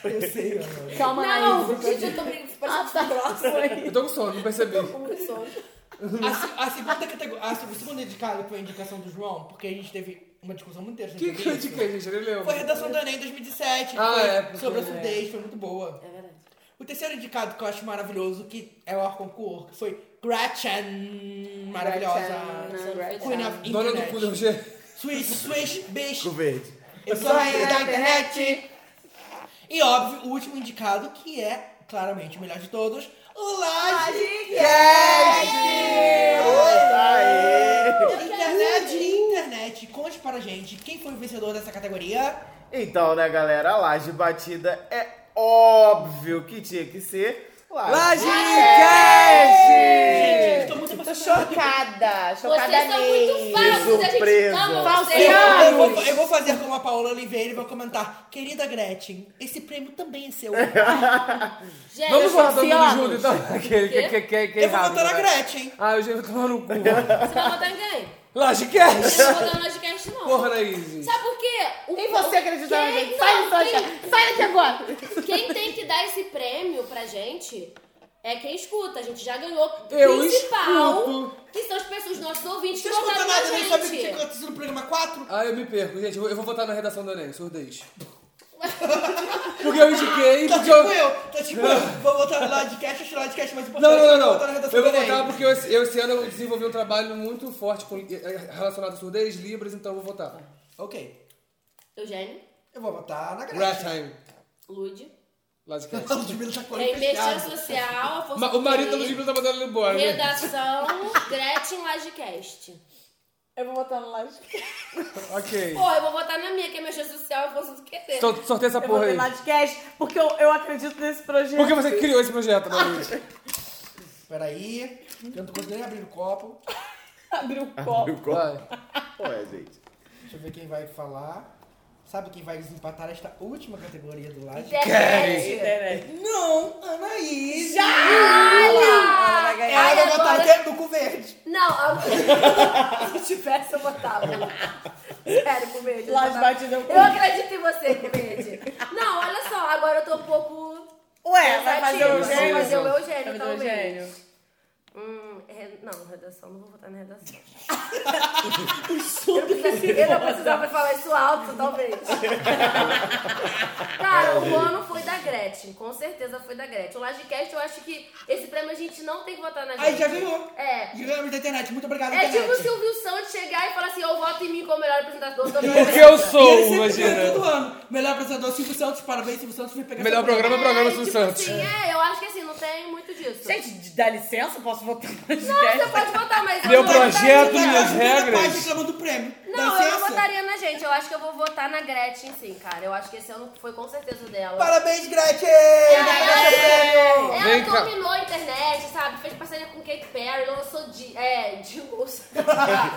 S7: Eu sei, amor.
S14: Calma,
S4: Não,
S14: Anaís,
S4: gente, eu tô brincando. Parece que tá grosso aí.
S7: né?
S1: Eu tô com sono, não percebi.
S7: A, se- a segunda categoria. A se- o segundo indicado foi a indicação do João, porque a gente teve uma discussão muito interessante.
S1: Que que eu
S7: sobre isso.
S1: indiquei, gente? Eu nem lembro.
S7: Foi a redação do Enem 2017.
S1: Ah,
S7: foi
S1: é, porque-
S7: Sobre a
S1: é.
S7: surdez, foi muito boa. É
S4: verdade.
S7: O terceiro indicado que eu acho maravilhoso, que é o Ar Concur, que foi Gretchen. Maravilhosa.
S14: Gretchen, Gretchen.
S7: Queen of
S1: Dona do
S7: Internet.
S1: cu do Rogério.
S7: Swish, swish, bicho.
S8: verde.
S7: Eu sou a rainha da internet. E óbvio, o último indicado, que é claramente o melhor de todos, o Lajecast!
S8: Então, Aê!
S7: Internet, internet, conte para a gente quem foi o vencedor dessa categoria.
S8: Então, né, galera? A laje batida é óbvio que tinha que ser laje.
S1: É.
S14: Gente,
S7: eu muito
S14: tô chocada. Chocada
S4: Vocês são
S14: mesmo.
S4: muito falsos, a gente
S8: surpresa.
S4: ama
S14: Falso.
S4: vocês.
S7: Eu vou, eu vou fazer como a Paola Oliveira e vou comentar. Querida Gretchen, esse prêmio também é seu.
S4: Gente,
S1: Vamos
S7: É, eu sou assim,
S1: falar do Dono
S7: ansiosa.
S1: Júlio,
S7: *laughs*
S1: então. Aquele que, que, que, que
S7: Eu vou
S1: errado,
S7: votar na É.
S1: né?
S7: Gretchen.
S1: Ah, eu já vou tomar no cu.
S4: Você vai votar em quem?
S1: Lajecast!
S4: Eu um não vou dar no Lajecast, não.
S1: *laughs* Porra, Anaís.
S4: Sabe por quê? O,
S14: Quem você acredita na
S4: quem-
S14: gente? Sai
S4: não,
S14: do Sonic.
S4: quem-
S14: Sai daqui agora.
S4: Quem tem que dar esse prêmio pra gente é quem escuta. A gente já ganhou o
S7: Eu
S4: principal,
S7: escuto.
S4: que são as pessoas, os nossos ouvintes
S7: Você
S4: que
S7: escuta
S4: votaram
S7: nada,
S4: na
S7: nem sabe o que
S4: gente.
S7: aconteceu no programa 4?
S1: Ah, eu me perco, gente. Eu vou, eu vou votar na redação do Enem, surdez.
S7: *laughs*
S1: Porque eu indiquei.
S7: Tá
S1: porque
S7: tipo
S1: eu-
S7: eu, tá tipo eu. Vou votar no Lajecast, acho o Lajecast mais importante.
S1: Não, não,
S7: vou
S1: não,
S7: votar na
S1: não.
S7: redação
S1: Eu vou
S7: do Enem.
S1: votar porque eu, eu esse ano eu desenvolvi um trabalho muito forte com, eh, relacionado a surdez, libras, então eu vou votar.
S7: Ok.
S4: Eugênio,
S7: Eu vou votar na
S1: Rat
S7: Gretchen.
S1: time.
S4: Lude,
S1: Lodcast.
S7: A Ludmilla tá com a
S4: tem
S7: olho
S4: Merchan
S7: fechado.
S4: Social, a Força
S1: Ma-
S4: do
S1: O marido da
S4: Querer,
S1: Ludmilla tá mandando ele embora. né?
S4: Redação, Gretchen Lajecast.
S14: Eu vou votar no Laje.
S1: Ok.
S4: Porra, eu vou votar na minha, que é Merchan Social, a Força do Querer.
S1: Então, sorteia essa
S14: Eu
S1: porra
S14: votei
S1: aí.
S14: no Lajecast porque eu, eu acredito nesse projeto.
S1: Por que você criou esse projeto, Luiz?
S7: Peraí, eu não tô conseguindo abrir o copo.
S14: Abriu o
S8: Abriu
S14: copo.
S8: o copo. Ué, é, gente.
S7: Deixa eu ver quem vai falar. Sabe quem vai desempatar esta última categoria do Laje?
S4: Internet.
S14: Internet.
S7: Então- Não, Anaís!
S4: Já!
S7: Ela vai ganhar. Ela vai botar dentro do cu verde.
S4: Não, a-
S14: *laughs*
S4: se tivesse eu *laughs* votava. Sério, com medo.
S14: Lá
S4: de
S14: debaixo do
S4: Eu acredito em você, Comede. Não, olha só, agora eu tô um pouco.
S14: Ué, vai fazer o
S4: pensativa.
S14: Eugênio?
S4: Vai fazer o
S14: Vai
S4: Eugênio,
S14: fazer o Eugênio.
S4: talvez. Hum, re- não, redação, não vou votar na
S14: *laughs*
S4: redação. eu, preciso- eu não precisava falar isso alto,
S14: *laughs*
S4: talvez. Cara, o ano foi da Gretchen, com certeza foi da Gretchen. O Lajecast, eu acho que esse prêmio a gente não tem que votar na gente.
S7: Aí já ganhou.
S4: É.
S7: Já ganhamos da internet. Muito obrigado,
S4: É
S7: internet.
S4: tipo o Silvio Santos chegar e falar assim: eu voto em mim como melhor apresentador. tô
S1: Porque
S4: apresentando.
S1: eu sou, um,
S7: E ele sempre
S1: imagina.
S7: ganha é todo ano. Melhor apresentador, Silvio Santos. Parabéns, Silvio Santos. Vem pegar
S1: Melhor
S7: seu
S1: programa, programa Silvio
S4: tipo
S1: Santos.
S4: assim, é, eu acho que assim, não tem muito disso.
S14: Gente, dá licença? Posso votar no
S4: não,
S14: Lajecast?
S4: você pode votar, mas eu
S1: Meu
S4: não votaria-
S1: projeto, minhas
S7: Pai
S1: regras.
S7: reclamando do prêmio.
S4: Não,
S7: Dá
S4: eu não
S7: licença.
S4: votaria na gente. Eu acho que eu vou votar na Gretchen, sim, cara. Eu acho que esse ano foi com certeza o dela.
S7: Parabéns, Gretchen!
S4: Ela,
S7: Ganhou seu prêmio.
S4: ela
S1: Vem cá.
S4: dominou a internet, sabe? Fez parceria com Kate Perry, lançou de, é, Jill
S1: *laughs*
S4: Wilson.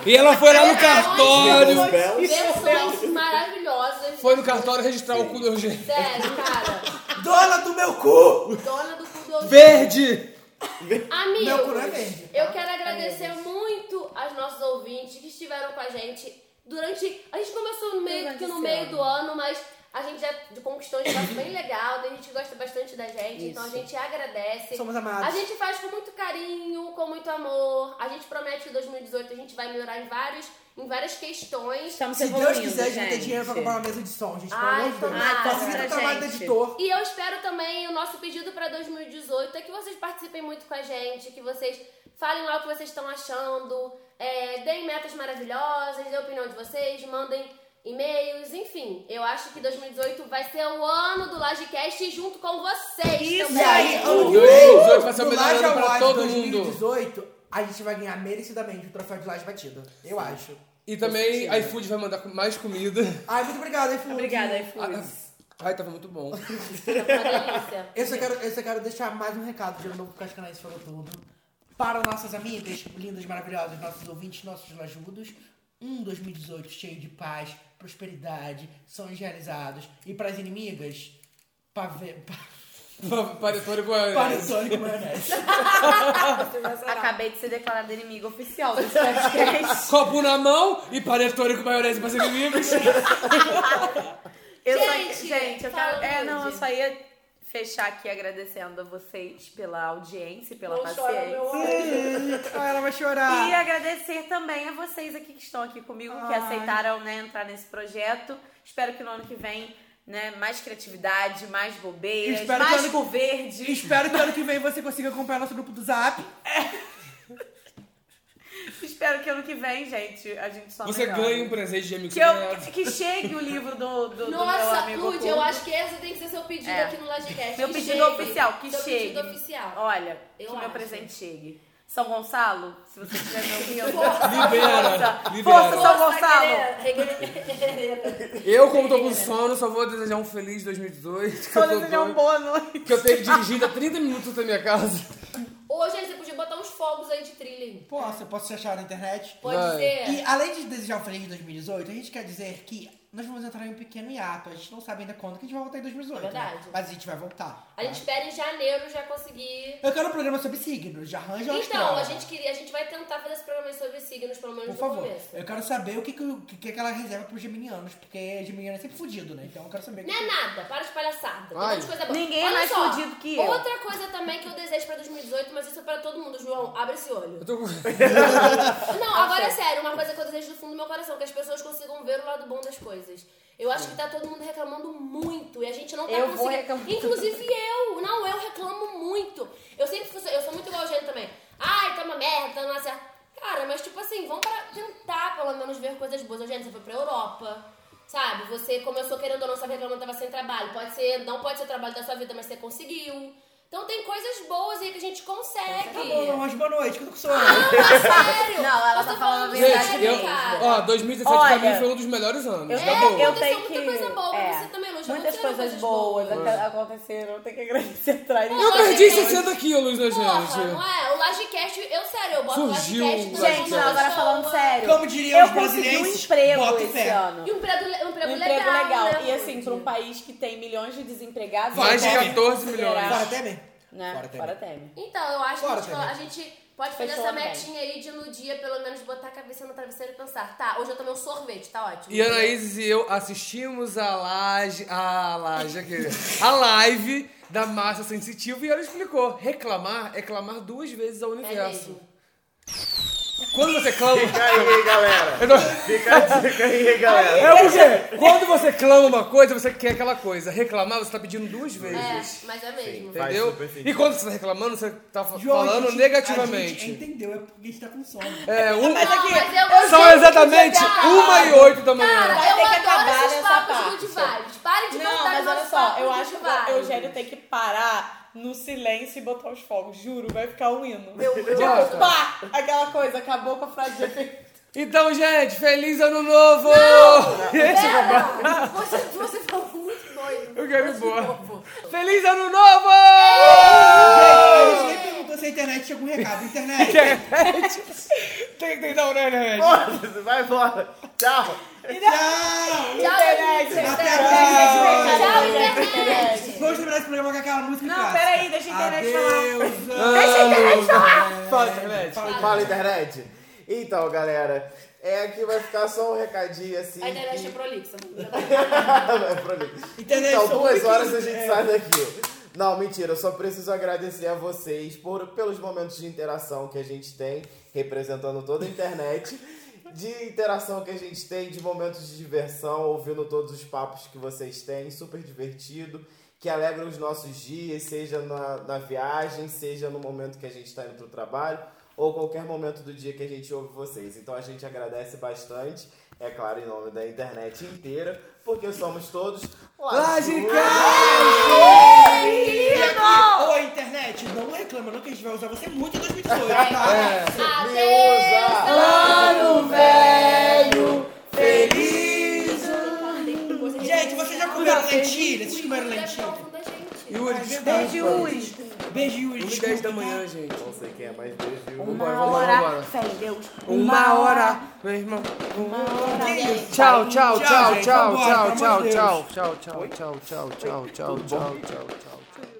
S1: E ela foi
S15: é
S1: lá no
S4: Versões-
S1: cartório.
S4: Versões maravilhosas.
S1: é Foi no cartório registrar o cu do Eugênio.
S4: Sério, cara.
S1: Dona do meu cu!
S4: Dona do cu do Eugênio.
S1: Verde!
S4: Amigos,
S1: Meu cu não é verde.
S4: eu quero agradecer muito aos nossos ouvintes que estiveram com a gente durante. A gente começou no meio, que no meio do ano, mas a gente já conquistou um espaço bem legal, tem gente que gosta bastante da gente, então a
S7: Isso.
S4: gente agradece.
S7: Somos amados.
S4: A gente faz com muito carinho, com muito amor. A gente promete que 2018 a gente vai melhorar em vários. Em várias questões. Estamos
S7: Se Deus quiser, a gente vai ter dinheiro pra comprar uma mesa de som, gente. Pelo amor
S4: Ai,
S7: de Deus.
S4: tomara.
S7: Facilita o trabalho do editor.
S4: E eu espero também, o nosso pedido pra 2018 é que vocês participem muito com a gente, que vocês falem lá o que vocês estão achando, é, deem metas maravilhosas, dê a opinião de vocês, mandem e-mails, enfim. Eu acho que 2018 vai ser o ano do Lagecast junto com vocês.
S7: Isso
S4: também.
S7: aí, ano que vem.
S1: 2018 vai ser o
S7: No
S1: melhor
S7: Laje
S1: ano pra
S7: Awards
S1: todo
S7: 2018, a gente vai ganhar merecidamente o troféu de laje batida. Eu acho.
S1: E também a iFood vai mandar com- mais comida.
S7: Ai, muito obrigado, iFood.
S1: Obrigada, iFood. Ai, tava muito bom. *laughs*
S7: Eu só, quero, eu só quero deixar mais um recado de novo, porque acho que a Anaís falou tudo. Para nossas amigas lindas, maravilhosas, nossos ouvintes, nossos lajudos. Um 2018 cheio de paz, prosperidade, sonhos realizados. E para as inimigas, pavê... *laughs*
S1: Paretone com a...
S7: Paretone com maionese.
S15: Acabei de ser declarada inimiga oficial desse podcast.
S1: Copo na mão e panetone com maionese pra ser inimigos.
S15: *laughs* Eu só-
S4: Gente,
S15: gente, eu
S4: fala,
S15: quero. É,
S4: Luiz.
S15: não, eu só ia fechar aqui agradecendo a vocês pela audiência e pela
S4: Não
S15: paciência.
S4: chora, meu anjo.
S7: Ah, ela vai chorar.
S15: E agradecer também a vocês aqui que estão aqui comigo, que
S7: Ai.
S15: aceitaram né, entrar nesse projeto. Espero que no ano que vem, né, mais criatividade, mais bobeiras,
S7: Espero que
S15: mais
S7: ano-
S15: cu verde.
S7: Espero que ano que vem você consiga acompanhar nosso grupo do Zap.
S15: Espero que ano que vem, gente, a gente só
S1: Você
S15: melhore.
S1: ganha um presente de amigo
S15: que, eu, que chegue o livro do, do, do meu
S4: Nossa,
S15: amigo
S4: Lud, eu
S15: oculto.
S4: acho que esse tem que ser seu pedido
S15: É.
S4: aqui no Lagecast.
S15: Meu
S4: Que
S15: pedido
S4: chegue.
S15: oficial, que
S4: Seu
S15: chegue.
S4: pedido oficial.
S15: Olha,
S4: Eu
S15: que meu
S4: acho.
S15: presente chegue. São Gonçalo, se você estiver me ouvindo.
S4: Força.
S1: Libera,
S15: Força,
S1: libera.
S15: força, São Gonçalo. *laughs*
S4: Gonçalo!
S1: Eu, como tô com sono, só vou desejar um feliz 2018. Só
S15: desejar um uma boa noite.
S1: Que eu tenho dirigido a 30 minutos da minha casa.
S4: Ô, gente, você podia botar uns fogos aí de trilha. hein?
S7: Posso, eu posso te achar na internet?
S4: Pode Vai. ser.
S7: E além de desejar um feliz 2018, a gente quer dizer que nós vamos entrar em um pequeno hiato. A gente não sabe ainda quando que a gente vai voltar em 2018.
S4: É verdade.
S7: né? Mas a gente vai voltar.
S4: A gente espera em janeiro já conseguir.
S7: Eu quero um programa sobre signos, já arranja um uma
S4: Então,
S7: astróloga.
S4: a gente queria, a gente vai tentar fazer esse programa sobre signos, pelo menos
S7: Por
S4: no
S7: favor,
S4: começo.
S7: eu quero saber o que, que, o que, que ela reserva pros geminianos, porque geminiano é sempre fudido, né? Então eu quero saber... o
S4: Não
S7: que-
S4: é nada, para de palhaçada. Tem um
S7: Ai.
S4: monte de coisa boa.
S7: Ninguém é
S4: Olha
S7: mais
S4: só,
S7: fudido que eu.
S4: Outra coisa também que eu desejo pra 2018, mas isso é pra todo mundo, João. Abre esse olho.
S15: *laughs*
S4: Não,
S15: Ah,
S4: agora é sério, uma coisa que eu desejo do fundo do meu coração, que as pessoas consigam ver o lado bom das coisas. Eu acho que tá todo mundo reclamando muito e a gente não tá
S15: Eu vou
S4: conseguindo.
S15: reclamar.
S4: Inclusive eu, não, eu reclamo muito. Eu sempre fui, eu sou muito igual a gente também. Ai, tá uma merda, tá uma certa. Cara, mas tipo assim, vamos pra tentar pelo menos ver coisas boas. Gente, você foi pra Europa. Sabe, você começou querendo ou não saber que eu não tava sem trabalho. Pode ser, não pode ser o trabalho da sua vida, mas você conseguiu. Então tem coisas boas aí que a gente consegue.
S7: Tá bom, mas boa noite, que eu tô com sono.
S4: sério?
S15: Ah, Não, ela
S4: Eu tô
S15: tá falando a
S4: falando
S15: verdade
S1: Gente, eu,
S15: mesmo.
S1: ó, 2017
S15: Olha,
S1: pra mim foi um dos melhores anos.
S15: Eu,
S1: tá bom.
S15: eu tenho que.
S4: muita coisa boa pra
S15: é,
S4: você também, Luiz.
S15: Muitas
S4: Aconteceram
S15: coisas
S4: coisas
S15: boas
S1: boas.
S15: aca- aconteceram. Eu tenho que agradecer atrás.
S1: Eu perdi 60 quilos, né,
S4: Porra, não
S1: gente?
S4: é? O Lagecast, eu sério, eu boto
S1: Surgiu
S4: o
S7: um
S4: Lagecast.
S1: o
S4: nas
S15: Gente,
S1: Lagecast.
S15: não, agora falando sério.
S7: Como diriam
S15: eu
S7: os
S15: consegui um
S7: brasileiros,
S15: emprego
S7: bota
S15: esse
S7: fé.
S15: ano.
S4: E um emprego, le- um emprego
S15: Um emprego
S4: legal.
S15: legal.
S4: né?
S15: E assim, pra um país que tem milhões de desempregados.
S1: Mais de
S15: eu posso
S1: 14
S15: considerar-
S1: milhões. Fora
S7: Temer?
S15: Né?
S1: Fora
S15: Fora
S1: Temer.
S15: Temer.
S4: Então, eu acho que
S15: Bora,
S4: a gente- a
S15: Fernanda.
S4: gente pode fazer
S15: Fechou
S4: essa
S15: também.
S4: metinha aí de no dia, pelo menos, botar a cabeça no travesseiro e pensar, tá, hoje eu tomei um sorvete, tá ótimo.
S1: E Anaíses e eu assistimos a laje. A laje aqui. A live da massa sensitiva e ela explicou: reclamar é clamar duas vezes ao universo. Quando você clama.
S8: Fica aí, galera.
S1: Eu não-
S8: Fica a dica aí, galera.
S1: É porque quando você clama uma coisa, você quer aquela coisa. Reclamar, você tá pedindo duas vezes.
S4: É, mas é mesmo.
S8: Faz
S1: Entendeu?
S8: super sentido.
S1: E quando você tá reclamando, você tá fa-
S7: João, a
S1: falando
S7: gente-
S1: negativamente.
S7: A gente entendeu, é porque a gente tá com sono.
S1: É, um-
S7: Mas aqui,
S4: Não, mas eu
S7: eu
S1: São
S7: sei que
S1: exatamente
S7: podia dar.
S1: 1 e 8 da manhã.
S4: Cara, eu
S15: ter que
S4: adoro
S15: acabar
S4: esses
S15: nessa
S4: papos
S15: parte.
S4: ludivales. Parem de
S15: Não,
S14: tá
S4: botar
S15: mas
S4: nos
S15: olha só,
S4: papos
S15: eu acho que o
S4: ludivales.
S15: Eugênio tem que parar no silêncio e botar os fogos. Juro, vai ficar um hino. Meu
S1: eu gosto.
S15: Pá! Aquela coisa, acabou com a frase de efeito.
S1: Então, gente, feliz ano novo!
S4: Pera, você, você falou muito doido.
S1: Eu quero ir embora. Feliz ano novo!
S7: Perguntou se a internet chega um recado. Internet.
S26: Internet.
S7: tem, tem, não, né, né?
S26: Foda-se, vai embora. Tchau.
S7: Tchau.
S26: Internet.
S7: Até
S26: Tchau,
S7: agora.
S26: internet.
S7: Vamos terminar esse programa com aquela música
S14: Não, peraí, deixa a internet falar.
S26: Deixa a internet falar.
S8: Fala, internet.
S26: Fala,
S8: Fala, internet. Então, galera, é aqui vai ficar só um recadinho assim.
S4: A internet é prolixa.
S8: *laughs* É prolixo.
S4: Internet,
S8: então,
S4: são
S8: duas
S4: muito
S8: horas a gente
S4: é.
S8: sai daqui. Não, mentira, eu só preciso agradecer a vocês por, pelos momentos de interação que a gente tem, representando toda a internet, de interação que a gente tem, de momentos de diversão, ouvindo todos os papos que vocês têm, super divertido, que alegra os nossos dias, seja na, na viagem, seja no momento que a gente está indo para o trabalho, ou qualquer momento do dia que a gente ouve vocês. Então a gente agradece bastante, é claro, em nome da internet inteira, porque somos todos
S7: Oi, internet, não reclama, não que a gente vai usar você muito em 2018, tá?
S26: É.
S7: Ano velho, feliz. Gente, vocês já comeram lentilha? Vocês comeram lentilha?
S1: Yuri, desculpa.
S7: Beijo, Yuri. Beijo, Yuri.
S1: 1 e 10 da manhã, gente. Não
S8: sei quem é, mas beijo.
S1: Uma hora.
S14: Fé em Deus.
S1: Uma hora. Meu irmão. Uma
S14: hora.
S1: Tchau, tchau,
S8: Tchau,
S1: tchau,
S8: gente,
S1: tchau, tchau,
S8: vambora, pelo amor
S1: tchau,
S8: de
S1: tchau, tchau,
S8: Deus.
S1: tchau, tchau, tchau, tchau, tchau, tchau, tchau, tchau.